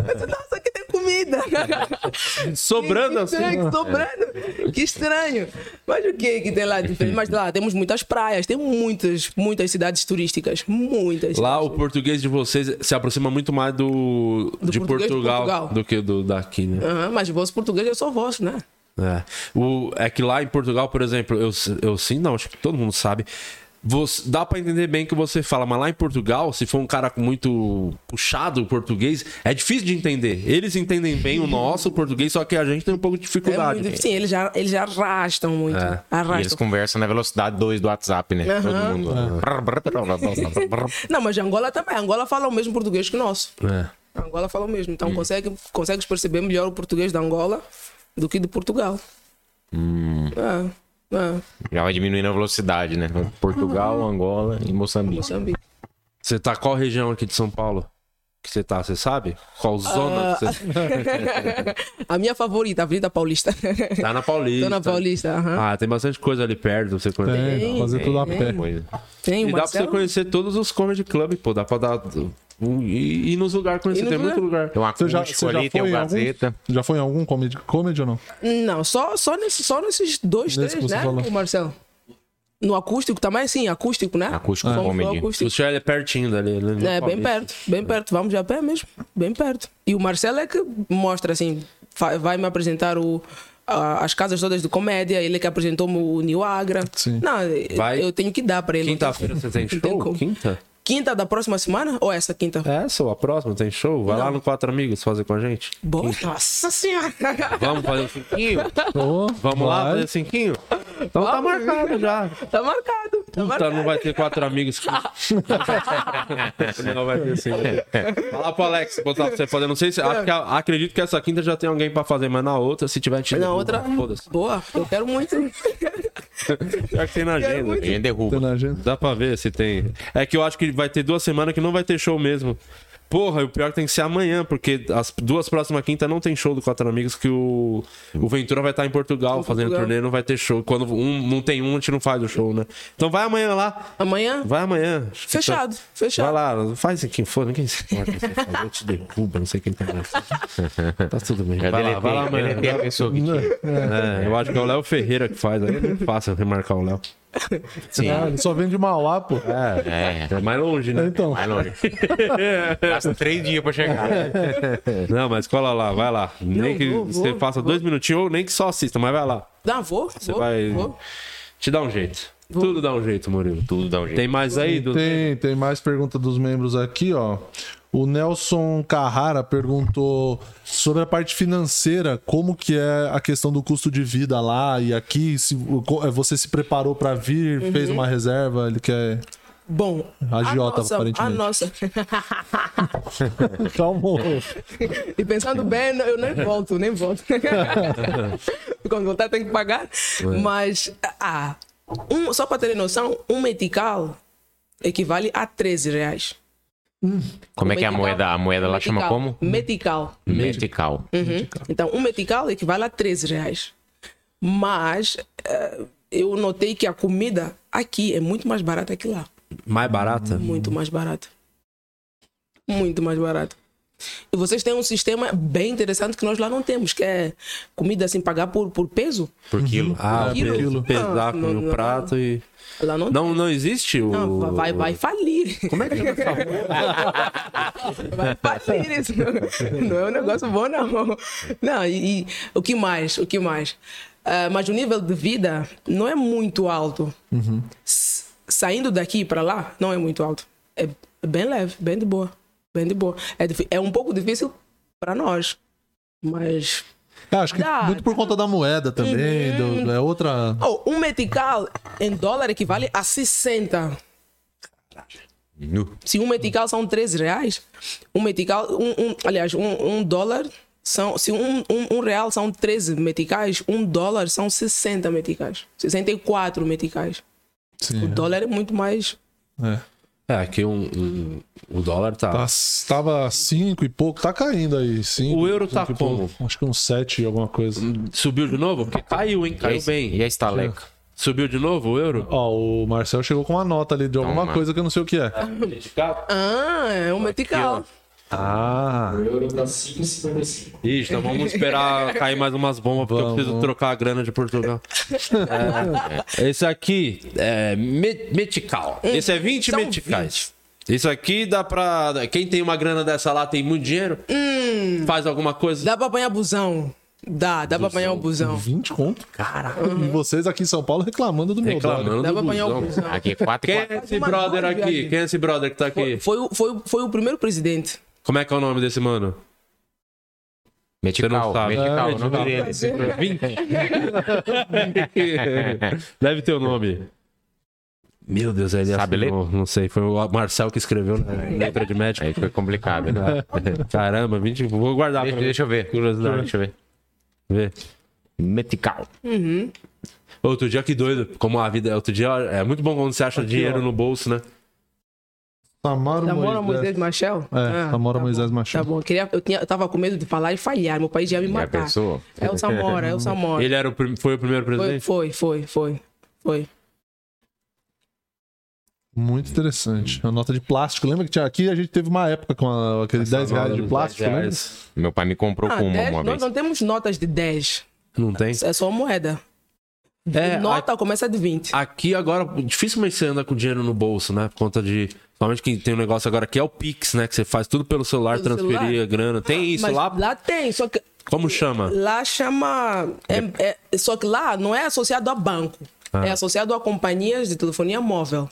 Speaker 4: disse, Nossa, aqui tem comida.
Speaker 2: Sobrando assim.
Speaker 4: que, que estranho, que sobrando. Que estranho. Mas o que que tem lá de diferente? Mas lá temos muitas praias, tem muitas, muitas cidades turísticas. Muitas.
Speaker 2: Lá o português de vocês se aproxima muito mais do, de,
Speaker 4: português de
Speaker 2: Portugal
Speaker 4: Portugal.
Speaker 2: do que do daqui, né?
Speaker 4: Aham, mas vosso português eu sou vosso, né?
Speaker 2: É. O, é que lá em Portugal, por exemplo, eu, eu sim, não, acho que todo mundo sabe. Você- dá pra entender bem o que você fala, mas lá em Portugal, se for um cara com muito puxado o português, é difícil de entender. Eles entendem bem o nosso português, só que a gente É. tem um pouco de
Speaker 4: É
Speaker 2: dificuldade.
Speaker 4: muito difícil. Sim, eles já, eles já arrastam muito.
Speaker 1: E eles
Speaker 4: Arrastam.
Speaker 1: conversam na velocidade 2 do WhatsApp, né? Todo mundo.
Speaker 3: Ah.
Speaker 4: Não, mas Angola também. Angola fala o mesmo português que o nosso.
Speaker 2: É.
Speaker 4: Angola fala o mesmo.
Speaker 2: Hum.
Speaker 4: Então consegue, consegues perceber melhor o português da Angola do que de Portugal.
Speaker 2: Hum.
Speaker 4: É, é.
Speaker 1: Já vai diminuindo a velocidade, né? Portugal, Angola e Moçambique.
Speaker 4: Moçambique.
Speaker 2: Você tá qual região aqui de São Paulo? Que você tá, você sabe? Qual
Speaker 4: Ah.
Speaker 2: zona? que Você...
Speaker 4: A minha favorita, a Avenida Paulista.
Speaker 2: Tá na Paulista.
Speaker 4: Tô na Paulista, aham.
Speaker 2: Ah, tem bastante coisa ali perto, você conhece.
Speaker 3: É, fazer tudo a pé.
Speaker 1: Coisa.
Speaker 4: Tem
Speaker 2: E
Speaker 4: o
Speaker 2: dá pra você
Speaker 4: Marcelo.
Speaker 2: conhecer todos os comedy club, pô. Dá pra dar. um- E, e nos lugares conhecer.
Speaker 4: E nos
Speaker 2: Tem muito lugar.
Speaker 1: Tem uma
Speaker 3: Você já,
Speaker 1: um acústico
Speaker 3: você já
Speaker 1: ali, tem
Speaker 3: foi
Speaker 1: o
Speaker 3: em algum,
Speaker 1: Gazeta.
Speaker 3: já foi em algum comedy, comedy ou não?
Speaker 4: Não, só, só, nesse, só nesses dois,
Speaker 3: Nesse que
Speaker 4: três,
Speaker 3: você
Speaker 4: né,
Speaker 3: falou.
Speaker 4: o Marcelo? No acústico também, sim, acústico, né?
Speaker 1: Acústico
Speaker 4: Fomos pro
Speaker 1: comedy.
Speaker 4: acústico.
Speaker 2: O senhor ele é pertinho dali. ele na
Speaker 4: É, bem
Speaker 2: Paulista.
Speaker 4: perto, bem perto. Vamos de a pé mesmo, bem perto. E o Marcelo é que mostra, assim, fa- vai me apresentar o, a- as casas todas de comédia, ele é que apresentou-me o New Agra.
Speaker 3: Sim.
Speaker 4: Não,
Speaker 2: Vai.
Speaker 4: eu tenho que dar pra ele.
Speaker 2: Quinta-feira você tem
Speaker 4: Não tem
Speaker 2: show?
Speaker 4: como.
Speaker 2: Quinta? É.
Speaker 4: Quinta da próxima semana ou essa quinta?
Speaker 2: Essa ou a próxima tem show? Vai lá no Quatro Amigos fazer com a gente.
Speaker 4: Boa, nossa senhora!
Speaker 2: Vamos fazer um cinquinho?
Speaker 3: Ô,
Speaker 2: Vamos lá
Speaker 3: vai.
Speaker 2: fazer cinquinho? Então tá
Speaker 4: Vamos.
Speaker 2: marcado já.
Speaker 4: tá marcado, tá
Speaker 2: Puta,
Speaker 4: marcado.
Speaker 2: não vai ter quatro amigos. não vai ter sim. Fala pro Alex botar pra você fazer. Não sei se. acho que- acredito que essa quinta já tem alguém pra fazer, mas na outra, se tiver, tira.
Speaker 4: Na outra,
Speaker 2: Foda-se.
Speaker 4: boa, eu quero muito.
Speaker 2: Já que tem
Speaker 4: É
Speaker 2: na agenda. né?
Speaker 1: A gente derruba.
Speaker 3: Tem na agenda.
Speaker 2: É, Dá pra ver se tem. É que eu acho que vai ter duas semanas que não vai ter show mesmo. Porra, e o pior é que tem que ser amanhã, porque as duas próximas quintas não tem show do Quatro Amigos, que o, o Ventura vai estar em Portugal fazendo
Speaker 4: Portugal.
Speaker 2: turnê, não vai ter show. Quando um não tem um, a gente não faz o show, né? Então vai amanhã lá.
Speaker 4: Amanhã,
Speaker 2: Vai amanhã. Acho que tá-
Speaker 4: fechado,
Speaker 2: Vai
Speaker 4: fechado.
Speaker 2: lá, faz quem for, ninguém se importa. Você faz, eu te derruba, não sei quem tá vendo. Tá tudo bem.
Speaker 1: Já
Speaker 2: Vai lá,
Speaker 1: deletei,
Speaker 2: vai lá amanhã.
Speaker 1: deletei a pessoa que tinha.
Speaker 2: É, eu acho que é o Léo Ferreira que faz, aí é muito fácil remarcar o Léo.
Speaker 1: Sim.
Speaker 3: Ah, ele só vem de Mauá, pô.
Speaker 1: É,
Speaker 2: É mais longe, né?
Speaker 3: Então,
Speaker 1: vai longe. Gasta três dias pra
Speaker 4: É.
Speaker 1: chegar.
Speaker 2: É. Não, mas cola lá, vai lá. Nem
Speaker 4: Não,
Speaker 2: que
Speaker 4: vou,
Speaker 2: você
Speaker 4: vou,
Speaker 2: faça
Speaker 4: vou.
Speaker 2: dois minutinhos ou nem que só assista, mas vai lá.
Speaker 4: Não, vou, vou,
Speaker 2: vai-
Speaker 4: vou.
Speaker 2: Te dá um jeito. Tudo dá um jeito, Murilo.
Speaker 1: Tudo dá um jeito.
Speaker 2: Tem mais aí do.
Speaker 3: tem, tem mais pergunta dos membros aqui, ó. O Nelson Carrara perguntou sobre a parte financeira, como que é a questão do custo de vida lá e aqui, se co- eh, você se preparou pra vir, fez uma reserva, ele quer
Speaker 4: Bom,
Speaker 3: Agiota,
Speaker 4: Uhum. a nossa, a
Speaker 3: aparentemente.
Speaker 4: nossa.
Speaker 3: Calma.
Speaker 4: E pensando bem, eu nem volto, nem volto. Quando voltar, tem que pagar. Mas, ah, um- só para terem noção, um medical equivale a 13 reais.
Speaker 1: Como é que é a
Speaker 4: Medical-
Speaker 1: moeda? A moeda lá chama
Speaker 4: medical.
Speaker 1: como?
Speaker 4: Medical.
Speaker 1: Medical.
Speaker 4: Uhum. Então, um medical equivale a 13 reais. Mas eh, eu notei que a comida aqui é muito mais barata que lá.
Speaker 2: Mais barata?
Speaker 4: Muito mais barata. Muito mais barata. E vocês têm um sistema bem interessante que nós lá não temos, que é comida assim, pagar por, por peso.
Speaker 1: Por quilo.
Speaker 2: Ah,
Speaker 4: Quilo.
Speaker 2: peso- pesar
Speaker 4: Ah,
Speaker 2: com
Speaker 4: não,
Speaker 2: o
Speaker 4: não.
Speaker 2: prato e.
Speaker 4: Lá não,
Speaker 2: Não, não existe o.
Speaker 4: Não, va- vai, vai falir.
Speaker 2: Tipo, Como é que chama essa porra?
Speaker 4: Vai falir isso. Não é um negócio bom, não. Não, e, e o que mais? O que mais? Ah, mas o nível de vida não é muito alto.
Speaker 2: Uhum.
Speaker 4: S- Saindo daqui para lá, não é muito alto. É bem leve, bem de boa. Bem de boa. É, difí- é um pouco difícil para nós. Mas
Speaker 3: É, acho que
Speaker 4: Dá, Uhum.
Speaker 3: muito por conta da moeda também, do- é outra...
Speaker 4: Oh, um metical em dólar equivale a 60.
Speaker 1: Nu.
Speaker 4: Se um metical são 13 reais, um metical, um, um- aliás, um, um dólar são. Se um, um, um real são 13 meticais, um dólar são 60 meticais. 64 meticais. O
Speaker 3: Sim,
Speaker 4: dólar é muito mais.
Speaker 3: é.
Speaker 2: É, aqui um, um- o dólar tá.
Speaker 3: Tá- Tava 5 e pouco, tá caindo aí, 5.
Speaker 2: O euro tá como?
Speaker 3: Acho que uns 7 e alguma coisa.
Speaker 2: Subiu de novo? Porque caiu, hein?
Speaker 1: E a
Speaker 2: Caiu
Speaker 1: es-
Speaker 2: bem.
Speaker 1: E é a estaleca?
Speaker 2: Subiu de novo o euro?
Speaker 3: Ó, o Marcel chegou com uma nota ali de alguma
Speaker 1: mano.
Speaker 3: coisa que eu não sei o que é.
Speaker 4: Ah, é um metical.
Speaker 3: Ah,
Speaker 2: Ixi, então vamos esperar cair mais umas bombas, porque eu preciso trocar a grana de Portugal. É, esse aqui é me- metical. Esse é 20
Speaker 4: são
Speaker 2: meticais. Isso aqui dá pra. Quem tem uma grana dessa lá tem muito dinheiro, faz alguma coisa.
Speaker 4: Hum. Dá pra apanhar busão. Dá, dá pra apanhar o busão.
Speaker 3: 20 conto? Caraca. E vocês aqui em São Paulo reclamando do meu dólar.
Speaker 2: Reclamando
Speaker 4: Dá pra
Speaker 2: do
Speaker 4: apanhar o
Speaker 2: busão.
Speaker 4: busão.
Speaker 1: Aqui é 4
Speaker 2: Quem
Speaker 1: e
Speaker 2: é
Speaker 1: 4.
Speaker 2: esse brother aqui? Quem é esse brother que tá aqui?
Speaker 4: Foi, o- foi, o- foi o primeiro presidente.
Speaker 2: Como é que é o nome desse mano? Você não
Speaker 1: Medical.
Speaker 2: sabe.
Speaker 1: Medical,
Speaker 2: É,
Speaker 1: o nome dele.
Speaker 2: Deve ter o nome. Meu Deus, ele
Speaker 1: Sabe ler?
Speaker 2: assinou, Não sei, foi o Marcel que escreveu na letra de médico.
Speaker 1: Aí foi complicado. né?
Speaker 2: Tá, Caramba, 20, vou guardar
Speaker 1: Deixa,
Speaker 2: pra mim.
Speaker 1: deixa eu ver.
Speaker 2: Curiosidade.
Speaker 1: Deixa eu ver.
Speaker 2: ver.
Speaker 1: Medical.
Speaker 4: Uhum.
Speaker 2: Outro dia, que doido. Como a vida. Outro dia é muito bom quando você acha dinheiro no bolso, né?
Speaker 3: Samara
Speaker 4: Namora
Speaker 3: Moisés.
Speaker 4: Moisés Machel?
Speaker 3: É, Samora Moisés
Speaker 4: Tá
Speaker 3: Machado.
Speaker 4: bom, eu, queria, eu, tinha, eu tava com medo de falar e falhar. Meu país ia me
Speaker 1: Já
Speaker 4: matar.
Speaker 1: pensou?
Speaker 4: É o Samora, é o Samora.
Speaker 2: Ele era o prim- foi o primeiro
Speaker 4: Foi,
Speaker 2: presidente?
Speaker 4: foi, foi, foi. foi.
Speaker 3: Muito interessante. A nota de plástico. Lembra que tinha aqui? A gente teve uma época com a- aquele 10 reais de plástico, lembra?
Speaker 1: Meu pai me comprou
Speaker 4: Ah,
Speaker 1: com uma
Speaker 4: 10,
Speaker 1: uma
Speaker 4: nós
Speaker 1: vez.
Speaker 4: não temos notas de 10.
Speaker 2: Não tem?
Speaker 4: É só moeda.
Speaker 2: É, Ah, a-
Speaker 4: Nota começa de 20.
Speaker 2: aqui agora, dificilmente você anda com dinheiro no bolso, né? Por conta de. Principalmente que tem um negócio agora que é o Pix, né? Que você faz tudo pelo celular,
Speaker 4: Pelo
Speaker 2: transferir
Speaker 4: celular? Ah,
Speaker 2: a grana. Tem isso
Speaker 4: Mas
Speaker 2: lá?
Speaker 4: lá tem, só que
Speaker 2: Como chama?
Speaker 4: lá chama. é- é- só que lá não é associado a banco. É associado a companhias de telefonia móvel.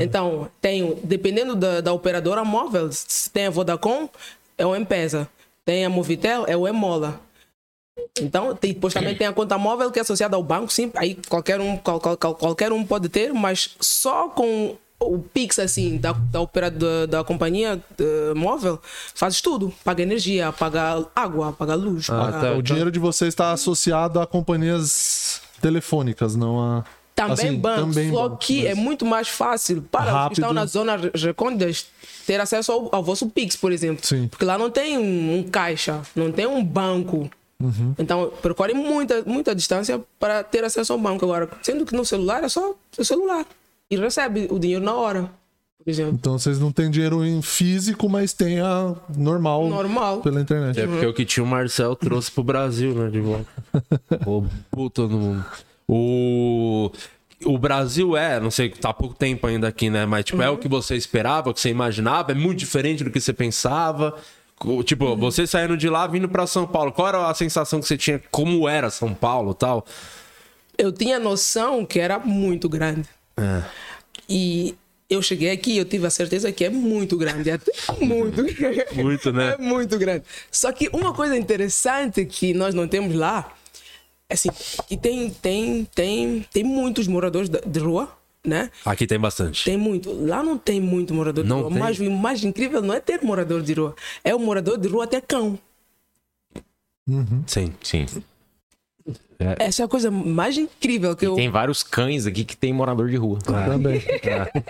Speaker 4: Então, tem, dependendo da, da operadora móvel, se tem a Vodacom, é o Empesa. Tem a Movitel, é o Emola. Então, tem- depois também tem a conta móvel que é associada ao banco, sim. Aí qualquer um, qual- qual- qual- qualquer um pode ter, mas só com o Pix, assim, da, da, opera, da, da companhia eh, móvel, fazes tudo. Paga energia, paga água, paga luz. paga...
Speaker 2: tá.
Speaker 3: O dinheiro de vocês está associado a companhias telefônicas, não a.
Speaker 4: Também
Speaker 3: assim,
Speaker 4: banco,
Speaker 3: também
Speaker 4: só
Speaker 3: banco,
Speaker 4: que é
Speaker 3: mas-
Speaker 4: muito mais fácil para os que
Speaker 3: Rápido.
Speaker 4: estão nas zonas recônditas ter acesso ao, ao vosso Pix, por exemplo.
Speaker 3: Sim.
Speaker 4: Porque lá não tem um, um caixa, não tem um banco.
Speaker 3: Uhum.
Speaker 4: Então, procure muita, muita distância para ter acesso ao banco agora. Sendo que no celular é só o celular. E recebe o dinheiro na hora, por exemplo.
Speaker 3: Então vocês não têm dinheiro em físico, mas tem a normal,
Speaker 4: Normal.
Speaker 3: pela internet.
Speaker 2: É porque o que tinha o Marcel trouxe pro Brasil, né? De volta. Roubou todo mundo. O. O Brasil é, não sei, tá há pouco tempo ainda aqui, né? Mas, tipo, é o
Speaker 4: Uhum.
Speaker 2: que você esperava, o que você imaginava, é muito diferente do que você pensava. Co- Tipo,
Speaker 4: Uhum.
Speaker 2: você saindo de lá, vindo pra São Paulo, qual era a sensação que você tinha? Como era São Paulo e tal?
Speaker 4: Eu tinha noção que era muito grande. E eu cheguei aqui eu tive a certeza que é muito grande. É muito grande.
Speaker 2: Muito, né?
Speaker 4: É muito grande. Só que uma coisa interessante que nós não temos lá, é assim, que tem, tem, tem, tem muitos moradores da- de rua, né?
Speaker 2: Aqui tem bastante.
Speaker 4: Tem muito. Lá não tem muito morador de
Speaker 2: Não
Speaker 4: rua.
Speaker 2: tem?
Speaker 4: Mas o mais incrível não é ter morador de rua. É o morador de rua até cão.
Speaker 2: Sim.
Speaker 1: Sim.
Speaker 4: Essa é a coisa mais incrível que eu.
Speaker 1: Tem vários cães aqui que tem morador de rua.
Speaker 3: Também.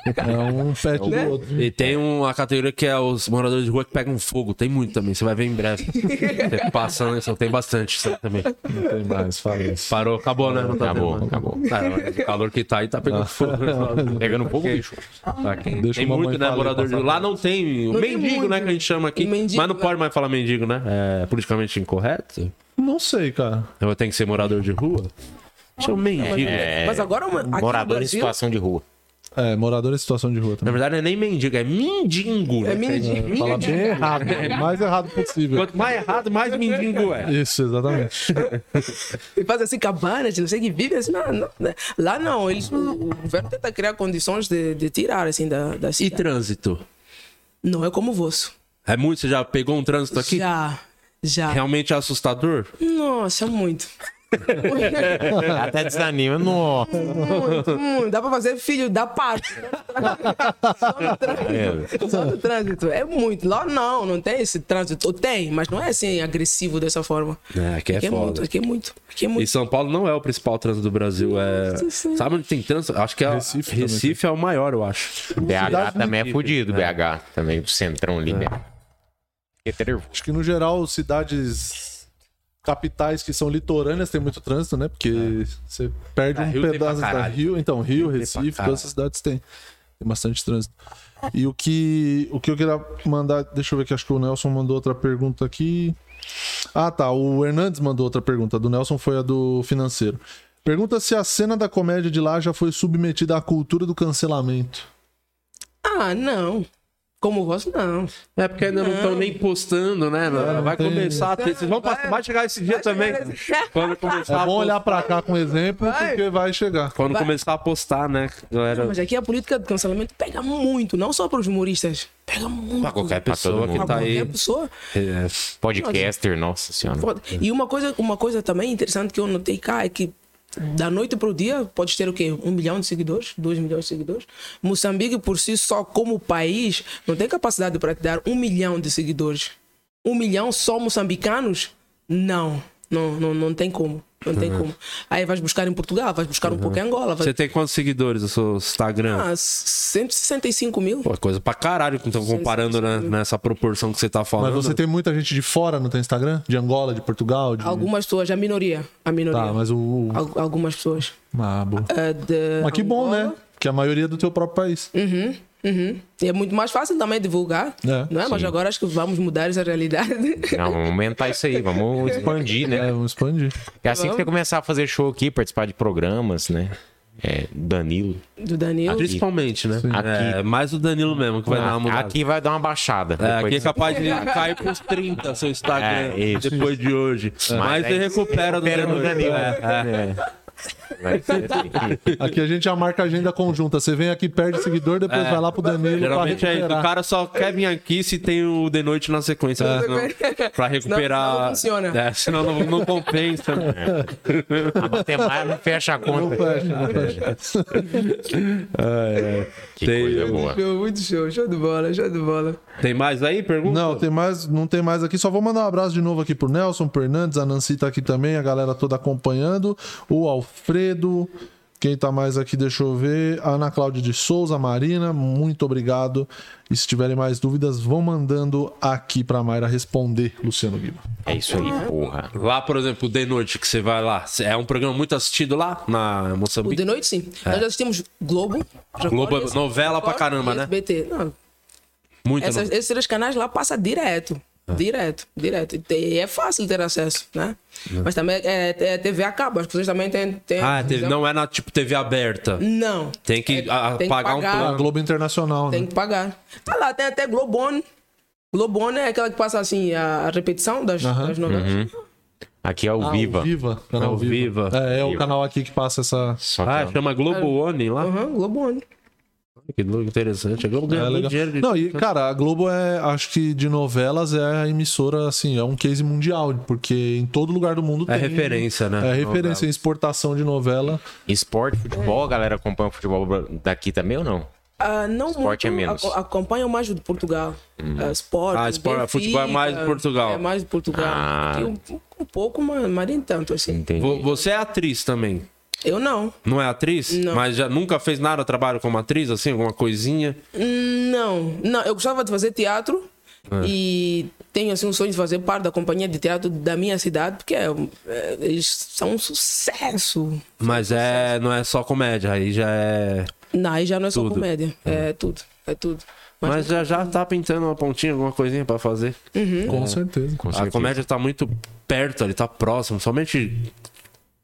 Speaker 3: É um pet do outro.
Speaker 4: Hum.
Speaker 2: E tem uma categoria que é os moradores de rua que pegam fogo. Tem muito também, você vai ver em breve. Você passa, né? Só Tem bastante isso aí também.
Speaker 3: Não tem mais, fala isso.
Speaker 2: Parou, acabou, né? Não tá
Speaker 1: Acabou,
Speaker 2: tendo mais.
Speaker 1: acabou.
Speaker 2: Cara, mas o calor que tá aí tá pegando fogo.
Speaker 1: Pegando fogo, bicho.
Speaker 4: Ah,
Speaker 2: Tá aqui.
Speaker 3: Deixa
Speaker 2: tem
Speaker 3: a mamãe
Speaker 2: muito, né?
Speaker 3: falar,
Speaker 2: Morador de
Speaker 3: passar
Speaker 2: rua. Lá não tem. o
Speaker 4: Não tem
Speaker 2: mendigo,
Speaker 4: muito.
Speaker 2: né? Que a gente chama aqui.
Speaker 4: Mendigo,
Speaker 2: Mas não
Speaker 4: né?
Speaker 2: pode mais falar mendigo, né? É politicamente incorreto.
Speaker 3: Não sei, cara.
Speaker 2: Eu tenho que ser morador de rua. Deixa eu
Speaker 4: Ah,
Speaker 2: mendigo.
Speaker 4: Mas agora uma- aqui no
Speaker 1: É, Morador em
Speaker 4: Brasil-
Speaker 1: situação de rua.
Speaker 3: É, morador em situação de rua
Speaker 2: Na
Speaker 3: também.
Speaker 2: verdade, não é nem mendigo, é mendigo. né?
Speaker 4: É mendigo.
Speaker 3: Fala bem errado, o mais errado possível.
Speaker 2: Quanto mais errado, mais mendigo é.
Speaker 3: Isso, exatamente.
Speaker 4: E faz assim cabanas, não sei o que vive assim. Não, não. Lá não, eles, o o governo tenta criar condições de, de tirar assim da, da
Speaker 2: E
Speaker 4: cidade.
Speaker 2: trânsito?
Speaker 4: Não é como o vosso.
Speaker 2: É muito? Você já pegou um trânsito aqui?
Speaker 4: Já, já.
Speaker 2: Realmente é assustador?
Speaker 4: Nossa, muito.
Speaker 1: Até desanima. Nossa.
Speaker 4: Muito, muito. Dá pra fazer filho da parte. Só no trânsito. Só no trânsito. É muito. Lá não, não tem esse trânsito. Ou tem, mas não é assim agressivo dessa forma.
Speaker 2: É, aqui é foda.
Speaker 4: muito, aqui é muito. Aqui é
Speaker 2: E
Speaker 4: muito.
Speaker 2: São Paulo não é o principal trânsito do Brasil. É...
Speaker 4: Nossa Senhora.
Speaker 2: Sabe onde tem trânsito? Acho que é
Speaker 3: Recife
Speaker 2: Recife,
Speaker 3: também
Speaker 2: é o maior, eu acho.
Speaker 1: BH também é
Speaker 2: incrível,
Speaker 1: fudido, BH. Também do centrão
Speaker 2: É.
Speaker 1: ali, É né? Fiquei nervoso.
Speaker 3: Acho que no geral, cidades capitais que são litorâneas tem muito trânsito, né? Porque você perde
Speaker 2: Ah,
Speaker 3: um
Speaker 2: Rio tem pra
Speaker 3: pedaço da
Speaker 2: caralho.
Speaker 3: Rio, então Rio,
Speaker 2: pra
Speaker 3: Recife,
Speaker 2: caralho.
Speaker 3: todas essas cidades têm tem bastante trânsito. E o que o que eu queria mandar, deixa eu ver que acho que o Nelson mandou outra pergunta aqui. Ah, tá, o Hernandes mandou outra pergunta, a do Nelson foi a do financeiro. Pergunta se a cena da comédia de lá já foi submetida à cultura do cancelamento.
Speaker 4: Ah, não. Como o vosso, não.
Speaker 2: É porque ainda não estão nem postando, né? vai
Speaker 3: É, tem.
Speaker 2: começar a ter. Vocês vão passar-
Speaker 4: Vai-
Speaker 2: vai chegar esse dia também. Quando
Speaker 3: É
Speaker 2: começar, a
Speaker 3: bom
Speaker 2: postar-
Speaker 3: olhar pra cá com exemplo,
Speaker 4: Vai.
Speaker 3: porque vai chegar.
Speaker 2: Quando
Speaker 4: Vai.
Speaker 2: começar a postar, né? Galera.
Speaker 4: Mas aqui a política de cancelamento pega muito, não só para os humoristas. Pega muito.
Speaker 2: Pra qualquer
Speaker 1: Pra todo
Speaker 2: pessoa que
Speaker 1: mundo.
Speaker 2: tá aí.
Speaker 4: Qualquer pessoa.
Speaker 2: É,
Speaker 1: Podcaster, nossa senhora.
Speaker 4: Foda. E uma coisa, uma coisa também interessante que eu notei cá é que da noite para o dia pode ter o quê? Um milhão de seguidores, dois milhões de seguidores. Moçambique por si só como país não tem capacidade para te dar um milhão de seguidores. Um milhão só moçambicanos? Não, não, não, não tem como. Não tem
Speaker 2: Uhum.
Speaker 4: como. Aí vais buscar em Portugal, vais buscar um pouco em Angola. Vai...
Speaker 2: Você tem quantos seguidores no seu Instagram?
Speaker 4: Ah, 165 mil?
Speaker 2: Pô, é coisa pra caralho, então, comparando né, nessa proporção que você tá
Speaker 3: Mas
Speaker 2: falando.
Speaker 3: você tem muita gente de fora no teu Instagram? De Angola, de Portugal? De...
Speaker 4: Uhum. Algumas pessoas, a minoria. A minoria.
Speaker 3: Tá, mas o.
Speaker 4: Al- algumas pessoas.
Speaker 3: Ah, boa.
Speaker 4: Ah, de
Speaker 3: Mas que bom,
Speaker 4: Angola.
Speaker 3: né? Que a maioria é do teu próprio país.
Speaker 4: Uhum, uhum. E é muito mais fácil também divulgar,
Speaker 3: É,
Speaker 4: não é? Mas agora acho que vamos mudar essa realidade.
Speaker 1: Não, vamos aumentar isso aí, vamos
Speaker 3: É,
Speaker 1: expandir, né?
Speaker 3: vamos expandir.
Speaker 1: É assim que você começar a fazer show aqui, participar de programas, né? É, Danilo.
Speaker 4: Do Danilo.
Speaker 2: Principalmente, né?
Speaker 1: Aqui.
Speaker 2: É, mais o Danilo mesmo, que
Speaker 3: Ah,
Speaker 2: vai dar uma mudada.
Speaker 1: Ah, aqui vai dar uma baixada.
Speaker 2: É,
Speaker 1: Depois
Speaker 2: aqui é capaz de cair pros 30 seu Instagram
Speaker 1: É, isso.
Speaker 2: depois de hoje. Mas
Speaker 1: aí
Speaker 2: você recupera do
Speaker 1: Pera
Speaker 2: Danilo.
Speaker 1: no Danilo. É. Vai ser- assim
Speaker 3: Aqui a gente já marca a agenda conjunta. Você vem aqui, perde seguidor, depois vai lá pro Danilo
Speaker 2: É. Geralmente
Speaker 3: pra
Speaker 2: é, o
Speaker 3: recuperar.
Speaker 2: cara só quer vir aqui se tem o de noite na sequência. né? Senão, pra recuperar.
Speaker 4: Senão- senão não funciona.
Speaker 2: É, senão não, não compensa.
Speaker 1: A matemática não fecha a conta. Que
Speaker 2: Tem-
Speaker 1: coisa boa.
Speaker 4: Show, muito show, show de bola, show de bola.
Speaker 2: Tem mais aí? Pergunta?
Speaker 3: Não, tem mais, não tem mais aqui. Só vou mandar um abraço de novo aqui pro Nelson, pro Hernandes, a Nancy tá aqui também, a galera toda acompanhando. O Alfredo, quem tá mais aqui, deixa eu ver. A Ana Cláudia de Souza, a Marina, muito obrigado. E se tiverem mais dúvidas, vão mandando aqui pra Mayra responder, Luciano Guima.
Speaker 1: É isso aí, porra.
Speaker 2: Lá, por exemplo, o de noite que você vai lá. É um programa muito assistido lá na
Speaker 4: O
Speaker 2: Moçambique.
Speaker 4: de noite, sim.
Speaker 3: É.
Speaker 4: Nós já assistimos Globo. Record,
Speaker 2: Globo é
Speaker 4: esse-
Speaker 2: novela pra
Speaker 4: Record
Speaker 2: caramba,
Speaker 4: e
Speaker 2: né?
Speaker 4: SBT. Não,
Speaker 2: Muito
Speaker 4: essas-
Speaker 2: novela.
Speaker 4: esses três canais lá passa direto.
Speaker 3: É.
Speaker 4: Direto, direto. E tem- é fácil ter acesso, né? Mas também é, é- é TV a cabo, as pessoas também têm. têm
Speaker 2: Ah, teve- não é na tipo TV aberta.
Speaker 4: Não.
Speaker 2: Tem que,
Speaker 4: É,
Speaker 2: ah,
Speaker 4: tem que
Speaker 2: pagar um
Speaker 4: pagar.
Speaker 3: A
Speaker 2: plano.
Speaker 3: Globo Internacional,
Speaker 4: Tem
Speaker 3: né?
Speaker 4: que pagar. Tá lá, tem até Globone. Globone é aquela que passa assim, a a repetição das, das novelas.
Speaker 1: Uhum. Aqui é o
Speaker 3: Ah, o
Speaker 1: Viva.
Speaker 3: Viva. Canal
Speaker 2: É o
Speaker 3: Viva.
Speaker 2: Viva.
Speaker 3: É, é o
Speaker 1: Viva.
Speaker 3: canal aqui que passa essa.
Speaker 1: Só que
Speaker 2: Ah,
Speaker 1: ela-
Speaker 2: chama Globo One lá.
Speaker 4: Aham, Globone.
Speaker 2: Que louco, interessante. A Globo ganha
Speaker 3: É
Speaker 2: muito
Speaker 3: legal.
Speaker 2: dinheiro. de-
Speaker 3: Não, e, cara, a Globo é, acho que de novelas é a emissora, assim, é um case mundial, porque em todo lugar do mundo
Speaker 2: É
Speaker 3: tem.
Speaker 2: referência, né?
Speaker 3: É referência em exportação de novela.
Speaker 1: Esporte, futebol, a galera acompanha o futebol daqui também ou não?
Speaker 4: Ah, não
Speaker 1: Esporte é
Speaker 4: muito,
Speaker 1: menos. Uhum.
Speaker 4: ac- acompanham mais o de Portugal. Ah, esporte,
Speaker 2: Ah, esporte- futebol é mais de Portugal.
Speaker 4: É mais de Portugal.
Speaker 1: Ah.
Speaker 4: Aqui Um, um pouco, mas, mas nem tanto assim.
Speaker 1: Entendi.
Speaker 2: Vo- Você é atriz também.
Speaker 4: Eu não.
Speaker 2: Não é atriz?
Speaker 4: Não.
Speaker 2: Mas já nunca fez nada, trabalho como atriz, assim, alguma coisinha?
Speaker 4: Não, não. Eu gostava de fazer teatro
Speaker 2: É.
Speaker 4: e tenho assim um sonho de fazer parte da companhia de teatro da minha cidade, porque é, é, eles são um sucesso.
Speaker 2: Mas é, não é só comédia, aí já é.
Speaker 4: Não, aí já não é só
Speaker 2: Tudo.
Speaker 4: comédia. É tudo. É tudo. Mas,
Speaker 2: Mas já já tá pintando uma pontinha, alguma coisinha pra fazer.
Speaker 4: Hum. Uhum.
Speaker 3: Com certeza.
Speaker 1: Com
Speaker 2: A
Speaker 1: certeza.
Speaker 2: comédia tá muito perto ali, tá próximo. Somente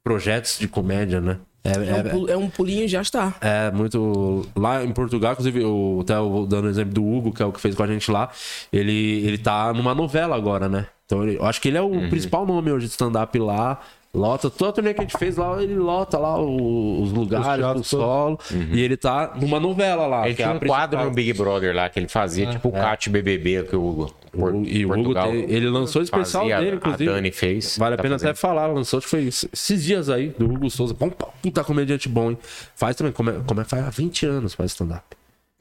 Speaker 2: projetos de comédia, né? É,
Speaker 4: é, um,
Speaker 2: é,
Speaker 4: pul- é um pulinho e já está.
Speaker 2: é muito. Lá em Portugal, inclusive, eu até eu dando o exemplo do Hugo, que é o que fez com a gente lá. Ele, ele tá numa novela agora, né? Então ele- eu acho que ele é o
Speaker 1: Uhum.
Speaker 2: principal nome hoje de stand-up lá. Lota, toda a turnê que a gente fez lá, ele lota lá o- os lugares, o
Speaker 3: teatros todos.
Speaker 2: solo. E ele tá numa novela lá.
Speaker 1: Uhum. Ele
Speaker 2: que é
Speaker 1: tinha
Speaker 2: a
Speaker 1: um quadro
Speaker 2: principal. Ah, é.
Speaker 1: no Big Brother lá que ele fazia, tipo o Cat BBB, que o Hugo. Por,
Speaker 2: O- e o Hugo
Speaker 1: Portugal
Speaker 2: tem- ele lançou o especial
Speaker 1: fazia,
Speaker 2: dele,
Speaker 1: a
Speaker 2: inclusive.
Speaker 1: Dani fez.
Speaker 2: Vale a
Speaker 1: Tá
Speaker 2: pena
Speaker 1: fazendo.
Speaker 2: até falar, lançou, acho que foi es- esses dias aí, do Hugo Souza. Bom, pa- puta comediante bom, hein? Faz também, como é, como é faz há 20 anos faz stand-up.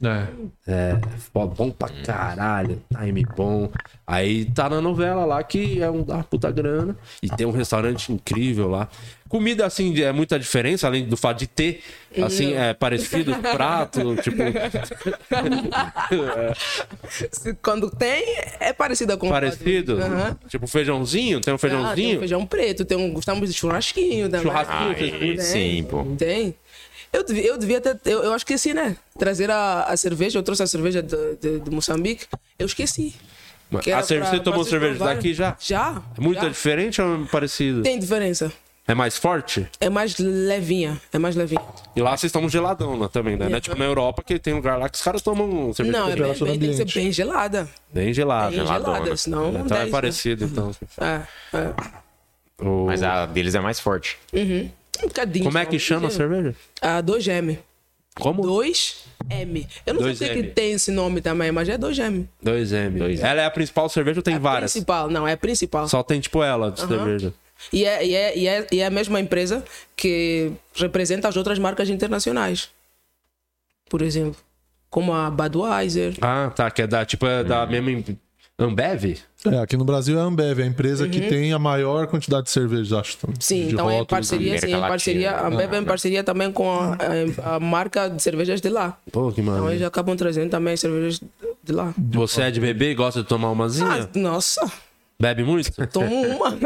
Speaker 3: É.
Speaker 2: É, pô, bom pra
Speaker 4: Uhum.
Speaker 2: caralho, time bom. Aí tá na novela lá que é um da puta grana e tem um restaurante incrível lá. Comida assim de- é muita diferença, além do fato de ter assim, é parecido prato, tipo,
Speaker 4: Se- Quando tem, é parecida com o
Speaker 2: parecido,
Speaker 4: Aham.
Speaker 2: tipo feijãozinho, tem um
Speaker 4: Ah, tem um
Speaker 2: feijãozinho,
Speaker 4: feijão preto, tem um, gostamos de churrasquinho também. Né?
Speaker 2: churrasquinho,
Speaker 1: Ah,
Speaker 2: vocês-
Speaker 1: e- sim, pô.
Speaker 4: Tem. Eu devia, eu devia até. Eu, eu acho que esqueci, né? Trazer a, a cerveja. Eu trouxe a cerveja de, de- de Moçambique. Eu esqueci. Que
Speaker 2: a
Speaker 4: era
Speaker 2: cerveja,
Speaker 4: pra-
Speaker 2: você tomou
Speaker 4: pra vocês
Speaker 2: cerveja
Speaker 4: provarem.
Speaker 2: daqui já?
Speaker 4: Já.
Speaker 2: É Muito
Speaker 4: já.
Speaker 2: diferente ou é parecido?
Speaker 4: Tem diferença.
Speaker 2: É mais forte?
Speaker 4: É mais levinha. É mais levinha.
Speaker 2: E lá vocês tomam geladão né, também, né? Não é tipo na Europa que tem lugar lá que os caras tomam cerveja
Speaker 4: Não, é bem,
Speaker 3: temperatura
Speaker 4: bem- tem que ser
Speaker 3: ambiente.
Speaker 4: bem gelada.
Speaker 2: bem Ah, tá gelada.
Speaker 4: Bem gelada,
Speaker 1: geladona.
Speaker 4: senão não
Speaker 2: Então
Speaker 4: desce,
Speaker 2: é
Speaker 4: né?
Speaker 2: parecido, então.
Speaker 4: É, é.
Speaker 2: O-
Speaker 1: Mas a deles é mais forte.
Speaker 4: Um bocadinho.
Speaker 2: Como é
Speaker 4: só,
Speaker 2: que chama a
Speaker 4: porque-
Speaker 2: cerveja?
Speaker 4: Ah, 2M.
Speaker 2: Como?
Speaker 4: 2M. Eu não sei se
Speaker 2: 2M.
Speaker 4: que tem esse nome também, mas é 2M.
Speaker 2: 2M. Ela é a principal cerveja ou tem várias?
Speaker 4: Principal, não, é principal.
Speaker 2: Só tem tipo ela de cerveja.
Speaker 4: E é, e, é, e, é, e é a mesma empresa que representa as outras marcas internacionais. Por exemplo, como a Budweiser.
Speaker 2: Ah, tá. Que é da, tipo, é da mesma. em- Ambev?
Speaker 3: É, aqui no Brasil é a Ambev, a empresa que tem a maior quantidade de cerveja, acho.
Speaker 4: Uhum. Sim,
Speaker 3: de
Speaker 4: então é em
Speaker 3: rótulos.
Speaker 4: parceria,
Speaker 1: América
Speaker 4: sim, em
Speaker 1: Latina,
Speaker 4: parceria,
Speaker 1: né?
Speaker 4: a Ambev
Speaker 2: Ah, tá.
Speaker 4: é em parceria também com a, é, a- a marca de cervejas de lá.
Speaker 2: Pô, que
Speaker 4: Então
Speaker 2: mano.
Speaker 4: eles acabam trazendo também cervejas de lá.
Speaker 2: Você é de bebê e gosta de tomar umazinha?
Speaker 4: Ah, Tá. nossa,
Speaker 2: Bebe muito?
Speaker 4: tomo uma.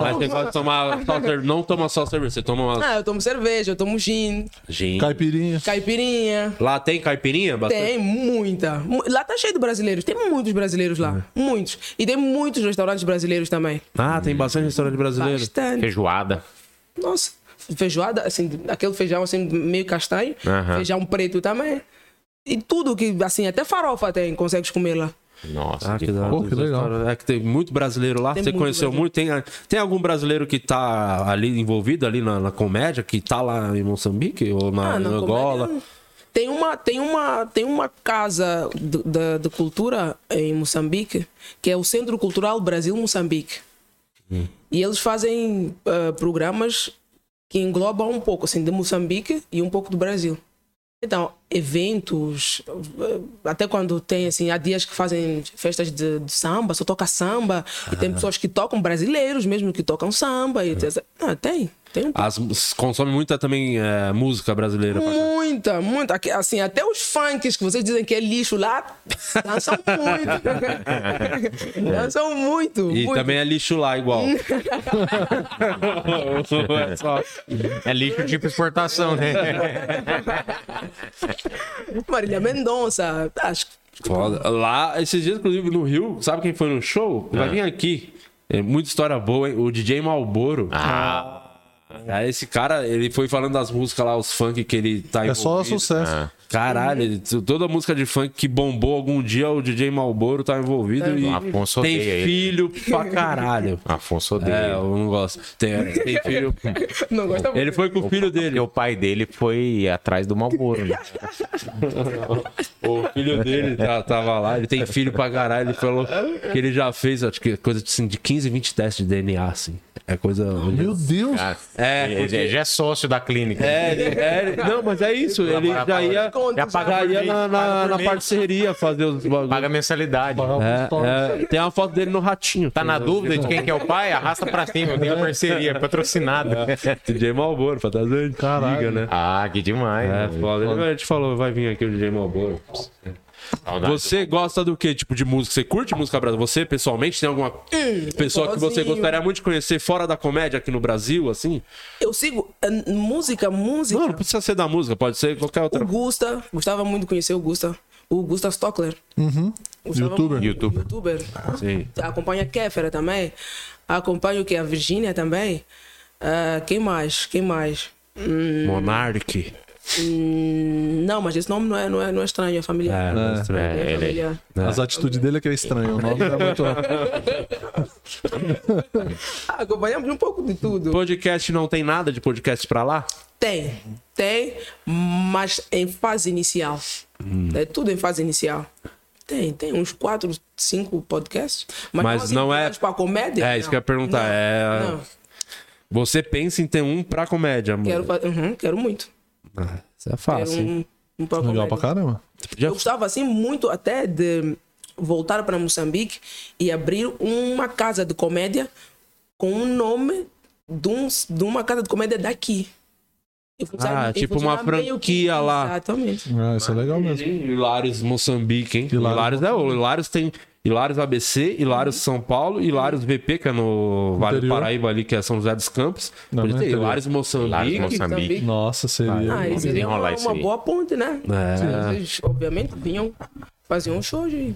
Speaker 2: Mas você gosta de tomar só cerveja. Não toma só cerveja, você toma uma.
Speaker 4: ah, eu tomo cerveja, eu tomo gin,
Speaker 2: Gente.
Speaker 3: Caipirinha.
Speaker 4: caipirinha.
Speaker 2: Lá tem caipirinha? Bastante?
Speaker 4: Tem muita. Mu- Lá tá cheio de brasileiros. Tem muitos brasileiros lá. Muitos. E tem muitos restaurantes brasileiros também.
Speaker 2: Ah, tem bastante restaurante brasileiro.
Speaker 4: Bastante.
Speaker 1: Feijoada.
Speaker 4: Nossa, feijoada, assim, aquele feijão assim, meio castanho,
Speaker 1: Aham.
Speaker 4: feijão preto também. E tudo que, assim, até farofa tem, consegues comer lá.
Speaker 1: Nossa,
Speaker 2: Ah,
Speaker 1: que
Speaker 2: que da hora.
Speaker 3: Pô, que legal.
Speaker 2: É que tem muito brasileiro lá.
Speaker 4: Tem
Speaker 2: Você
Speaker 4: muito
Speaker 2: conheceu
Speaker 4: brasileiro.
Speaker 2: muito? Tem, tem algum brasileiro que tá ali envolvido ali na, na comédia, que tá lá em Moçambique ou na,
Speaker 4: Ah, não,
Speaker 2: Angola?
Speaker 4: comédia não. é? Tem uma, tem uma, tem uma casa do- da de cultura em Moçambique, que é o Centro Cultural Brasil-Moçambique.
Speaker 2: Hum.
Speaker 4: E eles fazem ah, programas que englobam um pouco, assim, de Moçambique e um pouco do Brasil. Então, eventos, ah, até quando tem, assim, há dias que fazem festas de, de samba, só toca samba, e
Speaker 2: Ah.
Speaker 4: tem pessoas que tocam, brasileiros mesmo, que tocam samba, e etc. Ah, tem, tem um
Speaker 2: As, consome muita também é, música brasileira.
Speaker 4: Hum, Muita, muita. Aqui, Assim, até os funks que vocês dizem que é lixo lá, dançam muito. dançam muito.
Speaker 2: É. E
Speaker 4: muito. Hum.
Speaker 2: também é lixo lá igual. É só-
Speaker 1: É lixo tipo exportação, né?
Speaker 4: Marília Mendonça, acho que
Speaker 2: Foda. Lá, esses dias, inclusive, no Rio, sabe quem foi no show?
Speaker 3: Ah.
Speaker 2: Vai vir aqui. É muita história boa, hein? O DJ Malboro.
Speaker 1: Ah,
Speaker 2: Aí esse cara, ele foi falando das músicas lá, os funk que ele tá
Speaker 3: É só
Speaker 2: envolvido. né?
Speaker 3: sucesso.
Speaker 1: ah.
Speaker 2: Caralho, toda música de funk que bombou algum dia, o DJ Malboro tá envolvido e
Speaker 1: Afonso
Speaker 2: tem
Speaker 1: odeia ele.
Speaker 2: filho pra caralho.
Speaker 1: Afonso
Speaker 2: É,
Speaker 1: odeia.
Speaker 2: eu não gosto. Tem, tem filho.
Speaker 4: Não gosta muito.
Speaker 2: Ele foi com o filho dele.
Speaker 1: Porque o pai dele foi atrás do Malboro. Né?
Speaker 2: O filho dele tá- tava lá, ele tem filho pra caralho. Ele falou que ele já fez, acho que coisa assim, de 15, 20 testes de DNA, assim. É coisa.
Speaker 3: Meu Deus!
Speaker 1: Ah,
Speaker 2: É,
Speaker 1: ele
Speaker 2: porque-
Speaker 1: já é sócio da clínica.
Speaker 2: É, ele- é, ele- não, mas é isso. Ele
Speaker 1: Paga-
Speaker 2: já ia,
Speaker 1: já paga
Speaker 2: já
Speaker 1: por
Speaker 2: ia
Speaker 1: mês,
Speaker 2: na, na,
Speaker 1: paga por
Speaker 2: na
Speaker 1: mês.
Speaker 2: parceria fazer os bagulhos.
Speaker 1: Paga mensalidade.
Speaker 2: É, é, tem uma foto dele no ratinho.
Speaker 1: Tá na dúvida de quem que é o pai? Arrasta pra cima, tem a parceria, é patrocinada.
Speaker 2: DJ Malboro, pra trazer antiga,
Speaker 3: Caralho.
Speaker 2: né?
Speaker 1: Ah, que demais.
Speaker 2: É,
Speaker 1: né?
Speaker 2: foda. Ele, a gente falou, vai vir aqui o DJ Malboro.
Speaker 1: Saudade.
Speaker 2: Você gosta do que tipo de música? Você curte música brasileira? Você, pessoalmente, tem alguma pessoa que você
Speaker 4: sozinho.
Speaker 2: gostaria muito de conhecer fora da comédia aqui no Brasil, assim?
Speaker 4: Eu sigo eh, música, música.
Speaker 2: Não, não precisa ser da música, pode ser qualquer outra.
Speaker 4: O Gusta, gostava muito de conhecer o Gusta. O Gusta Stockler. Gostava
Speaker 3: Youtuber.
Speaker 4: muito.
Speaker 1: Youtuber.
Speaker 4: Youtuber.
Speaker 2: Uhum. Sim.
Speaker 4: Acompanha a Kéfera também. Acompanha o que? A Virgínia também. Ah, quem mais? Quem mais? Hum,
Speaker 2: Monark.
Speaker 4: hum, não, mas esse nome não é, não é, não é estranho, é familiar.
Speaker 2: É,
Speaker 1: É,
Speaker 4: É
Speaker 1: ele-
Speaker 4: familiar.
Speaker 3: As atitudes dele é que é estranho. O nome é muito.
Speaker 4: Ah, acompanhamos um pouco de tudo.
Speaker 2: Podcast não tem nada de podcast pra lá?
Speaker 4: Tem, tem, mas em fase inicial.
Speaker 2: Hum.
Speaker 4: É tudo em fase inicial. Tem, tem uns quatro, cinco podcasts.
Speaker 2: Mas não é-
Speaker 4: Para comédia?
Speaker 2: É, isso que eu ia perguntar,
Speaker 4: Não,
Speaker 2: é-
Speaker 4: não.
Speaker 2: Você pensa em ter um pra comédia, mano.
Speaker 4: Quero, fa- uhum, quero muito.
Speaker 2: Ah, isso é
Speaker 4: Quero
Speaker 2: fácil. hein?
Speaker 4: um, um pra
Speaker 3: Legal
Speaker 4: comédia.
Speaker 3: pra caramba.
Speaker 2: Já-
Speaker 4: Eu gostava assim muito até de voltar para Moçambique e abrir uma casa de comédia com o nome de, um- de uma casa de comédia daqui. E funcionar-
Speaker 2: Ah,
Speaker 4: e
Speaker 2: tipo uma
Speaker 4: funcionar meio que-
Speaker 2: franquia lá.
Speaker 4: Exatamente.
Speaker 3: Ah, isso é legal mesmo.
Speaker 2: Hilários Moçambique, hein? Hilários,
Speaker 3: Hilários Uhum.
Speaker 2: é o Hilários tem Hilários ABC, Hilários São Paulo, Hilários VP, que é no Vale do
Speaker 3: Interior.
Speaker 2: Paraíba ali, que é São José dos Campos.
Speaker 3: Não,
Speaker 2: Pode
Speaker 3: não é
Speaker 2: ter
Speaker 3: interior.
Speaker 2: Hilários Moçambique. então.
Speaker 1: Hilários Moçambique. Moçambique.
Speaker 3: Nossa, seria.
Speaker 4: Ah, isso
Speaker 1: Vamos
Speaker 4: é
Speaker 1: desenrolar
Speaker 4: uma,
Speaker 1: isso
Speaker 4: uma
Speaker 1: aí.
Speaker 4: boa ponte, né?
Speaker 2: É.
Speaker 4: Eles, obviamente, vinham, faziam um show de.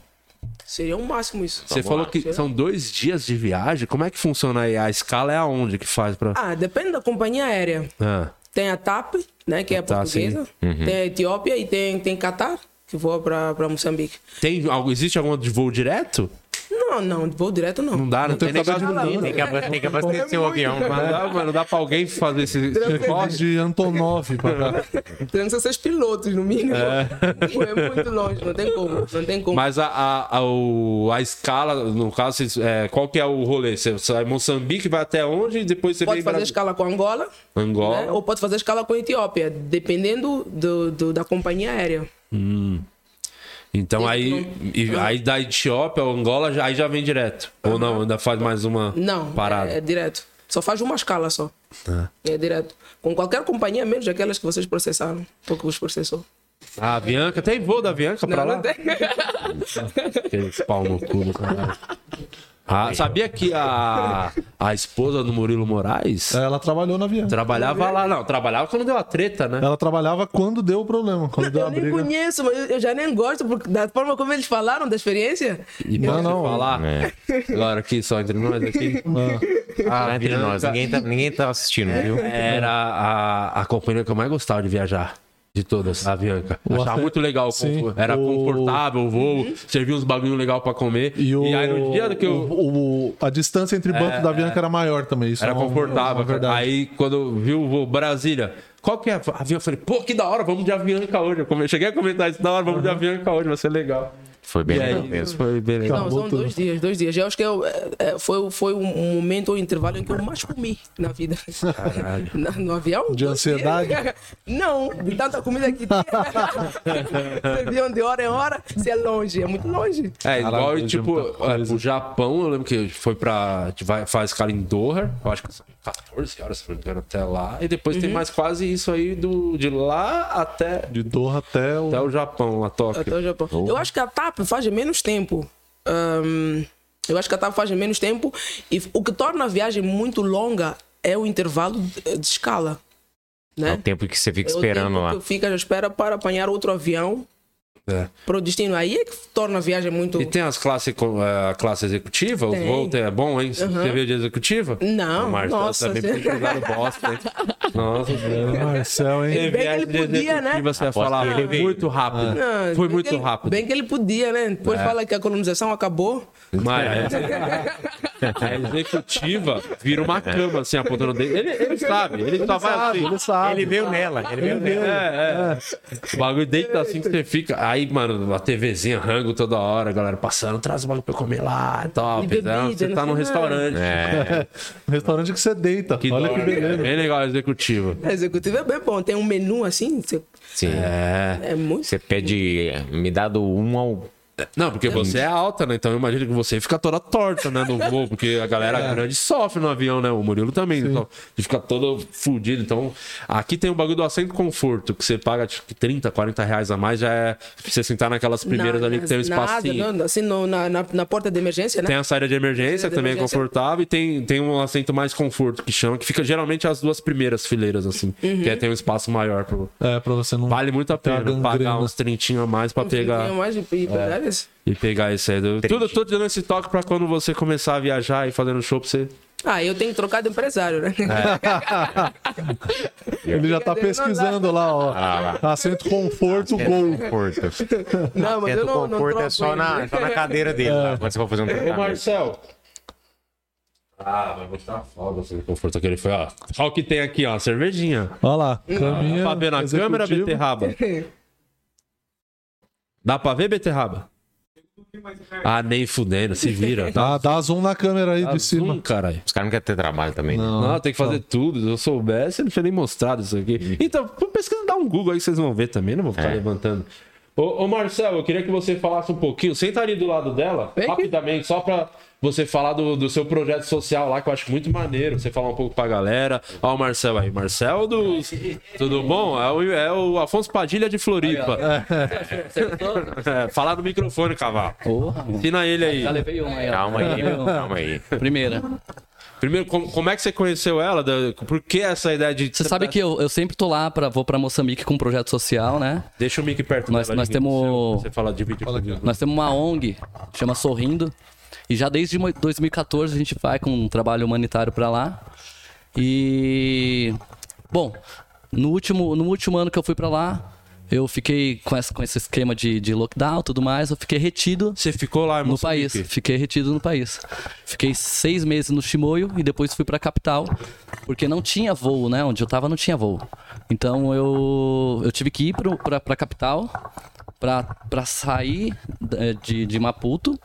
Speaker 4: Seria o máximo isso.
Speaker 2: Você
Speaker 1: Vamos
Speaker 2: falou
Speaker 1: lá.
Speaker 2: que são dois dias de viagem. Como é que funciona aí? A escala é aonde que faz pra.
Speaker 4: Ah, depende da companhia aérea.
Speaker 2: Ah,
Speaker 4: Tem a TAP, né? Que é
Speaker 2: TAP,
Speaker 4: portuguesa.
Speaker 2: Uhum.
Speaker 4: Tem a Etiópia e tem, tem Catar, que voa para Moçambique.
Speaker 2: Tem, algo- existe alguma de voo direto?
Speaker 4: Não, não, vou direto não.
Speaker 2: Não dá, não né? tem,
Speaker 3: tem
Speaker 2: nem
Speaker 3: cabelo de
Speaker 2: gasolina.
Speaker 1: Tem que abra- tem que abastecer o avião.
Speaker 2: Não dá, mano. Não dá pra alguém fazer esse.
Speaker 3: Tinha que vir de um Antonov pra cá.
Speaker 4: Tem que ser seis pilotos, no mínimo. É. muito longe, não tem como. Não tem como.
Speaker 2: Mas a, a, a, o- a escala, no caso, vocês- é, qual que é o rolê? Você sai Moçambique, vai até onde e depois você
Speaker 4: Pode
Speaker 2: vem
Speaker 4: fazer
Speaker 2: pra
Speaker 4: escala com Angola,
Speaker 2: Angola.
Speaker 4: né? ou pode fazer escala com Etiópia, dependendo do, do- da companhia aérea.
Speaker 2: Então aí,
Speaker 4: Uhum.
Speaker 2: e- aí da Etiópia ou Angola, já- aí já vem direto. Ou não, ainda faz mais uma
Speaker 4: Não,
Speaker 2: parada.
Speaker 4: É, é direto. Só faz uma escala só.
Speaker 2: Tá.
Speaker 4: É direto. Com qualquer companhia, menos aquelas que vocês processaram, ou que vos processou.
Speaker 2: A Ah, Avianca, tem voo da Avianca pra
Speaker 4: Não,
Speaker 2: lá?
Speaker 4: não tem.
Speaker 2: Aqueles pau no cu do caralho. Ah, sabia que a, a esposa do Murilo Moraes
Speaker 3: Então,
Speaker 4: É.
Speaker 3: Ela trabalhou na avião.
Speaker 2: trabalhava lá. Não, trabalhava quando deu a treta, né?
Speaker 3: Ela trabalhava quando deu o problema, quando deu
Speaker 4: Eu
Speaker 3: a
Speaker 4: nem
Speaker 3: briga.
Speaker 4: conheço, mas eu- eu já nem gosto, porque da forma como eles falaram da experiência,
Speaker 2: E pra
Speaker 3: Não,
Speaker 2: não,
Speaker 3: não.
Speaker 2: falar,
Speaker 1: É.
Speaker 2: agora aqui só entre nós aqui,
Speaker 3: Ah.
Speaker 2: Ah,
Speaker 1: Não é entre nós, ninguém tá, ninguém tá assistindo, viu?
Speaker 2: era a, a companhia que eu mais gostava de viajar. De todas, a Avianca. Achava
Speaker 3: Afe-
Speaker 2: muito legal. o
Speaker 3: Sim.
Speaker 2: conforto. Era
Speaker 3: O-
Speaker 2: confortável o voo, servia uns bagulho legal pra comer. E,
Speaker 3: E, o,
Speaker 2: aí no dia que eu. É,
Speaker 3: o- o- a distância entre banco da Avianca era maior também. Isso
Speaker 2: Era
Speaker 3: é uma-
Speaker 2: confortável.
Speaker 3: uma verdade.
Speaker 2: Aí quando eu vi o voo Brasília, qual que é a avião? Eu falei, pô, que da hora, vamos de Avianca hoje. Eu come- cheguei a comentar isso, da hora, vamos de Avianca hoje, vai ser legal.
Speaker 1: Foi bem
Speaker 2: E aí,
Speaker 1: legal mesmo.
Speaker 2: foi bem legal.
Speaker 4: não,
Speaker 3: Acabou
Speaker 4: são
Speaker 3: tudo.
Speaker 4: dois dias, dois dias. Eu acho que eu, é, é, foi, foi um um momento, um intervalo em que eu mais comi na vida. Na- no avião?
Speaker 3: De ansiedade?
Speaker 4: Não, de tanta comida que tinha. Serviam de hora em hora, se é longe, é muito longe.
Speaker 2: É, igual,
Speaker 3: Caralho,
Speaker 2: tipo,
Speaker 3: muita coisa.
Speaker 2: é, o Japão, eu lembro que foi pra. Vai, faz escala em Doha, eu acho que são 14 horas, se não me engano, até lá. E depois
Speaker 4: Uhum.
Speaker 2: tem mais quase isso aí do, de lá até,
Speaker 3: De Doha até o.
Speaker 2: até o Japão, lá Tóquio. Então,
Speaker 4: Até o Japão. Então, Eu acho que a TAP faz menos tempo. Ahm, eu acho que a TAP faz menos tempo. E o que torna a viagem muito longa é o intervalo de, de escala.
Speaker 1: É
Speaker 4: Né?
Speaker 1: o tempo que você fica
Speaker 4: É o
Speaker 1: esperando
Speaker 4: tempo
Speaker 1: lá.
Speaker 4: que eu fico à espera para apanhar outro avião para o destino. Aí é que torna a viagem muito.
Speaker 2: E tem as classes, com- é, a classe executiva, o
Speaker 4: Tem.
Speaker 2: voo tem- é bom, hein? Você veio de executiva?
Speaker 4: Não,
Speaker 2: O Marcelo
Speaker 4: nossa.
Speaker 2: também tem cruzado bosta, hein? Nossa,
Speaker 3: Marcel, hein?
Speaker 4: Bem que ele podia, né?
Speaker 2: Você ia
Speaker 1: Aposto que
Speaker 2: falar
Speaker 1: ele veio.
Speaker 2: muito rápido.
Speaker 4: Ah,
Speaker 2: Foi
Speaker 4: bem
Speaker 2: muito
Speaker 4: que ele-
Speaker 2: rápido. É.
Speaker 4: Bem que ele podia, né? Depois fala que a colonização acabou.
Speaker 2: Mas
Speaker 3: É.
Speaker 2: é. a executiva vira uma cama assim apontando o dedo. Ele, ele sabe, ele, só vai assim.
Speaker 3: Ele sabe.
Speaker 1: Ele veio nela, ele veio nela.
Speaker 2: É, é. O bagulho deita assim que você fica. Aí, mano, a TVzinha rango toda hora, a galera passando, traz o bagulho pra eu comer lá e tal.
Speaker 4: E
Speaker 2: apesar de
Speaker 4: bebida,
Speaker 2: Você tá
Speaker 4: não
Speaker 3: "Ah."
Speaker 2: num
Speaker 4: sei nada.
Speaker 2: restaurante.
Speaker 1: É,
Speaker 3: Um restaurante que você deita.
Speaker 2: Que
Speaker 3: Olha
Speaker 2: da
Speaker 3: que
Speaker 2: hora.
Speaker 3: beleza.
Speaker 2: Bem legal a executiva.
Speaker 4: A executiva é bem bom. Tem um menu assim. você-
Speaker 1: sim.
Speaker 2: É.
Speaker 4: É muito.
Speaker 1: Você pede, eh, me dá do 1 ao.
Speaker 2: Não, porque você é alta, né? Então eu imagino que você fica toda torta, né? No voo, porque a galera
Speaker 4: É.
Speaker 2: grande sofre no avião, né? O Murilo também. Então, de ficar todo fudido. Então, aqui tem o bagulho do assento conforto, que você paga tipo 30, 40 reais a mais, já é pra você sentar naquelas primeiras
Speaker 4: Nada,
Speaker 2: ali que tem um espacinho.
Speaker 4: Nada, não, assim, no- na, na, na porta de emergência, né?
Speaker 2: Tem a saída de emergência,
Speaker 4: Saída de
Speaker 2: que também
Speaker 4: emergência.
Speaker 2: é confortável, e tem, tem um assento mais conforto que chama, que fica geralmente as duas primeiras fileiras, assim.
Speaker 4: Uhum.
Speaker 2: Que aí tem um espaço maior pro.
Speaker 3: É, pra você não.
Speaker 2: Vale muito a
Speaker 3: Tem uma
Speaker 2: pena pagar
Speaker 3: gangrena.
Speaker 2: uns trintinhos a mais pra pegar.
Speaker 4: Uhum, Tem mais de-
Speaker 2: É.
Speaker 4: de- de-
Speaker 2: E pegar esse aí. do- Tudo, tô te dando esse toque pra quando você começar a viajar e fazendo show pra você.
Speaker 4: Ah, eu tenho que trocar de empresário, né?
Speaker 2: É.
Speaker 3: Ele já tá
Speaker 4: Brincadeira, não dá.
Speaker 3: pesquisando lá, ó.
Speaker 2: Ah,
Speaker 3: Assento conforto,
Speaker 2: É.
Speaker 3: gol.
Speaker 1: Conforto.
Speaker 4: Não, mas eu
Speaker 1: Tenta o
Speaker 4: não, não
Speaker 1: conforto é
Speaker 4: troco
Speaker 1: só
Speaker 4: ele.
Speaker 1: na, só na cadeira dele. lá, Quando você for fazer um tratamento.
Speaker 2: Marcel. Tá Ah, mas vou estar foda esse conforto que ele foi, ó. Olha o que tem aqui, ó. Cervejinha.
Speaker 3: Olha lá.
Speaker 2: Ah, Dá
Speaker 3: Caminha,
Speaker 2: pra ver na tá câmera,
Speaker 3: É, executivo.
Speaker 2: beterraba?
Speaker 4: né?
Speaker 2: Dá pra ver, beterraba? Ah, nem fudendo, se vira. Dá
Speaker 3: Tá, Dá, dá zoom na câmera aí de cima.
Speaker 2: zoom, caralho.
Speaker 1: Os caras não querem ter trabalho também. né?
Speaker 2: Não, tem que fazer tudo. Se eu soubesse, eu não tinha nem mostrado isso aqui. Então, pô, pesquisa, dá um Google aí que vocês vão ver também. Não vou ficar
Speaker 1: É.
Speaker 2: levantando. Ô, ô, Marcelo, eu queria que você falasse um pouquinho. Senta ali do lado dela,
Speaker 4: Vem aqui.
Speaker 2: rapidamente, só pra você falar do, do seu projeto social lá, que eu acho muito maneiro. Você falar um pouco pra galera. Ó, o Marcelo aí. Marcelo dos. Tudo bom? É o, é o Afonso Padilha de Floripa. É, falar no microfone, cavalo.
Speaker 5: Porra, mano.
Speaker 2: Ensina ele aí.
Speaker 5: Já levei uma aí. ó.
Speaker 1: Calma aí,
Speaker 5: Já levei uma.
Speaker 1: calma aí.
Speaker 5: Primeira.
Speaker 2: Primeiro, como, como é que você conheceu ela? Da- Por que essa ideia de.
Speaker 5: Você sabe que eu, eu sempre tô lá, pra, vou pra Moçambique com um projeto social, né?
Speaker 2: Deixa o mic perto
Speaker 5: Nós-
Speaker 2: dela,
Speaker 5: nós
Speaker 2: Jimmy,
Speaker 5: temos-
Speaker 2: Você fala de vídeo.
Speaker 5: Nós temos uma ONG, chama Sorrindo. E já desde mo- 2014 a gente vai com um trabalho humanitário pra lá. E. Bom, no último, no último ano que eu fui pra lá, eu fiquei com, essa, com esse esquema de, de lockdown e tudo mais, eu fiquei retido
Speaker 2: Você ficou lá em
Speaker 5: no
Speaker 2: Moçambique?
Speaker 5: país. Fiquei retido no país. Fiquei seis meses no Chimoio e depois fui pra capital, porque não tinha voo, né? Onde eu tava não tinha voo. Então eu, eu tive que ir pro, pra, pra capital pra, pra sair eh, de, de Maputo,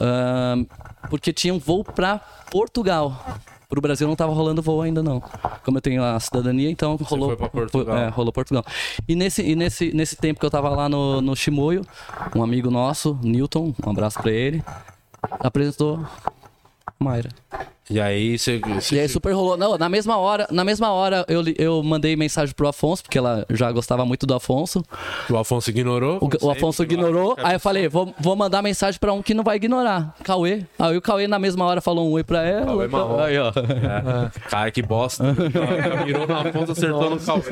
Speaker 5: ahn, porque tinha um voo pra Portugal. Pro Brasil não tava rolando voo ainda, não. Como eu tenho a cidadania, então rolou.
Speaker 2: foi pra Portugal.
Speaker 5: é, rolou Portugal. E nesse, e nesse, nesse tempo que eu tava lá no, no Chimoio, um amigo nosso, Newton, um abraço pra ele, apresentou Mayra.
Speaker 2: E aí você. você-
Speaker 5: E aí super rolou. Não, na mesma hora, na mesma hora eu, li- eu mandei mensagem pro Afonso, porque ela já gostava muito do Afonso.
Speaker 2: O Afonso ignorou?
Speaker 5: O, o Afonso ignorou. Aí eu falei, vou, vou mandar mensagem pra um que não vai ignorar. Cauê. Aí o Cauê na mesma hora falou um oi pra ela.
Speaker 2: Cauê
Speaker 5: Então,
Speaker 2: Marrom.
Speaker 5: Aí, ó.
Speaker 2: É. Cara, que bosta. Mirou no Afonso, acertou no Cauê.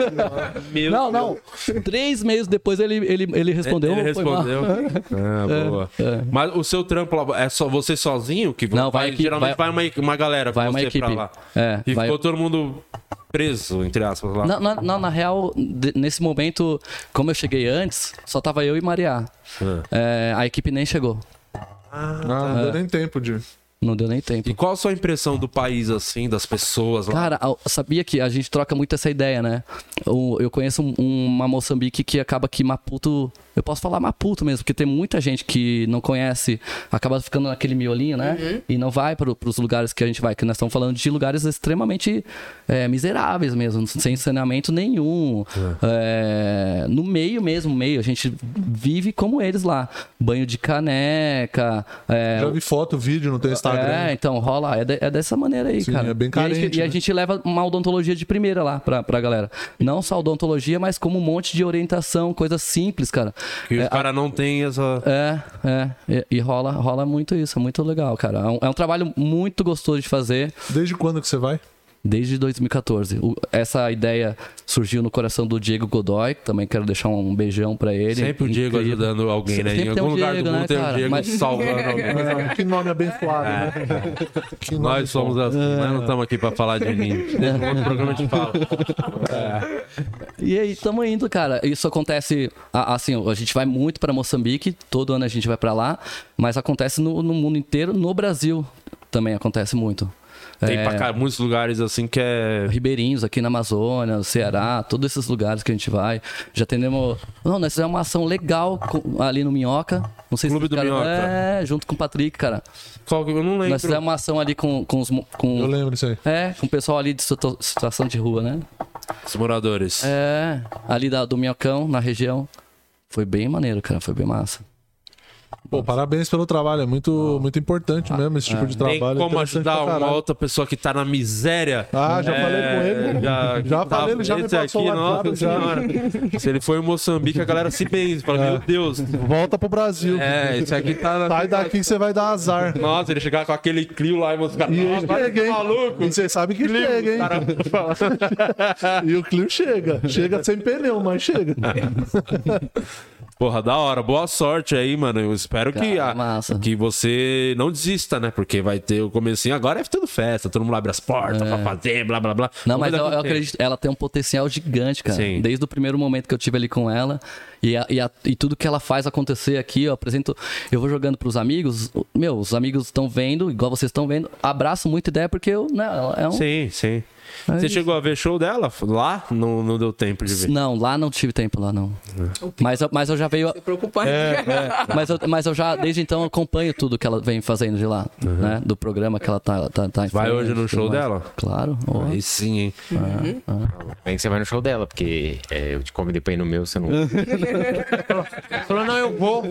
Speaker 2: Meu
Speaker 5: Não,
Speaker 2: Deus.
Speaker 5: não. Três meses depois ele, ele, ele respondeu. É,
Speaker 2: Ele
Speaker 5: "Foi mal."
Speaker 2: respondeu. Ah, boa. Mas o seu trampo lá é só você sozinho? Que
Speaker 5: Não, vai equipe,
Speaker 2: Geralmente vai,
Speaker 5: vai-
Speaker 2: uma, uma galera com
Speaker 5: vai uma
Speaker 2: você pra
Speaker 5: equipe.
Speaker 2: lá.
Speaker 5: É,
Speaker 2: e
Speaker 5: vai-
Speaker 2: ficou todo mundo preso, entre aspas, lá.
Speaker 5: Não, não, não, na real, de- nesse momento, como eu cheguei antes, só tava eu e Mariá. É, a equipe nem chegou.
Speaker 2: Ah,
Speaker 3: Não, não deu nem tempo de.
Speaker 5: Não deu nem tempo.
Speaker 2: E qual a sua impressão do país, assim, das pessoas lá?
Speaker 5: Cara, eu sabia que a gente troca muito essa ideia, né? Eu, eu conheço um- uma Moçambique que acaba que Maputo. Eu posso falar Maputo mesmo, porque tem muita gente que não conhece, acaba ficando naquele miolinho, né? E não vai pro, pros lugares que a gente vai, que nós estamos falando de lugares extremamente é, miseráveis mesmo, sem saneamento nenhum. É, no meio mesmo, meio. A gente vive como eles lá: banho de caneca, é,
Speaker 3: Já vi foto, vídeo, não tem
Speaker 5: é,
Speaker 3: Instagram.
Speaker 5: então rola. É, de- é dessa maneira aí,
Speaker 3: Tá Sim,
Speaker 5: cara.
Speaker 3: é bem
Speaker 5: e, a
Speaker 3: carente,
Speaker 5: gente, e a
Speaker 3: né?
Speaker 5: gente leva uma odontologia de primeira lá pra, pra galera. Não só odontologia, mas como um monte de orientação, coisas simples, cara.
Speaker 2: E os
Speaker 5: É,
Speaker 2: caras não têm essa.
Speaker 5: é, é. E, e rola, rola muito isso. É muito legal, cara. É um, é um trabalho muito gostoso de fazer.
Speaker 3: Desde quando que você vai?
Speaker 5: desde 2014. O- essa ideia surgiu no coração do Diego Godoy, que também quero deixar um beijão pra ele.
Speaker 2: Sempre o Diego
Speaker 5: Incrível.
Speaker 2: ajudando alguém, né? Em
Speaker 5: Sempre tem
Speaker 2: algum
Speaker 5: um
Speaker 2: lugar do
Speaker 5: Diego,
Speaker 2: mundo
Speaker 5: né,
Speaker 2: tem o
Speaker 5: cara?
Speaker 2: Diego
Speaker 5: Mas-
Speaker 2: salvando alguém.
Speaker 3: É, que nome abençoado, né? Que nome
Speaker 2: Ah, é. Nós somos assim,
Speaker 5: É.
Speaker 2: mas não estamos aqui pra falar de mim. Deixa outro programa de fala.
Speaker 5: E aí, tamo indo, cara. Isso acontece, a- assim, a gente vai muito pra Moçambique, todo ano a gente vai pra lá, mas acontece no, no mundo inteiro, no Brasil também acontece muito.
Speaker 2: Tem
Speaker 5: É,
Speaker 2: pra cá muitos lugares assim que é.
Speaker 5: Ribeirinhos aqui na Amazônia, no Ceará, todos esses lugares que a gente vai. Já atendemos. Não, nós fizemos uma ação legal co- ali no Minhoca. Não sei
Speaker 2: Clube
Speaker 5: se
Speaker 2: do
Speaker 5: vocês ficaram-
Speaker 2: Minhoca.
Speaker 5: É, junto com o Patrick, cara.
Speaker 2: Qual que eu não
Speaker 5: Nós
Speaker 2: lembro.
Speaker 5: fizemos uma ação ali com, com os. mo-
Speaker 3: Eu
Speaker 5: Com,
Speaker 3: lembro disso aí.
Speaker 5: é, com o pessoal ali de situ- situação de rua, né?
Speaker 2: Os moradores.
Speaker 5: É, ali da, do Minhocão, na região. Foi bem maneiro, cara. Foi bem massa.
Speaker 3: Pô, parabéns pelo trabalho. É muito, muito importante mesmo esse tipo de
Speaker 2: Ah. Tem
Speaker 3: trabalho. é
Speaker 2: como
Speaker 3: interessante
Speaker 2: ajudar
Speaker 3: pra
Speaker 2: uma
Speaker 3: caralho.
Speaker 2: outra pessoa que tá na miséria? É,
Speaker 3: Ah, já falei com ele.
Speaker 2: Já, tá
Speaker 3: Já falei, ele já me
Speaker 2: esse
Speaker 3: passou o
Speaker 2: aqui,
Speaker 3: WhatsApp,
Speaker 2: nossa
Speaker 3: já.
Speaker 2: senhora. Se ele for em Moçambique, a galera se benze. Fala, meu Deus.
Speaker 3: Volta pro Brasil.
Speaker 2: É, esse aqui tá. na-
Speaker 3: Sai daqui que você vai dar azar.
Speaker 2: Nossa, ele chegar com aquele Clio lá e mostrar.
Speaker 3: E eu
Speaker 2: Nossa,
Speaker 3: cheguei.
Speaker 2: maluco.
Speaker 3: E você sabe que chega, hein? e o Clio chega. Chega sem pneu, mas chega.
Speaker 2: Porra, da hora. Boa sorte aí, mano. Eu espero que,
Speaker 5: Cara,
Speaker 2: a-
Speaker 5: massa.
Speaker 2: que você não desista, né? Porque vai ter o comecinho. Agora é tudo festa. Todo mundo abre as portas pra fazer, blá, blá, blá.
Speaker 5: É. Não,
Speaker 2: Vamos
Speaker 5: mas
Speaker 2: ver
Speaker 5: eu, eu
Speaker 2: daqui a um tempo.
Speaker 5: acredito, ela tem um potencial gigante, cara.
Speaker 2: Sim.
Speaker 5: Desde o primeiro momento que eu tive ali com ela e, a- e a- e tudo que ela faz acontecer aqui, eu apresento, eu vou jogando pros amigos, o- meu, os amigos estão vendo, igual vocês estão vendo, abraço muito ideia porque eu, né, ela é um...
Speaker 2: Sim, sim.
Speaker 5: É
Speaker 2: você
Speaker 5: isso.
Speaker 2: chegou a ver show dela? Lá? Não, não deu tempo de ver.
Speaker 5: Não, lá não tive tempo, lá não. Mas, eu- mas eu já veio,
Speaker 4: Preocupante.
Speaker 2: É,
Speaker 5: mas eu, mas eu já, desde então, eu acompanho tudo que ela vem fazendo de lá, né, do programa que ela tá, tá, tá em
Speaker 2: Uhum. Vai
Speaker 5: frente
Speaker 2: hoje no
Speaker 5: e tudo
Speaker 2: show
Speaker 5: mais.
Speaker 2: dela?
Speaker 5: Claro. ó.
Speaker 2: Aí sim, hein?
Speaker 1: Bem que você vai no show dela, porque é, eu te convidei pra ir no meu, você não. falou, não, eu vou.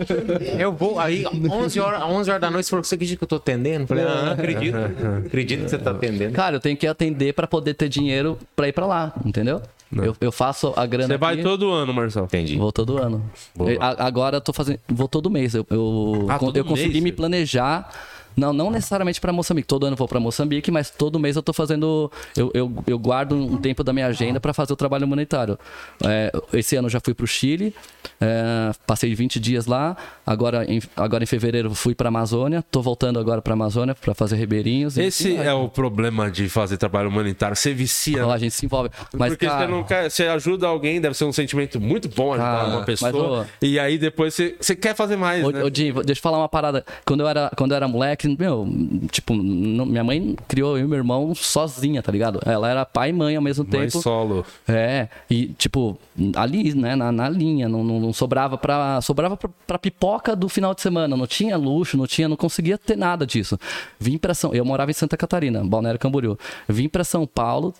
Speaker 1: Eu vou. Aí, 11 horas, 11 horas da noite, você falou, você acredita que eu tô atendendo? Eu Falei, ah, não acredito. Acredito que você tá atendendo.
Speaker 5: Cara, eu tenho que atender pra poder ter dinheiro pra ir pra lá, entendeu? Eu, eu faço a grana
Speaker 2: Você vai
Speaker 5: aqui,
Speaker 2: todo ano, Marcelo.
Speaker 1: Entendi.
Speaker 5: Vou todo ano. Eu- a- agora eu tô fazendo. Vou todo mês. Eu, eu,
Speaker 2: Ah,
Speaker 5: con-
Speaker 2: todo
Speaker 5: eu consegui
Speaker 2: mês?
Speaker 5: me planejar. Não, não necessariamente pra Moçambique. Todo ano eu vou pra Moçambique, mas todo mês eu tô fazendo. Eu, eu, eu guardo um tempo da minha agenda pra fazer o trabalho humanitário. É, esse ano eu já fui pro Chile, é, passei 20 dias lá. Agora em, agora em fevereiro eu fui pra Amazônia. Tô voltando agora pra Amazônia pra fazer ribeirinhos. e-
Speaker 2: Esse é o problema de fazer trabalho humanitário. Você vicia. né?
Speaker 5: Ó, a gente se envolve. Mas,
Speaker 2: Porque
Speaker 5: cara,
Speaker 2: você não quer. Você ajuda alguém, deve ser um sentimento muito bom ajudar
Speaker 5: Cara,
Speaker 2: uma
Speaker 5: mas,
Speaker 2: pessoa.
Speaker 5: ô-
Speaker 2: E aí depois você, você quer fazer mais,
Speaker 5: Ô,
Speaker 2: né?
Speaker 5: ô, Jim, vou- deixa eu falar uma parada. Quando eu era, quando eu era moleque, meu, tipo, não- minha mãe criou eu e meu irmão sozinha, tá ligado? Ela era pai e mãe ao mesmo
Speaker 2: Mais
Speaker 5: tempo.
Speaker 2: solo.
Speaker 5: É, e tipo, ali, né, na, na linha, não, não, não sobrava pra. Sobrava pra, pra pipoca do final de semana. Não tinha luxo, não tinha, não conseguia ter nada disso. Vim pra São. Eu morava em Santa Catarina, Balneário Camboriú. Vim pra São Paulo.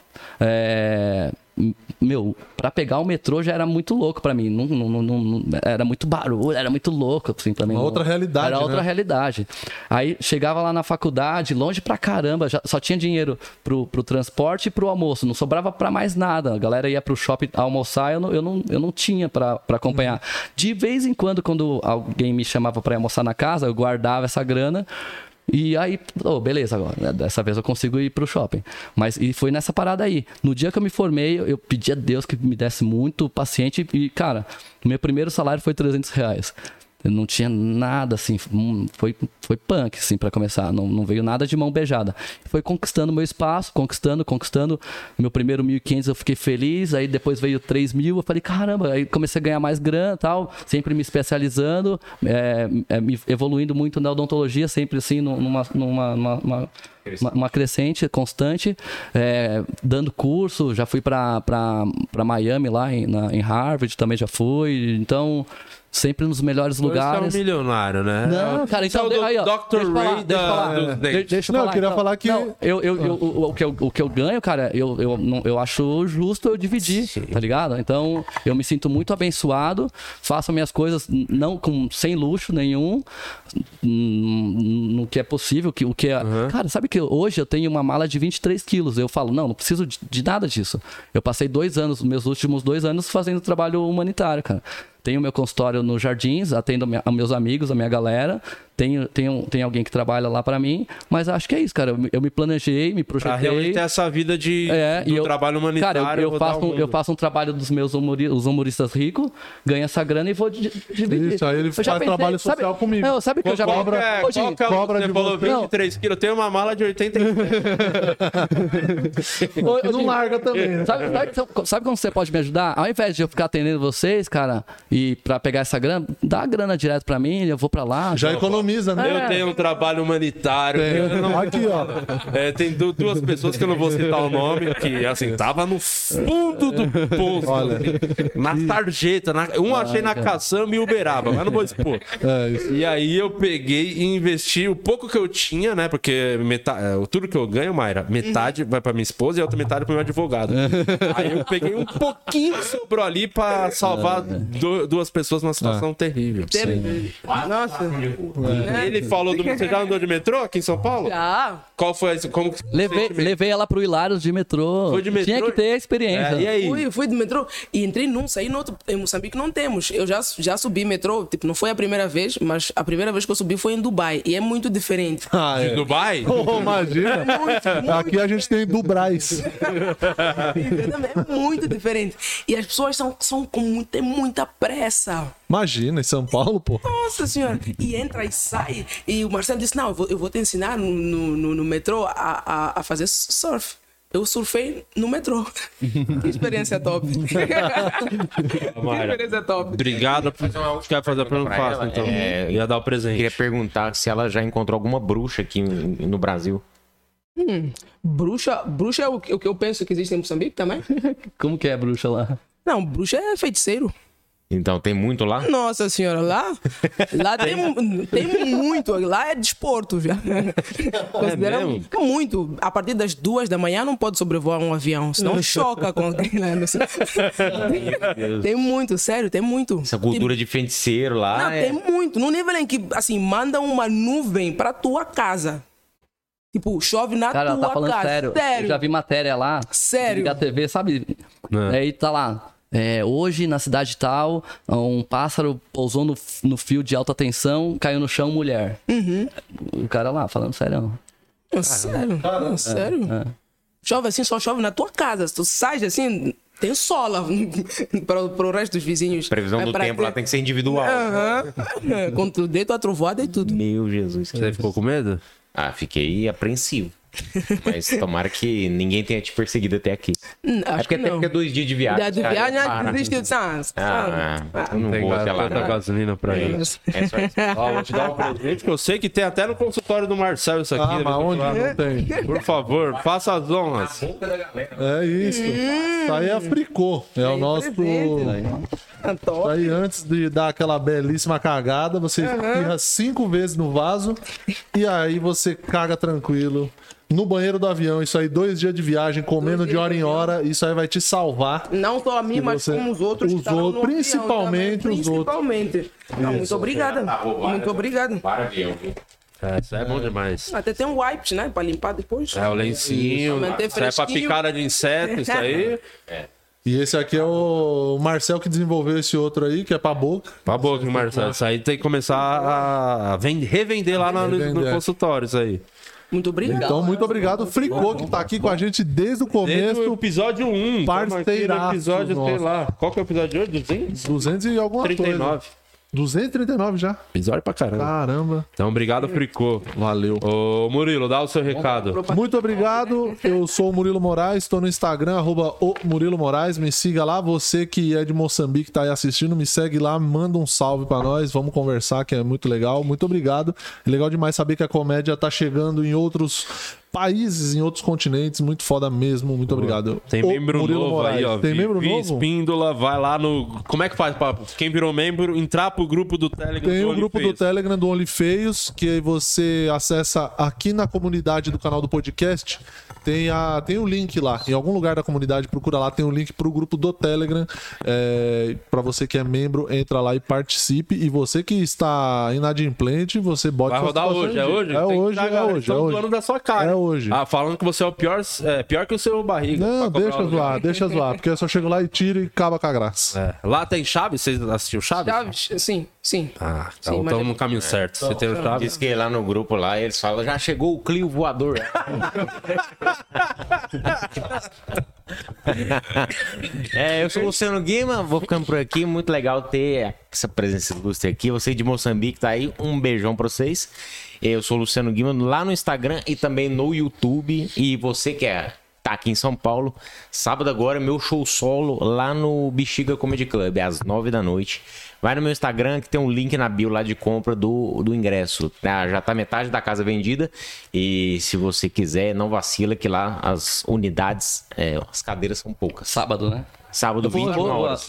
Speaker 5: É. m- Meu, pra pegar o metrô já era muito louco pra mim. Não, não- não- não- era muito barulho, era muito louco, assim, também.
Speaker 3: Uma
Speaker 5: Não-
Speaker 3: outra realidade,
Speaker 5: Era
Speaker 3: né?
Speaker 5: outra realidade. Aí chegava lá na faculdade, longe pra caramba, já- só tinha dinheiro pro, pro transporte e pro almoço, não sobrava pra mais nada. A galera ia pro shopping almoçar, eu não, eu não, eu não tinha pra, pra acompanhar. De vez em quando, quando alguém me chamava pra ir almoçar na casa, eu guardava essa grana. E aí, oh, beleza, agora. Dessa vez eu consigo ir pro shopping. Mas e foi nessa parada aí. No dia que eu me formei, eu- eu pedi a Deus que me desse muito paciente. E, cara, meu primeiro salário foi 300 reais. Eu não tinha nada assim, hum, foi, foi punk assim para começar, não, não veio nada de mão beijada. Foi conquistando meu espaço, conquistando, conquistando. Meu primeiro 1.500 eu fiquei feliz, aí depois veio 3 mil, eu falei, caramba, aí comecei a ganhar mais grana e tal, sempre me especializando, é, é, me evoluindo muito na odontologia, sempre assim, num- numa, numa, numa- uma- uma- uma crescente constante, é, dando curso, já fui para Miami lá em, na- em Harvard também já fui, então sempre nos melhores lugares.
Speaker 2: Você é um milionário, né?
Speaker 5: Não,
Speaker 2: É o-
Speaker 5: cara, então
Speaker 2: você é o
Speaker 5: de- aí, ó,
Speaker 2: Dr.
Speaker 5: deixa eu falar,
Speaker 2: Ray
Speaker 5: deixa eu falar.
Speaker 2: da, dos
Speaker 5: De-
Speaker 2: dentes.
Speaker 5: deixa eu
Speaker 3: Não, eu
Speaker 5: falar,
Speaker 3: queria
Speaker 5: então.
Speaker 3: falar que-
Speaker 5: Não, eu, eu, eu- o, o que eu, o que eu ganho, cara, eu, eu, não- eu acho justo eu dividir, tá ligado? Então, eu me sinto muito abençoado, faço minhas coisas n- não com, sem luxo nenhum, n- no que é possível, que, o que é... Cara, sabe que hoje eu tenho uma mala de 23 quilos, eu falo, não, não preciso de, de nada disso. Eu passei dois anos, meus últimos dois anos, fazendo trabalho humanitário, cara. Tenho meu consultório no Jardins, atendo a minha- a meus amigos, a minha galera. Tem, tem, um- tem alguém que trabalha lá pra mim, mas acho que é isso, cara. Eu, me- eu me planejei, me
Speaker 2: Pra realmente
Speaker 5: projetei.
Speaker 2: ter essa vida de
Speaker 5: É,
Speaker 2: do
Speaker 5: e eu,
Speaker 2: trabalho humanitário.
Speaker 5: Cara, eu, eu,
Speaker 2: rodar o
Speaker 5: faço um,
Speaker 2: mundo.
Speaker 5: eu faço um trabalho dos meus humori- os humoristas ricos, ganho essa grana e vou di- di- dividir.
Speaker 3: Isso, aí ele
Speaker 5: Eu
Speaker 3: faz
Speaker 5: já
Speaker 3: trabalho social
Speaker 5: sabe,
Speaker 3: comigo.
Speaker 5: Não, sabe que eu já
Speaker 2: Qual que é-
Speaker 5: Ô, Gi,
Speaker 2: qual que é o-
Speaker 3: cobra
Speaker 2: você
Speaker 3: de
Speaker 2: falou
Speaker 3: você.
Speaker 2: 23 quilos, eu tenho uma mala de 83
Speaker 5: ô, ô,
Speaker 3: Não
Speaker 5: Gi,
Speaker 3: larga também, né?
Speaker 5: Sabe, sabe, sabe como você pode me ajudar? Ao invés de eu ficar atendendo vocês, cara, e pra pegar essa grana, dá a grana direto pra mim, eu vou pra lá.
Speaker 3: Já economiza, né?
Speaker 2: Eu tenho um trabalho humanitário.
Speaker 3: Tem.
Speaker 2: Eu não-
Speaker 3: Aqui, ó.
Speaker 2: É, tem du- duas pessoas que eu não vou citar o nome, que assim, tava no fundo do poço. assim,
Speaker 3: Olha.
Speaker 2: Na tarjeta. na- um achei na caçamba e Uberaba, mas não vou expor.
Speaker 3: É, isso.
Speaker 2: E aí eu peguei e investi o pouco que eu tinha, né? Porque metade, tudo que eu ganho, Mayra, metade vai pra minha esposa e a outra metade pro meu advogado. aí eu peguei um pouquinho que sobrou ali pra salvar du- duas pessoas numa situação terrível. É.
Speaker 4: Nossa.
Speaker 2: Ele falou do. Você já andou de metrô aqui em São Paulo?
Speaker 4: Já.
Speaker 2: Qual foi esse. Como que-
Speaker 5: Levei, levei ela pro Hilários de metrô.
Speaker 2: Foi de metrô?
Speaker 5: Tinha que ter a experiência.
Speaker 2: É, e aí?
Speaker 4: Fui, fui de metrô e entrei num, saí no outro. Em Moçambique não temos. Eu já, já subi metrô, tipo, não foi a primeira vez, mas a primeira vez que eu subi foi em Dubai. E é muito diferente.
Speaker 3: Ah, é.
Speaker 2: Dubai?
Speaker 3: Ô, imagina. Aqui é a gente tem do Braz.
Speaker 4: É muito diferente. E as pessoas são, são com muita, tem muita pressa.
Speaker 3: Imagina, em São Paulo, pô.
Speaker 4: Nossa senhora. E entra e sai. E o Marcelo disse: Não, eu vou, eu vou te ensinar no, no, no- no metrô a, a, a fazer surf. Eu surfei no metrô. Que experiência top. que experiência top.
Speaker 2: Obrigado. Quer fazer a pergunta
Speaker 1: pra
Speaker 2: fácil,
Speaker 1: ela?
Speaker 2: então.
Speaker 1: É,
Speaker 2: Ia dar o
Speaker 1: Eu
Speaker 2: presente.
Speaker 1: queria perguntar se ela já encontrou alguma bruxa aqui em- no Brasil.
Speaker 4: Bruxa, bruxa é o que o que eu penso que existe em Moçambique também?
Speaker 5: Como que é, bruxa lá?
Speaker 4: Não, bruxa é feiticeiro.
Speaker 1: Então, tem muito lá?
Speaker 4: Nossa senhora, lá, lá tem, mu- tem muito, lá é desporto já. Considera
Speaker 2: mesmo?
Speaker 4: é muito. A partir das duas da manhã não pode sobrevoar um avião, senão choca com né, Tem muito, sério, tem muito.
Speaker 1: Essa cultura de feiticeiro lá.
Speaker 5: um
Speaker 4: Não,
Speaker 1: é-
Speaker 4: tem muito. No nível em que, assim, manda uma nuvem pra tua casa. Tipo, chove na
Speaker 5: Cara, ela
Speaker 4: tua
Speaker 5: tá falando
Speaker 4: casa.
Speaker 5: sério. Eu já vi matéria lá.
Speaker 4: Sério?
Speaker 5: Da TV, sabe? Aí tá lá. é, hoje, na cidade tal, um pássaro pousou no, no fio de alta tensão, caiu no chão, mulher.
Speaker 4: Uhum.
Speaker 5: O cara lá, falando sério.
Speaker 4: É Sério? É sério? Chove assim, só chove na tua casa. Se tu sai assim, tem sola para pro resto dos vizinhos.
Speaker 1: Previsão
Speaker 4: Vai
Speaker 1: do
Speaker 4: pra
Speaker 1: tempo
Speaker 4: ter-
Speaker 1: lá tem que ser individual.
Speaker 4: Aham. Quando tu deita a trovoada e tudo.
Speaker 1: Meu Jesus.
Speaker 2: Você ficou com medo?
Speaker 1: Ah, fiquei apreensivo. Mas tomara que ninguém tenha te perseguido até aqui.
Speaker 4: Hum,
Speaker 1: é
Speaker 4: Acho
Speaker 1: porque
Speaker 4: que
Speaker 1: até
Speaker 4: não.
Speaker 1: porque é dois dias de viagem.
Speaker 4: Da de
Speaker 1: cara,
Speaker 4: viagem, ah,
Speaker 1: é, para.
Speaker 4: desiste, eu disse, ah,
Speaker 1: Ah,
Speaker 4: ah, ah,
Speaker 1: eu não vou até lá,
Speaker 2: tanta
Speaker 1: não.
Speaker 2: gasolina pra ele.
Speaker 1: É só isso.
Speaker 2: Ó, vou te dar um presente que eu sei que tem até no consultório do Marcelo isso aqui.
Speaker 3: Ah, mas onde é? não tem?
Speaker 2: Por favor, faça as honras.
Speaker 3: É isso. Isso aí é fricô. É né? o nosso.
Speaker 4: presente. ah, top.
Speaker 3: Aí antes de dar aquela belíssima cagada, você espirra cinco vezes no vaso e aí você caga tranquilo. No banheiro do avião, isso aí, dois dias de viagem, comendo de hora em hora, isso aí vai te salvar.
Speaker 4: Não só a mim,
Speaker 3: Que
Speaker 4: mas
Speaker 3: você-
Speaker 4: como os outros. que
Speaker 3: os
Speaker 4: estavam no
Speaker 3: outros,
Speaker 4: avião
Speaker 3: principalmente
Speaker 4: também.
Speaker 3: os outros.
Speaker 4: Principalmente. Não, muito obrigada.
Speaker 2: Ah,
Speaker 4: Muito obrigada.
Speaker 1: Para, viu?
Speaker 2: É, isso é bom demais.
Speaker 4: Até tem um wipes, né? Pra limpar depois.
Speaker 2: É o lencinho,
Speaker 4: Manter
Speaker 2: isso é pra
Speaker 4: fresquinho.
Speaker 2: picada de inseto, isso aí.
Speaker 3: E esse aqui é o Marcel que desenvolveu esse outro aí, que é pra boca.
Speaker 2: Pra boca, hein, Tá Marcelo. Isso aí tem que começar a vend- revender lá na- no, no
Speaker 3: Revender.
Speaker 2: consultório, isso aí.
Speaker 4: Muito obrigada.
Speaker 3: Então, muito obrigado, Fricô, que tá aqui com a gente desde
Speaker 2: Desde o
Speaker 3: o começo.
Speaker 2: episódio 1. tamo aqui no
Speaker 3: parceiraço
Speaker 2: episódio, sei
Speaker 3: nosso.
Speaker 2: lá. Qual que é o episódio de hoje? 200?
Speaker 3: 200 e alguma coisa.
Speaker 2: 39.
Speaker 3: 239 já.
Speaker 2: Episódio pra caramba.
Speaker 3: Caramba.
Speaker 2: Então, obrigado, Fricô.
Speaker 3: Valeu.
Speaker 2: Ô, Murilo, dá o seu recado.
Speaker 3: Muito obrigado. Eu sou o Murilo Moraes, estou no Instagram, arroba o Murilo Moraes. Me siga lá. Você que é de Moçambique, tá aí assistindo, me segue lá, manda um salve pra nós. Vamos conversar, que é muito legal. Muito obrigado. É legal demais saber que a comédia tá chegando em outros países, em outros continentes. Muito foda mesmo. Muito obrigado.
Speaker 2: Tem
Speaker 3: O
Speaker 2: membro
Speaker 3: Murilo
Speaker 2: novo aí, ó.
Speaker 3: Moraes. Tem membro
Speaker 2: Vivi
Speaker 3: novo?
Speaker 2: Espíndola, vai lá no. Como é que faz, papo? Quem virou membro, entrar pro grupo do Telegram.
Speaker 3: Tem
Speaker 2: do
Speaker 3: o grupo do
Speaker 2: OnlyFans.
Speaker 3: Telegram do OnlyFeios, que aí você acessa aqui na comunidade do canal do podcast. Tem, a, tem o link lá. Em algum lugar da comunidade, procura lá. Tem o link pro grupo do Telegram. É, para você que é membro, entra lá e participe. E você que está inadimplente, você bota
Speaker 2: Vai
Speaker 3: sua
Speaker 2: rodar
Speaker 3: situação
Speaker 2: hoje,
Speaker 3: em
Speaker 2: é
Speaker 3: dia.
Speaker 2: hoje?
Speaker 3: É
Speaker 2: Tem que
Speaker 3: hoje,
Speaker 2: dar,
Speaker 3: é
Speaker 2: galera,
Speaker 3: hoje. É
Speaker 2: tão
Speaker 3: hoje.
Speaker 2: zoando da sua cara,
Speaker 3: É
Speaker 2: hein,
Speaker 3: hoje.
Speaker 2: Ah, falando que você é o pior, é, pior que o seu barriga.
Speaker 3: Não,
Speaker 2: pra cobrar
Speaker 3: deixa
Speaker 2: o-
Speaker 3: zoar, deixa zoar, porque eu só chego lá e tiro e acaba com a graça.
Speaker 2: É. Lá tem Chaves? Você assistiu Chaves?
Speaker 4: Chaves, sim, sim.
Speaker 2: Ah,
Speaker 4: Sim, mas
Speaker 2: estamos
Speaker 4: é-
Speaker 2: no caminho certo. Você tem o Chaves?
Speaker 1: Diz que lá no grupo lá eles falam, já chegou o Clio voador. é, eu sou o Luciano Guima, vou ficando por aqui. Muito legal ter essa presença ilustre aqui. Você de Moçambique tá aí, um beijão pra vocês. Eu sou o Luciano Guima lá no Instagram e também no YouTube. E você que é tá aqui em São Paulo, sábado agora meu show solo lá no Bexiga Comedy Club, às 9 da noite. Vai no meu Instagram que tem um link na bio lá de compra do, do ingresso. Tá, já tá metade da casa vendida e se você quiser, não vacila que lá as unidades, é, as cadeiras são poucas.
Speaker 5: Sábado, né?
Speaker 1: Sábado, 21 horas.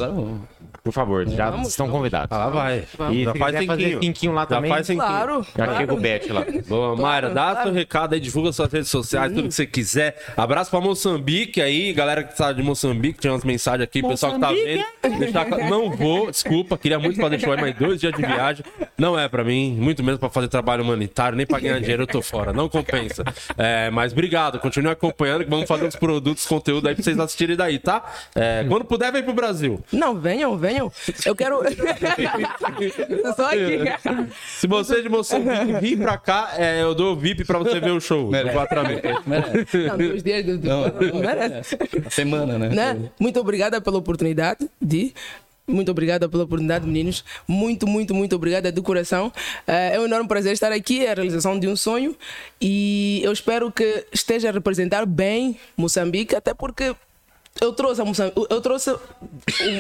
Speaker 1: Por favor, já estão convidados.
Speaker 2: Lá Ah, vai.
Speaker 1: E
Speaker 2: Já
Speaker 1: se
Speaker 2: faz
Speaker 1: quiser fazer
Speaker 2: cinquinho.
Speaker 1: quinquinho lá
Speaker 2: Já
Speaker 1: também,
Speaker 2: faz cinquinho.
Speaker 4: Claro.
Speaker 1: já chega o bet lá.
Speaker 2: Boa, Mayra, dá seu recado aí, divulga suas redes sociais, tudo que você quiser. Abraço pra Moçambique aí, galera que tá de Moçambique, tinha umas mensagens aqui, pessoal que tá vendo. Deixar claro- Não vou, desculpa, queria muito fazer show, aí, mas dois dias de viagem não é pra mim, muito menos pra fazer trabalho humanitário, nem pra ganhar dinheiro eu tô fora, não compensa. É, mas obrigado, continue acompanhando que vamos fazer os produtos, conteúdo aí pra vocês assistirem daí, tá? É, quando puder, vem pro Brasil.
Speaker 4: Não, venham, venham. Eu quero. Só aqui.
Speaker 2: Se você é de Moçambique vir pra cá, é, eu dou o VIP pra você ver o show. do Quatro Amigos.
Speaker 4: Não, dois dias do. do- merece.
Speaker 5: É, A semana, né?
Speaker 4: Né? Muito obrigada pela oportunidade de. Muito obrigada pela oportunidade, meninos. Muito, muito, muito obrigada de coração. Eh, é um enorme prazer estar aqui, é a realização de um sonho. E eu espero que esteja a representar bem Moçambique, até porque eu trouxe, a Moçambi- eu trouxe o,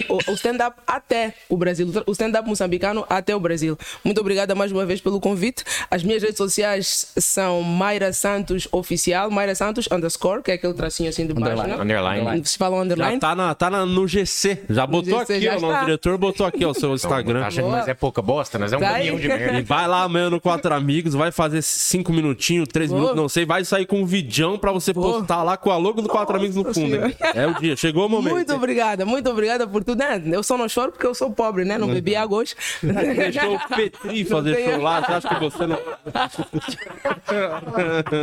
Speaker 4: o- o stand-up até o Brasil, o stand-up moçambicano até o Brasil. Muito obrigada mais uma vez pelo convite. As minhas redes sociais são Mayra Santos Oficial, Mayra Santos underscore, que é aquele tracinho assim de baixo,
Speaker 5: Underline.
Speaker 4: né?
Speaker 1: Underline.
Speaker 4: Se fala
Speaker 2: Já
Speaker 4: underline.
Speaker 2: tá, na, tá na- no GC. Já botou
Speaker 4: GC
Speaker 2: aqui,
Speaker 4: já tá. Então,
Speaker 2: ó. O nosso
Speaker 4: está.
Speaker 2: diretor botou aqui, ó, o seu Instagram.
Speaker 1: Tá achando que nós é pouca bosta, nós é um
Speaker 4: Tá
Speaker 1: caminhão
Speaker 4: aí.
Speaker 1: de merda.
Speaker 2: E vai lá amanhã no Quatro Amigos, vai fazer cinco minutinhos, três
Speaker 4: Vou.
Speaker 2: minutos, não sei. Vai sair com um vidão pra você postar lá com a logo do Quatro Amigos no fundo.
Speaker 4: Senhora.
Speaker 2: É o dia, chegou o momento.
Speaker 4: Muito obrigada, muito obrigada por tudo. né? Eu só não choro porque eu sou pobre, né? Não bebi água hoje.
Speaker 2: Deixou o Petri fazer
Speaker 4: tenho-
Speaker 2: show lá, você acha que você não...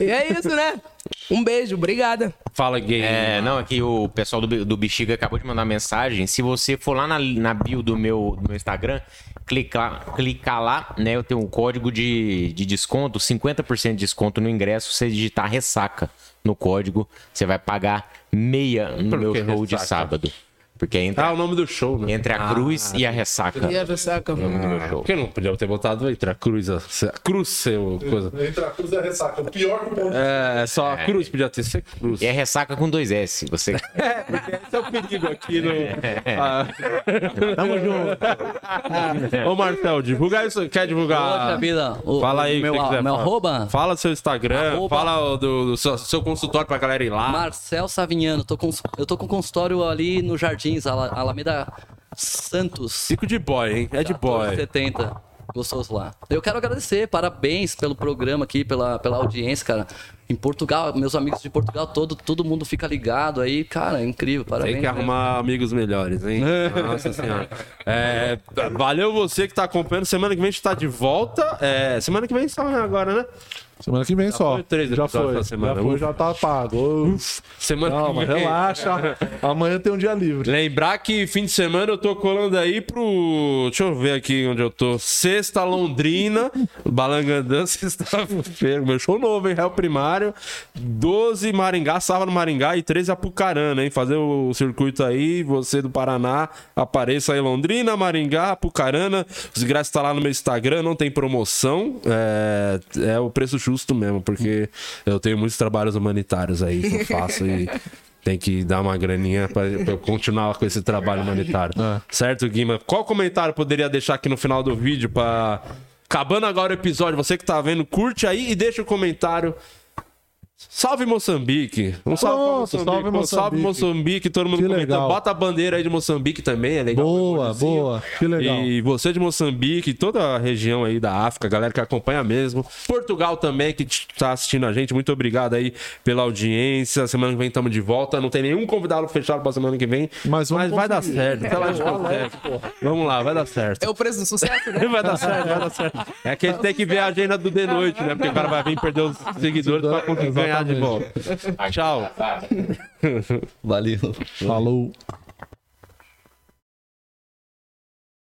Speaker 4: E é isso, né? Um beijo, obrigada.
Speaker 2: Fala, gay.
Speaker 1: É, não, aqui o pessoal do, do Bexiga acabou de mandar mensagem. Se você for lá na, na bio do meu, do meu Instagram, clicar, clicar lá, né? Eu tenho um código de, de desconto, 50% de desconto no ingresso. Você digitar ressaca no código, você vai pagar meia no meu
Speaker 2: que
Speaker 1: show de
Speaker 2: ressaca?
Speaker 1: sábado. Porque é entre,
Speaker 2: Ah, o nome do show, né?
Speaker 1: entre a cruz e a ressaca.
Speaker 4: E a ressaca.
Speaker 2: Por que não podia ter botado entre a cruz, a, a cruz, seu coisa?
Speaker 3: Entra a cruz é ressaca, o pior que pode.
Speaker 2: É, só a cruz podia ter ser cruz.
Speaker 1: E é ressaca com dois S. Você.
Speaker 2: Esse é o perigo aqui né? no.
Speaker 3: É.
Speaker 2: Tamo junto. Ô, Marcel, divulga isso. Quer
Speaker 5: Poxa
Speaker 2: divulgar?
Speaker 5: vida, o-
Speaker 2: Ah, Fala
Speaker 5: o
Speaker 2: aí, o que
Speaker 5: meu,
Speaker 2: você quiser
Speaker 5: meu
Speaker 2: falar.
Speaker 5: arroba,
Speaker 2: Fala seu Instagram,
Speaker 5: Arroba-
Speaker 2: fala o do, do seu, seu consultório pra galera ir lá.
Speaker 5: Marcel Savignano. Tô com, eu tô com um consultório ali no Jardins, Ala- Alameda Santos.
Speaker 2: Fico de boy, hein? É de
Speaker 3: Tá
Speaker 5: Tá,
Speaker 2: boy.
Speaker 5: 70. Gostoso lá. Eu quero agradecer, parabéns pelo programa aqui, pela, pela audiência, cara. Em Portugal, meus amigos de Portugal, todo, todo mundo fica ligado aí, cara, é incrível, parabéns.
Speaker 2: Tem
Speaker 3: né?
Speaker 2: que
Speaker 5: mesmo.
Speaker 2: arrumar amigos melhores, hein? Nossa senhora. É, valeu você que tá acompanhando. Semana que vem a gente tá de volta. É, semana que vem só agora, né?
Speaker 3: Semana que vem só.
Speaker 2: foi três
Speaker 3: já
Speaker 2: episódios
Speaker 3: foi.
Speaker 2: essa semana.
Speaker 3: Já foi,
Speaker 2: Ufa.
Speaker 3: já tá pago.
Speaker 2: Semana
Speaker 3: Calma,
Speaker 2: que vem.
Speaker 3: relaxa. Amanhã tem um dia livre.
Speaker 2: Lembrar que fim de semana eu tô colando aí pro. Deixa eu ver aqui onde eu tô. Sexta Londrina, Balangandã, sexta-feira. Meu show novo, hein? Réu Primário. 12 Maringá, sábado Maringá e 13 Apucarana, hein? Fazer o circuito aí, você do Paraná, apareça aí Londrina, Maringá, Apucarana. Os ingressos tá lá no meu Instagram, não tem promoção. É, é o preço justo mesmo, porque eu tenho muitos trabalhos humanitários aí que eu faço e. Tem que dar uma graninha pra, pra eu continuar com esse trabalho
Speaker 3: É.
Speaker 2: humanitário. Certo, Guima? Qual comentário poderia deixar aqui no final do vídeo pra. Acabando agora o episódio, você que tá vendo, curte aí e deixa o comentário Salve Moçambique! Um salve, pra
Speaker 3: Nossa,
Speaker 2: Moçambique.
Speaker 3: salve,
Speaker 2: pô, salve
Speaker 3: Moçambique.
Speaker 2: Moçambique, todo mundo
Speaker 3: Que
Speaker 2: comentando.
Speaker 3: legal.
Speaker 2: Bota a bandeira aí de Moçambique também, é legal.
Speaker 3: Boa,
Speaker 2: orgulhozinho.
Speaker 3: boa. Que legal.
Speaker 2: E você de Moçambique, toda a região aí da África, galera que acompanha mesmo. Portugal também, que tá assistindo a gente. Muito obrigado aí pela audiência. Semana que vem estamos de volta. Não tem nenhum convidado fechado pra semana que vem.
Speaker 3: Mas vamos
Speaker 2: vai dar
Speaker 3: conseguir. É,
Speaker 2: certo. Sei lá, acho que dá certo. Vamos lá, vai dar certo.
Speaker 4: É o preço do sucesso, né?
Speaker 2: Vai dar certo, vai dar certo. É que a gente tem que ver a agenda do de noite, né? Porque o cara vai vir perder os seguidores pra conseguir ganhar de volta. Tchau.
Speaker 5: Valeu.
Speaker 3: Falou.